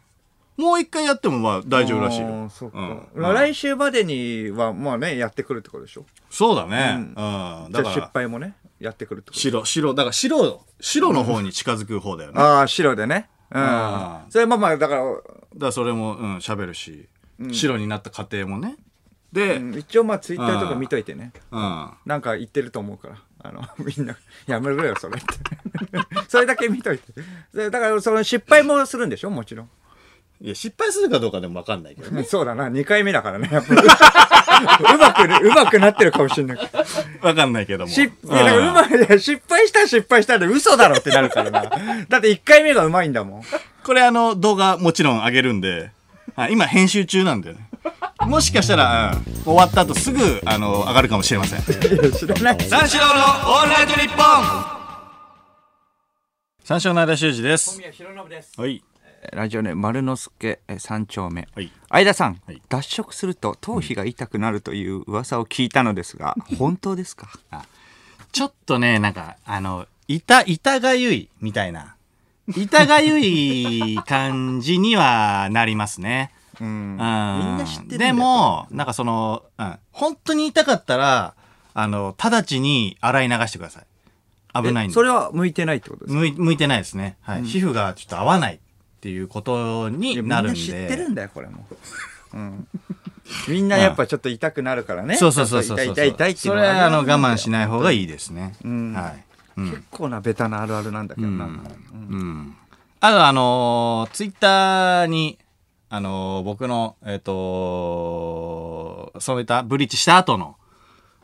A: もう一回やってもまあ大丈夫らしい
B: あー
A: よ。
B: そうか。
A: うん
B: まあ来週までには、まあね、やってくるってことでしょ。
A: そうだね。
B: う
A: うん。
B: じゃ
A: だ
B: あ失
A: から、
B: 敗もね、やってくるってこと。
A: 白、白、だから白、白の方に近づく方だよね。だか
B: ああ、白でね。うん
A: あ。ー
B: それまあまあ、だから、
A: らそれも、うん、喋るし、白になった過程もね。で、
B: う
A: うん。
B: ん一応まあ、ツイッターとか見といてね。
A: あ
B: なんか言ってると思うから。あの、 [laughs] みんな、やめろよ、それって。 [laughs] それだけ見といて。でだから、その失敗もするんでしょもちろん。
A: いや、失敗するかどうかでもわかんないけどね。
B: そうだな、2回目だからね。やっぱり [laughs] うまくね、うまくなってるかもしれない。
A: わかんないけども。
B: 失敗、だからうまいいや、失敗したら失敗したで嘘だろってなるからな。だって1回目がうまいんだもん。
A: これあの、動画もちろん上げるんで、はい今編集中なんだ [laughs] よね。もしかしたら、うん終わった後すぐ、あの、上がるかもしれません。
B: いや知らない
A: 三四郎のオールナイトニッポン三四郎の間修二です。はい。
B: ラジオネーム丸之助えー三丁目、
A: はい
B: 相田さん、
A: はい
B: 脱色すると頭皮が痛くなるという噂を聞いたのですが、本当ですか
A: あちょっとね、なんか、あの、いた、いたがゆい、みたい
B: [laughs]
A: な。いたがゆい感じにはなりますね。
B: うん
A: う
B: み
A: ん。
B: んな知ってるんだ
A: でも、なんかその、うん。本当に痛かったら、あの、直ちに洗い流してください。危ないん
B: え
A: で。
B: それは向いてないってことですか
A: 向い向いてないですね、はい皮膚がちょっと合わないっていうこと
B: いや
A: に
B: みん
A: な
B: な
A: るんで
B: 知ってるんだよこれも、うん、 [laughs] みんなやっぱちょっと痛くなるからね
A: そうそうそうそう
B: ちょっと痛い痛い痛いっていう
A: そ
B: の
A: れはあの
B: るんだ
A: 我
B: よ
A: 慢しない方がいいですね、
B: ん
A: はい、うん
B: 結構なベタなあるあるなんだけどな、
A: うんあとあのツイッター Twitter にあのー僕のえっ、とそういったブリッジした後の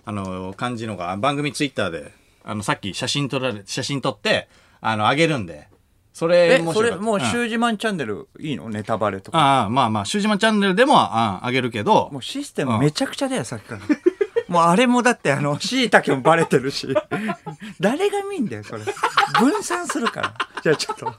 A: あのー感じのが番組ツイッターであのさっき写真撮られ写真撮ってあの上げるんでそれ
B: え
A: もし
B: そ
A: よかった
B: れもうん「シュージマンチャンネル」いいのネタバレとか
A: ああまあまあ「シュージマンチャンネル」でもああげるけど
B: もうシステムめちゃくちゃだよさっきからもうあれもだっ
A: [laughs]
B: てあのしいたけもバレてるし誰が見んだよそれ分散するからじゃあちょっと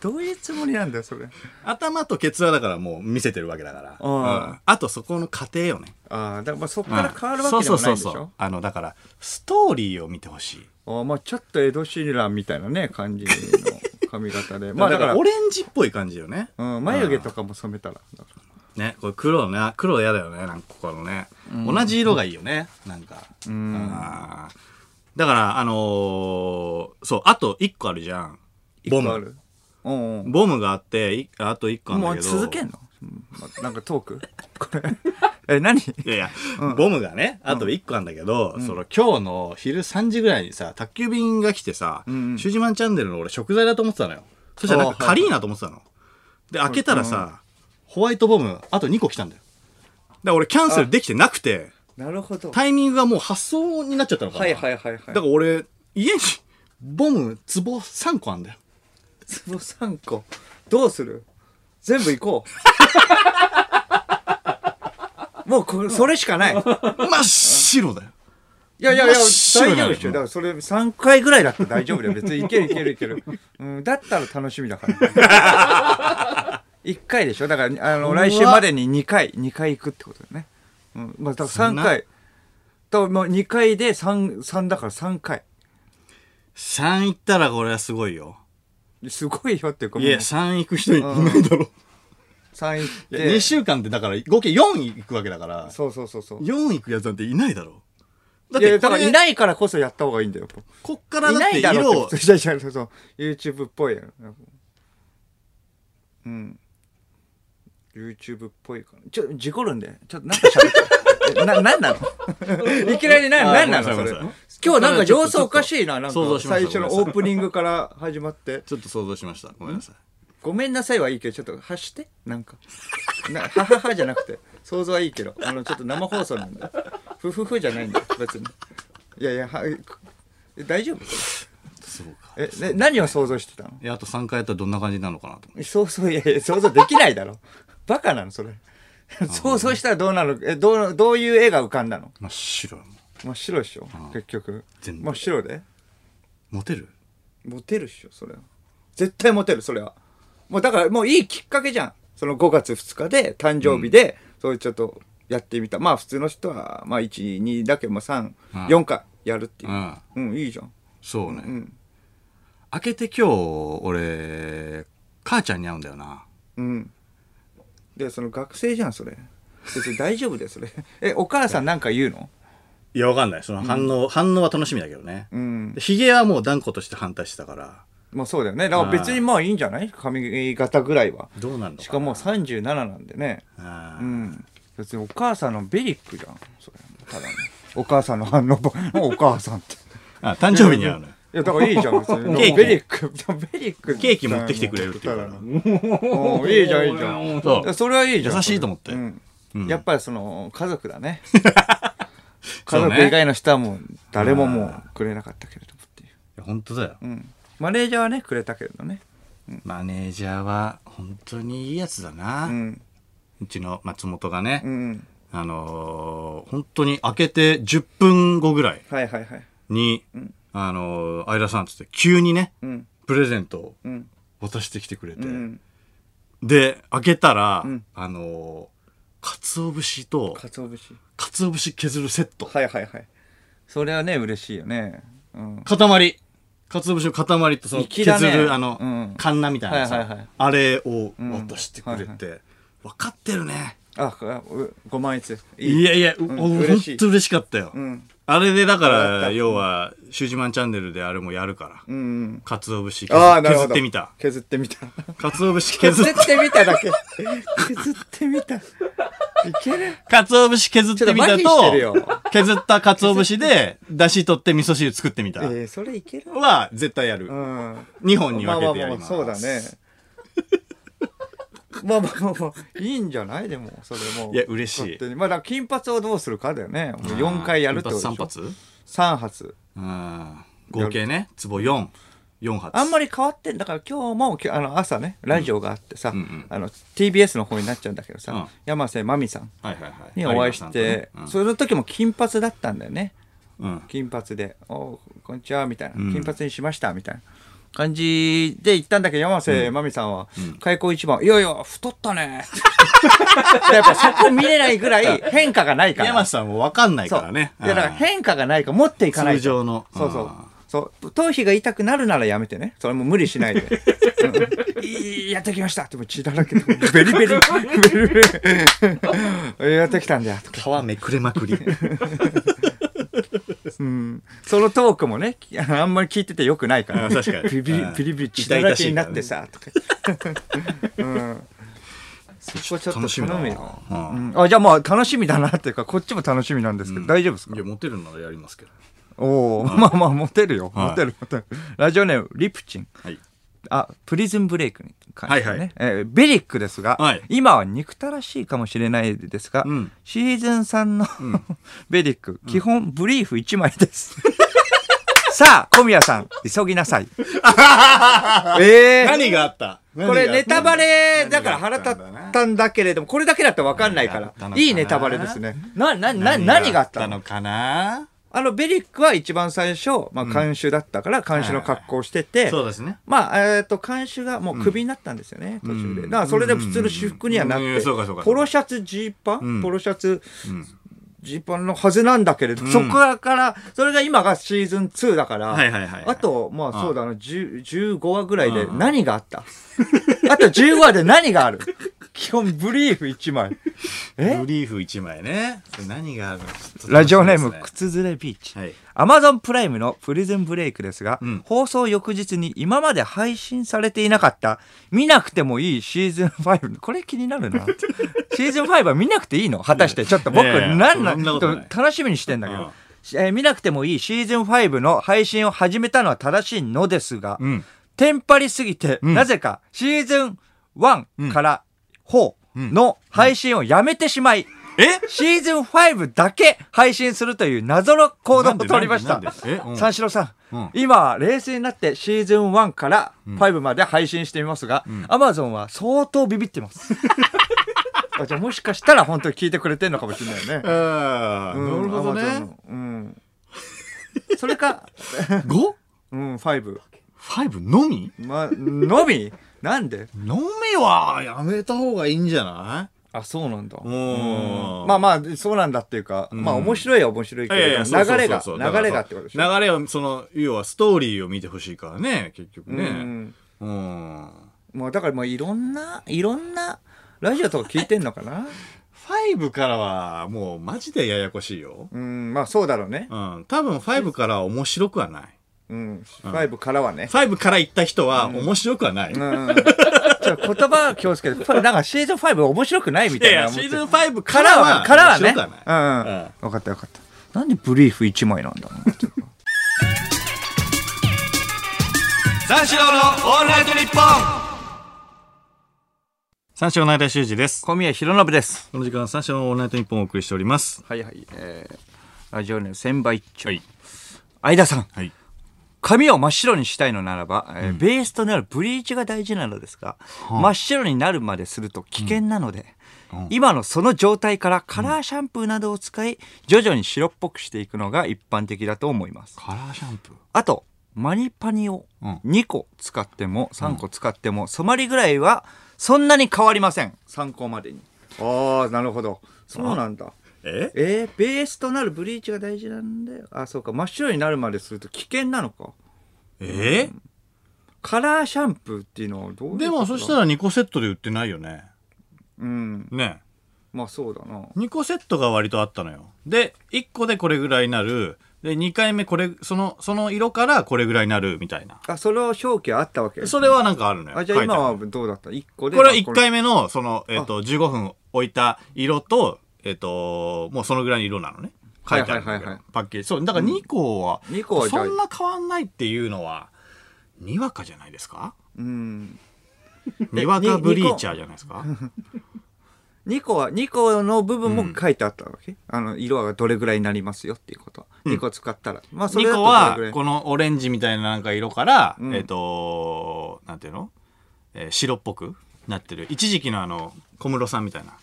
B: どういうつもりなんだよそれ
A: 頭とケツはだからもう見せてるわけだから、
B: うん
A: うんあとそこの過程よね
B: ああだからまあそこから変わるわけでもないんでし
A: うんそうそうそうそう
B: ょ
A: あのだからストーリーを見てほしい
B: ああまあちょっとエド・シーランみたいなね感じの髪
A: [laughs]
B: 型でまあだから
A: オレンジっぽい感じよね、
B: うん、眉毛とかも染めたらだから
A: ねこれ黒ね黒嫌だよねなんかここのね、同じ色がいいよねなんか
B: ん
A: あーだからあのーそうあと1個あるじゃんボ
B: 一個あ
A: ム
B: るうんうん
A: ボムがあっていあと1個あるん
B: も
A: だけ
B: う
A: ど
B: 続けんの、うんまなんかトークこれ [laughs] え何
A: いやいや、ボムがね、あと1個あんだけど、その今日の昼3時ぐらいにさ、宅急便が来てさ、
B: んうん
A: シュージマンチャンネルの俺食材だと思ってたのよ。そしたらなんか
B: あはい
A: 軽いなと思ってたの。で、開けたらさ、ホワイトボム、あと2個来たんだよ。だから俺キャンセルできてなくて、
B: なるほど
A: タイミングがもう発送になっちゃったのかな。
B: はいはいはいはい
A: だから俺、家にボム、壺3個あんだよ。
B: その3個どうする全部行こ
A: [laughs]
B: うもうこれそれしかないい
A: 真っ白だよ。
B: やいやいや
A: 真っ白な
B: 大丈夫
A: の
B: でしょだからそれ3回ぐらいだったら大丈夫だよ別にいけるいけるいける、うん、だったら楽しみだから1回でしょだからあ
A: う
B: の
A: わ
B: 来週までに2回2回行くってことだよね、うんまあ、だから3回だからもう2回で 3, 3だから3回
A: 3行ったらこれはすごいよ。
B: すごいよっていうかも
A: いや、
B: う
A: 3行く人いないだろう。
B: 3行っ
A: いや2
B: て
A: 週間ってだから合計4行くわけだから
B: そうそうそうそう
A: 4行くやつなんていないだろだっ
B: いや
A: て
B: だ
A: こ
B: から
A: れ
B: いないからこそやった方がいいんだよ。
A: こっから
B: い
A: だっ
B: な
A: て
B: いだ
A: 色
B: ろ
A: を
B: うって。そうそうそうそう YouTube っぽいやろ。うん。YouTube っぽいから。ちょ、事故るんで。ちょっとなんか喋って。えな、なんなの [laughs] いきなりな、
A: あ
B: なんなの
A: ご
B: そ
A: めんな
B: れ
A: さいごめんなさい。
B: 今日なんか様子おかしいな。なん
A: 想像
B: か
A: しまし
B: 最
A: た
B: 初のオープニングから始まって。
A: [laughs] ちょっと想像しましたごめんなさい
B: ごめんなさいはいいけど、ちょっと発して。なんか。な、はははじゃなくて。想像はいいけど。あの、ちょっと生放送なんだ。ふふふじゃないんだ。別に。いやいや、は、え大丈夫
A: そうか
B: え、ね、何を想像してたの
A: いやあと3回やったらどんな感じになるのかなと思って
B: 想像、いやいや、想像できないだろ。バカなの、それ。想像したらどうなるえ、どう、どういう絵が浮かんだの
A: 真っ白いもん
B: 真っ白でしょ結局。
A: 全部
B: 真っ白で
A: モテる
B: モテるっしょ、それは。絶対モテる、それは。もうだから、もういいきっかけじゃん。その5月2日で、誕生日で、そういうちょっとやってみた。まあ普通の人は、まあ1、2だけど、まあ3、
A: うん
B: 4回やるっていうう。
A: ん
B: うん、いいじゃん。
A: そうね、
B: うん。
A: 開けて今日俺母ちゃんに会うんだよな
B: うん。で、その学生じゃん、それ。別に大丈夫だよ、それ。 [laughs] え、お母さんなんか言うの
A: いやわかんないその反応、反応は楽しみだけどね
B: うん。
A: ヒゲはもう断固として反対してたから
B: まあそうだよね。だから別にまあいいんじゃない髪型ぐらいは。
A: どうなるの
B: しかも37なんでね。
A: あ
B: う
A: ー
B: ん。別にお母さんのベリックじゃん。それ。ただね。お母さんの反応ば、お母さんって。
A: あ誕生日に会うのよ
B: いや、だからいいじゃん、別に。
A: ケーキ
B: ベリック、ベリック。
A: ケーキ持ってきてくれるっていうから
B: うんうんいいじゃん、いいじゃん。
A: そ
B: いやそれはいいじゃん。
A: 優しいと思って
B: うん
A: うん
B: やっぱりその、家族だね。
A: [laughs] そ
B: 家
A: うね
B: 族以外の人はもう、誰ももうくれなかったけれどもっていう。
A: いや本当だよ、
B: うん。マネージャーはね、くれたけれどね。
A: マネージャーは本当にいいやつだな、
B: う。
A: うんちの松本がね、
B: うん。
A: あのー本当に開けて10分後ぐらい
B: はいはいはい。
A: に、あのー、相田さんっつって急にね
B: うん。
A: プレゼントを
B: うん。
A: 渡してきてくれて、
B: うん。
A: で開けたら、
B: ん
A: あのー鰹節と
B: かつお節。
A: 鰹節削るセット
B: はいはいはい。それはね、嬉しいよね。うん。
A: 塊。鰹節の塊ってその
B: 粋
A: 削
B: だね
A: る、あの、
B: うん
A: カンナみたいなさ、
B: はいはいはい
A: あれを渡してくれて、分かってるね。
B: あ、うご満悦。
A: い
B: い。
A: やいや、う
B: うん
A: 本
B: 嬉しい
A: 当嬉しかったよ。
B: うん。
A: あれでだか
B: わかった
A: ら、要は、シュージマンチャンネルであれもやるから。
B: うんうん。
A: 鰹節削
B: ああ、なるほ
A: 削
B: ど。
A: ってみた。
B: 削ってみた。
A: 鰹節 [laughs] 削
B: 削
A: っ
B: ってみただけ。削ってみた。いける
A: 鰹節削ってみた
B: ちょっと麻痺してる
A: と
B: よ、
A: 削った鰹節で、出汁取って味噌汁作ってみた。
B: えー、それいける
A: は、絶対やる
B: う。ん。
A: 2本に分けてやります。
B: そうだね。 [laughs] まあまあまあまあ、いいんじゃないでも、それも。
A: いや嬉しい
B: 勝手にまあ、だから金髪をどうするかだよね。もう4回やるってことでしょ。
A: 3発
B: 3発。
A: うん。合計ね、壺4。4発。
B: あんまり変わってんだから今日もきあの朝ねラジオがあってさ、
A: うんうん
B: あの TBS の方になっちゃうんだけどさ、
A: うん
B: 山瀬まみさん
A: はいはいはい。
B: にお会いし
A: 有馬さ
B: て、
A: んとね
B: その時も金髪だったんだよね
A: うんうん。
B: 金髪で「おうこんにちは」みたいな「
A: うん
B: 金髪にしました」みたいな感じで行ったんだけど山瀬まみさんは
A: うん
B: 開口一番「いやいや太ったね」 [laughs] やっぱそこ見れないぐらい変化がないから
A: 山瀬さんも分かんない
B: そう
A: からね。
B: いやだから変化がないから持っていかないと
A: 通常の
B: そうそう
A: あ
B: そう頭皮が痛くなるならやめてねそれも無理しないで、うんいいやってきましたでも血だらけでベリベリベリベリやってきたんだよとか、
A: 皮めくれまく
B: [laughs]
A: り。
B: うん、そのトークもねあんまり聞いててよくないから
A: あ確かに
B: ビリビリ
A: うん
B: ビリビリ血だらけになってさとか、うん、
A: ち
B: ょっと楽しみだな
A: うん
B: うんあじゃあまあ楽しみだなっていうかこっちも楽しみなんですけど、大丈夫ですか
A: いや、モテるならやりますけど。
B: おお、まあまあモテるよ、
A: はい
B: モテるモテるラジオネームリプチン
A: はい。
B: あプリズンブレイクに関してね、
A: はいはい
B: えーベリックですが、
A: はい
B: 今は憎たらしいかもしれないですが、
A: うん
B: シーズン3の、 [laughs] ベリック基本ブリーフ1枚です、 [laughs] さあ小宮さん急ぎな
A: [laughs]
B: さいえー
A: 何があった
B: これネタバレだから腹
A: 何が
B: 立
A: あった
B: っ
A: んだな
B: たんだけれどもこれだけだったら分かんないか
A: 何があ
B: ら
A: ったのかない
B: いネタバレですねななな何があったの
A: のかな
B: あのベリックは一番最初、まあ、監修だったから監修の格好をしてて、
A: そうですね。
B: まあ、えっ、と、監修がもうクビになったんですよね、
A: うん
B: 途中
A: う
B: で。
A: ん
B: だから、それで普通の私服にはなっ
A: うん
B: て、
A: うんそうかそうか
B: ポロシャツ、ジーパン、
A: うん
B: ポロシャツ、
A: うん
B: ジーパンのはずなんだけれど、
A: うん
B: そこから、それが今がシーズン2だから、
A: はいはいはい。
B: あ、と、まあそうだな、10 15話ぐらいで
A: うん
B: 何があったあと15話で何がある基本ブリーフ1枚。え
A: ブリーフ一枚ね。それ何があるの
B: ラジオネーム、
A: く
B: 靴ずれビーチ。
A: はい。
B: アマゾンプライムのプリズンブレイクですが、
A: うん
B: 放送翌日に今まで配信されていなかった、見なくてもいいシーズン5。これ気にな
A: [laughs]
B: るな。シーズン5は見なくていいの果たして。ちょっと僕、
A: いやいや
B: 何
A: そんな
B: の、
A: ことない
B: 楽しみにしてんだけ
A: うん
B: ど、えー見なくてもいいシーズン5の配信を始めたのは正しいのですが、
A: うん。
B: テンパりすぎて、
A: うん
B: なぜかシーズン1から4の配信をやめてしまい、
A: え
B: シーズン5だけ配信するという謎の行動を取りまし
A: な
B: た
A: んでなんでなんでえうん
B: 三四郎さん、
A: うん
B: 今冷静になってシーズン1から5まで配信してみますが、アマゾンは相当ビビってます
A: [laughs]
B: あじゃあもしかしたら本当に聞いてくれてるのかもしれないよね
A: ああ、
B: うん
A: なるほど
B: Amazon
A: ね。
B: のうんそれか、うん、5
A: 5?5 のみ
B: まあのみなんで
A: のみはやめた方がいいんじゃない
B: あそうなんだ
A: ん
B: うんまあまあそうなんだっていうか、まあ面白いは面白いけ
A: いやい
B: れ
A: や
B: ど
A: そう
B: も
A: そう
B: 流れ
A: そう
B: が
A: そうだか
B: 流
A: ら
B: れがってことでしょ
A: 流れをその要はストーリーを見てほしいからね結局
B: う
A: ね
B: ん
A: うん
B: まあだからまあいろんないろんなラジオとか聞いてんのかな [laughs]
A: 5からはもうマジでややこしいよ、
B: うんまあそうだろうね
A: うん、多分5からは面白くはない
B: うん5からはね
A: 5から行った人は面白くはない、
B: う
A: い
B: んちょっと言葉は気をつけてこれなんかシーズン5面白くないみた
A: やい
B: いな
A: や
B: 思っ
A: シ
B: て
A: ーズン5か
B: から
A: ら
B: は
A: は
B: からはね
A: 面白くはない
B: うん分かった分かったなんでブリーフ1枚なんだろうな
A: 三四郎のオールナイトニッポン三四郎の間修二です
B: 小宮宏信です
A: この時間は三四郎のオールナイトニッポンをお送りしております
B: はいはいえーラジオネーム千倍一丁
A: はい
B: 相田さん
A: はい
B: 髪を真っ白にしたいのならば、えーベースとなるブリーチが大事なのですが、真っ白になるまですると危険なので、
A: うん
B: 今のその状態からカラーシャンプーなどを使い徐々に白っぽくしていくのが一般的だと思います
A: カラーシャンプー
B: あとマニパニを
A: うん
B: 2個使っても3個使っても染まりぐらいはそんなに変わりません参考までにああなるほどそうなんだ
A: え
B: えー、ベースとなるブリーチが大事なんだよ。あ、そうか。真っ白になるまですると危険なのか。
A: え
B: カラーシャンプーっていうのはどういうこと
A: でもそした
B: ら。
A: ら2個セットで売ってないよね。
B: うん。
A: ね。
B: まあそうだな。
A: 2個セットが割とあったのよ。で、1個でこれぐらいになる。で、2回目これ、その、その色からこれぐらいになるみたいな。
B: あ、それを表記あったわけ
A: それはなんかあるのよ。
B: あ、じゃあ今
A: 書いてあ
B: は
A: る
B: どうだった ?1 個で。
A: これは1回目の、その、えっ、と、15分置いた色と、えっ、と、もうそのぐらいの色なのね。書いてあるんだけど、
B: はいはいはいはい
A: パッケージ。そう、だから2個は、
B: うん二個はじ
A: そ
B: ゃあ
A: んな変わんないっていうのは、にわかじゃないですか
B: うん。
A: にわかブリーチャーじゃないですか
B: 2個は、2個の部分も書いてあったわけ、あの、色がどれぐらいになりますよっていうこと。2個使ったら。まあそれ
A: 2
B: だと
A: 個
B: どれ
A: は
B: ぐらい
A: このオレンジみたいななんか色から、
B: うん
A: えっ、となんていうの、えー白っぽくなってる一時期のあの小室さんみたいな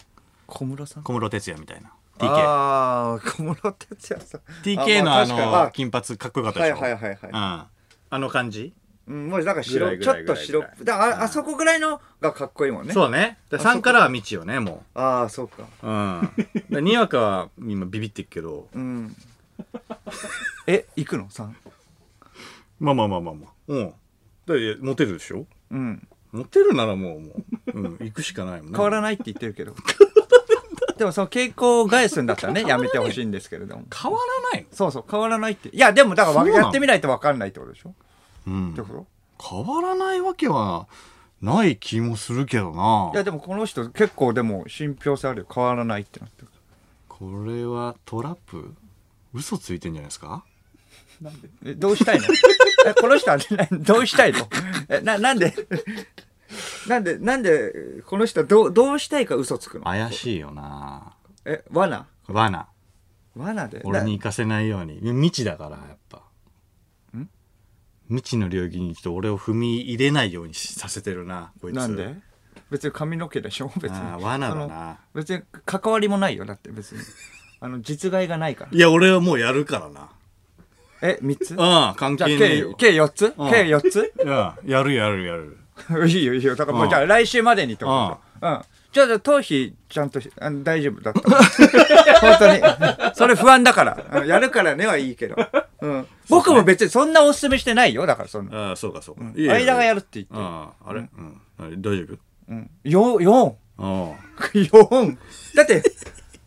B: 小室さん
A: 小室哲哉みたいな TK
B: ああ、小室哲也さん。
A: TK の
B: ま
A: あ
B: 確かに
A: の金髪かっこよかったでしょ、
B: はいはいはいはい
A: うん、あの感じ、
B: うん、もうなんか白、
A: ぐ
B: ちょ
A: らい
B: っ
A: ぐらいぐらい
B: と白っぽい。だからあ、あそこぐらいのがかっこいいもんね。
A: そうねで
B: あそこ
A: 3からは未知よねも
B: ああ、そうか。
A: う、うん、でにわかは今ビビってっけど
B: うん。 [laughs] え、行くの ?3。
A: まあまあまあまあまあうんだってモテるでしょ
B: うん。
A: モテるならもうもう、うん、行くしかないもんね
B: 変わらないって言ってる [laughs] けど。でもその傾向を返すんだったらね、やめてほしいんですけれども。
A: 変わらない
B: そうそう、変わらないって。いや、でもだから
A: そうなの
B: やってみないと分かんないってことでしょ
A: の、うん
B: ってこ
A: 変
B: と
A: わらないわけはない気もするけどない
B: や、でもこの人結構でも信憑性あるよ。変わらないってなってる。
A: これはトラップ嘘ついてんじゃないですか
B: えどうしたいの [laughs] えこの人は、ね、 [laughs] どうしたいのえななんでなんでなんでこの人はどうどうしたいか嘘つくの
A: 怪しいよな
B: え罠
A: 罠
B: 罠で
A: 俺に
B: な
A: 行かせないように未知だからやっぱ未知の領域にちょっと俺を踏み入れないようにさせてるなこいつ
B: なんで別に髪の毛でしょ別に
A: ああ罠だ
B: その
A: な
B: 別に関わりもないよだって別にあの実害がないから
A: いや俺はもうやるからな
B: え三つじ
A: うん関
B: ゃあ
A: 係ねえ
B: 計
A: よ
B: 計4つ
A: うん
B: 計4つ
A: うんやるやるやる
B: [laughs] いいよいいよだからも
A: う
B: うんじゃあ来週までにってことうんじゃあじゃあ頭皮ちゃんとしあの大丈夫だった
A: [laughs]
B: 本当にそれ不安だからうんやるからねはいいけどうん僕も別にそんなおすすめしてないよだからその
A: ああそうかそうかいいよ
B: 間がやるって言って
A: あああれうんあれ大丈夫
B: うんよ四
A: ああ
B: 4だって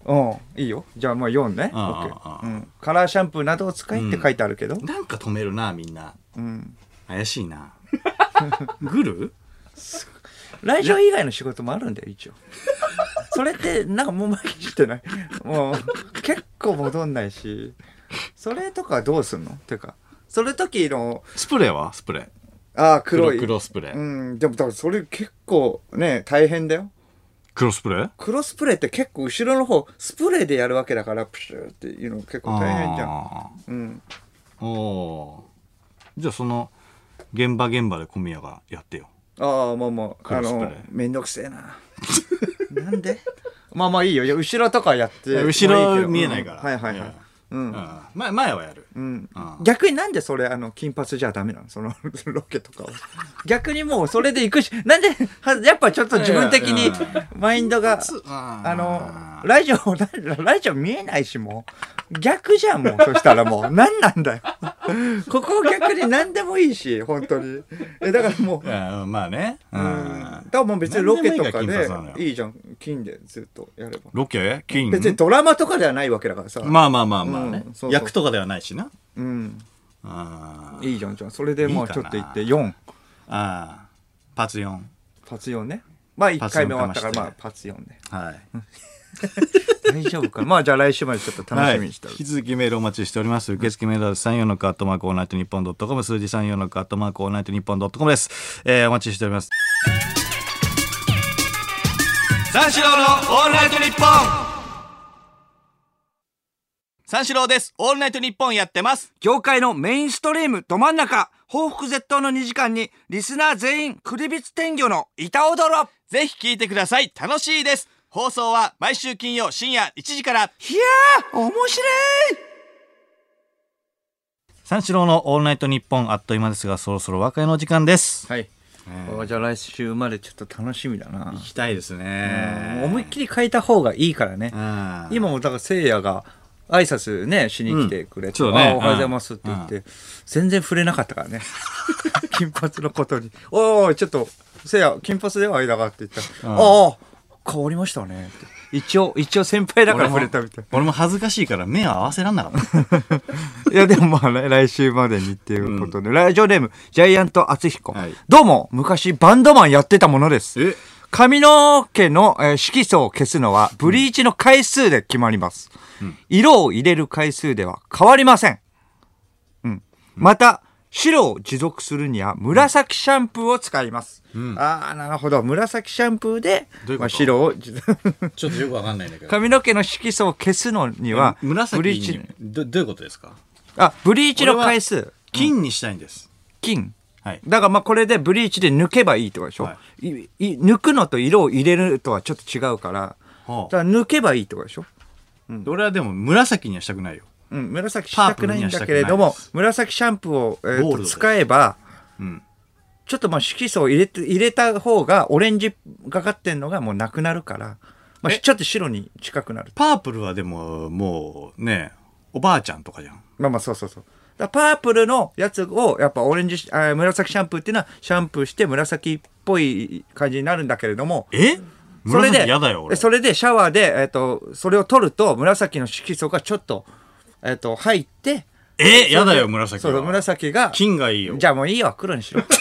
B: うんいいよじゃあもう4ね
A: うんうんうん
B: OK うんカラーシャンプーなどを使いって書いてあるけど
A: なんか止めるなみんな
B: うん
A: 怪しいな [laughs] グル
B: 来場以外の仕事もあるんだよ一応それってなんかもうまきしてないもう結構戻んないしそれとかどうすんのてかそれ時の
A: スプレーはスプレー
B: ああ黒い
A: 黒黒スプレー、
B: うんでもだからそれ結構ね大変だよ
A: 黒スプレー
B: 黒スプレーって結構後ろの方スプレーでやるわけだからプシューっていうの結構大変じゃん
A: あ
B: うん
A: ーおーじゃあその現場現場で小宮がやってよ
B: ああまあまああ
A: 黒スプレ
B: の
A: ー
B: めんどくせえななんで [laughs] まあまあいいよいや後ろとかやって
A: 後ろ
B: もうい
A: 見
B: いけど
A: えないから、
B: うんはいはいはい、うん
A: うん前前はやる、
B: うん
A: あー
B: 逆になんでそれあの金髪じゃダメなのその [laughs] ロケとかを逆にもうそれで行くしなんではやっぱちょっと自分的
A: いや
B: に
A: いや
B: マインドが
A: つあー
B: あのラジオ [laughs] ララジオ見えないしもう逆じゃんもうそしたらもう何なんだよここ逆に何でもいいし本当にえだからもう
A: うんまあね、う
B: うん
A: ん、
B: だからもう別にロケとか
A: 何でもいいから金髪なのよ
B: でいいじゃん金でずっとやれば
A: ロケ金
B: 別にドラマとかではないわけだからさ、
A: まあまあまあまあね、
B: うんそうそう
A: 役とかではないしな
B: うん
A: あー
B: いいじゃんじゃんそれでもう
A: いい
B: ち
A: か
B: ょ
A: な
B: っと行って4
A: あーパーツ4
B: 発音ねまあ1回目終わったから
A: パツ
B: ま
A: 四
B: あパツ4ね
A: はい
B: 大丈夫か [laughs] まあじゃあ来週までちょっと楽しみにしてお
A: はい、
B: る
A: 引き続きメールお待ちしております受付メールは34のカットマークオールナイトニッポンドットコム数字34のカットマークオールナイトニッポンドットコムです、えー、お待ちしております三四郎のオールナイトニッポン三四郎ですオールナイトニッポンやってます
B: 業界のメインストリームど真ん中報復絶倒の2時間にリスナー全員クリビツ天魚の板踊ろ
A: ぜひ聞いてください楽しいです放送は毎週金曜深夜1時から
B: いやー面白い
A: 三四郎のオールナイトニッポンあっという間ですがそろそろ和解の時間です
B: はい
A: ね
B: あじゃあ来週までちょっと楽しみだな
A: 行。きたいですね
B: うん思いっきり変えた方がいいからね
A: う。ん
B: 今もだからせいやが挨拶ねしに来てくれて、
A: うんそうね
B: あおはようございますって言って、全然触れなかったからね [laughs] 金髪のことに「おいおいちょっとせいや金髪では間が」って言ったら
A: う
B: 「
A: ん
B: ああ変わりましたね」って一応一応先輩だから触れたみたい
A: 俺も恥ずかしいから目合わせらんなかった
B: いやでもまあ来来週までにっていうことで、ラジオネームジャイアント厚彦、
A: はい
B: どうも昔バンドマンやってたものです
A: [laughs] え
B: 髪の毛の、えー色素を消すのはブリーチの回数で決まります、色を入れる回数では変わりません、うん、また白を持続するには紫シャンプーを使います、ああなるほど紫シャンプーで
A: どういうこと
B: まあ、白を持
A: [laughs]
B: 続
A: ちょっとよくわかんないんだけ
B: 髪の毛の色素を消すのにはブリーチ
A: どどういうことですか
B: あブリーチの回数
A: 金にしたいんです、
B: 金
A: はい
B: だからまあこれでブリーチで抜けばいいってことでしょ、
A: はい
B: い抜くのと色を入れるとはちょっと違うから
A: はあ
B: だから抜けばいいってことでしょ、
A: 俺はでも紫にはしたくないよ
B: うん、紫したくないんだけれど
A: パープルには
B: も
A: したく
B: 紫シャンプーを、えーと
A: ゴールドです
B: 使えば、
A: うん
B: ちょっとまあ色素を入れて入れた方がオレンジがかってんのがもうなくなるから、まあ、
A: え
B: ちょっと白に近くなる
A: パープルはでももうねおばあちゃんとかじゃん
B: まあまあそうそうそうだからパープルのやつをやっぱオレンジあー紫シャンプーっていうのはシャンプーして紫っぽい感じになるんだけれども
A: え
B: それで
A: 紫、やだよ俺
B: それでシャワーで、えっ、と、それを取ると、紫の色素がちょっと、えっ、と、入って、
A: えやだよ紫
B: そう、
A: は
B: 紫が、
A: 金がいいよ
B: じゃあもういいわ、黒にしろ。 [laughs]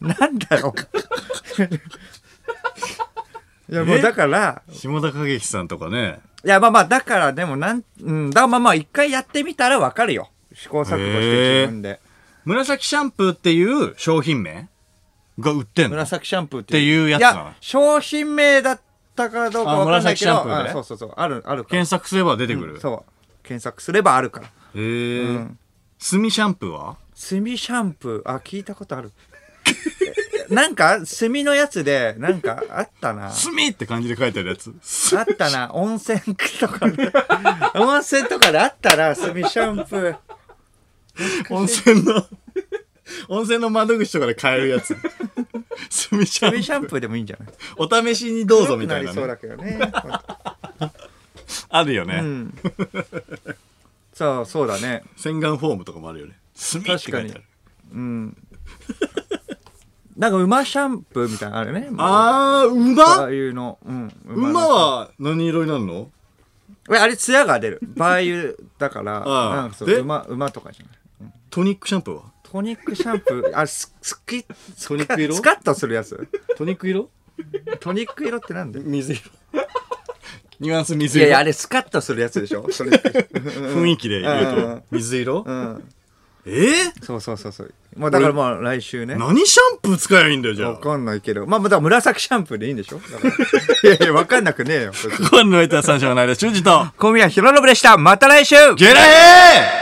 B: なんだよ。いや、もうだから、
A: 下田景樹さんとかね
B: いや、まあまあ、だから、でも、なん、うん、だまあまあ、一回やってみたらわかるよ。試行錯誤して自分で。
A: 紫シャンプーっていう商品名が売ってんの
B: 紫シャンプーっ
A: っていうやつ
B: い
A: なの
B: や、商品名だったかどうかわかんない
A: あ紫
B: けど、
A: シャンプーね
B: あそうそうそう、ある、あるから
A: 検索すれば出てくる、
B: そう。検索すればあるから。
A: へえ、炭シャンプーは
B: 炭シャンプーあ聞いたことある [laughs] なんか炭のやつでなんかあったなあ
A: 炭って感じで書いてあるやつ
B: ったな温泉と
A: [laughs]
B: かで温泉とかであったな炭シャンプー
A: 温泉の温泉の窓口とかで買えるやつ炭シャ
B: 炭
A: ン
B: シャンプーでもいいんじゃない
A: お試しにどうぞみたいな
B: なりそう
A: ね
B: だけどね
A: あるよね、
B: うんそうそうだね
A: 洗顔フォームとかもあるよね炭って書いてあ
B: 確か
A: る
B: にうんなんか馬シャンプーみたいなのあるね
A: あー
B: あ
A: 馬
B: あいうの、うん、の
A: 馬は何色になるの
B: えあれ艶が出る馬油だから
A: ああ
B: なんかそう
A: で
B: 馬馬とかじゃない
A: トニックシャンプーは
B: トニックシャンプー、あ、す、すき、
A: トニック色
B: スカッとするやつ。
A: トニック色
B: トニック色ってなんだよ。
A: 水色ニュアンス
B: い
A: 水
B: やいや、あ
A: 色
B: れスカッとするやつでしょ [laughs] それって。
A: 雰囲気で言
B: う
A: うんと水色
B: うん。
A: えー
B: そうそうそうそう。まあだからまあ来週ね。
A: 何シャンプー使えばいいんだよじゃあ
B: わかんないけど。まあまあだから紫シャンプーでいいんでしょだからいやいや、わかんなくねえよ。
A: ご飯のいた三者の間、修二と、
B: 小宮弘信でした。また来週
A: ゲラヘー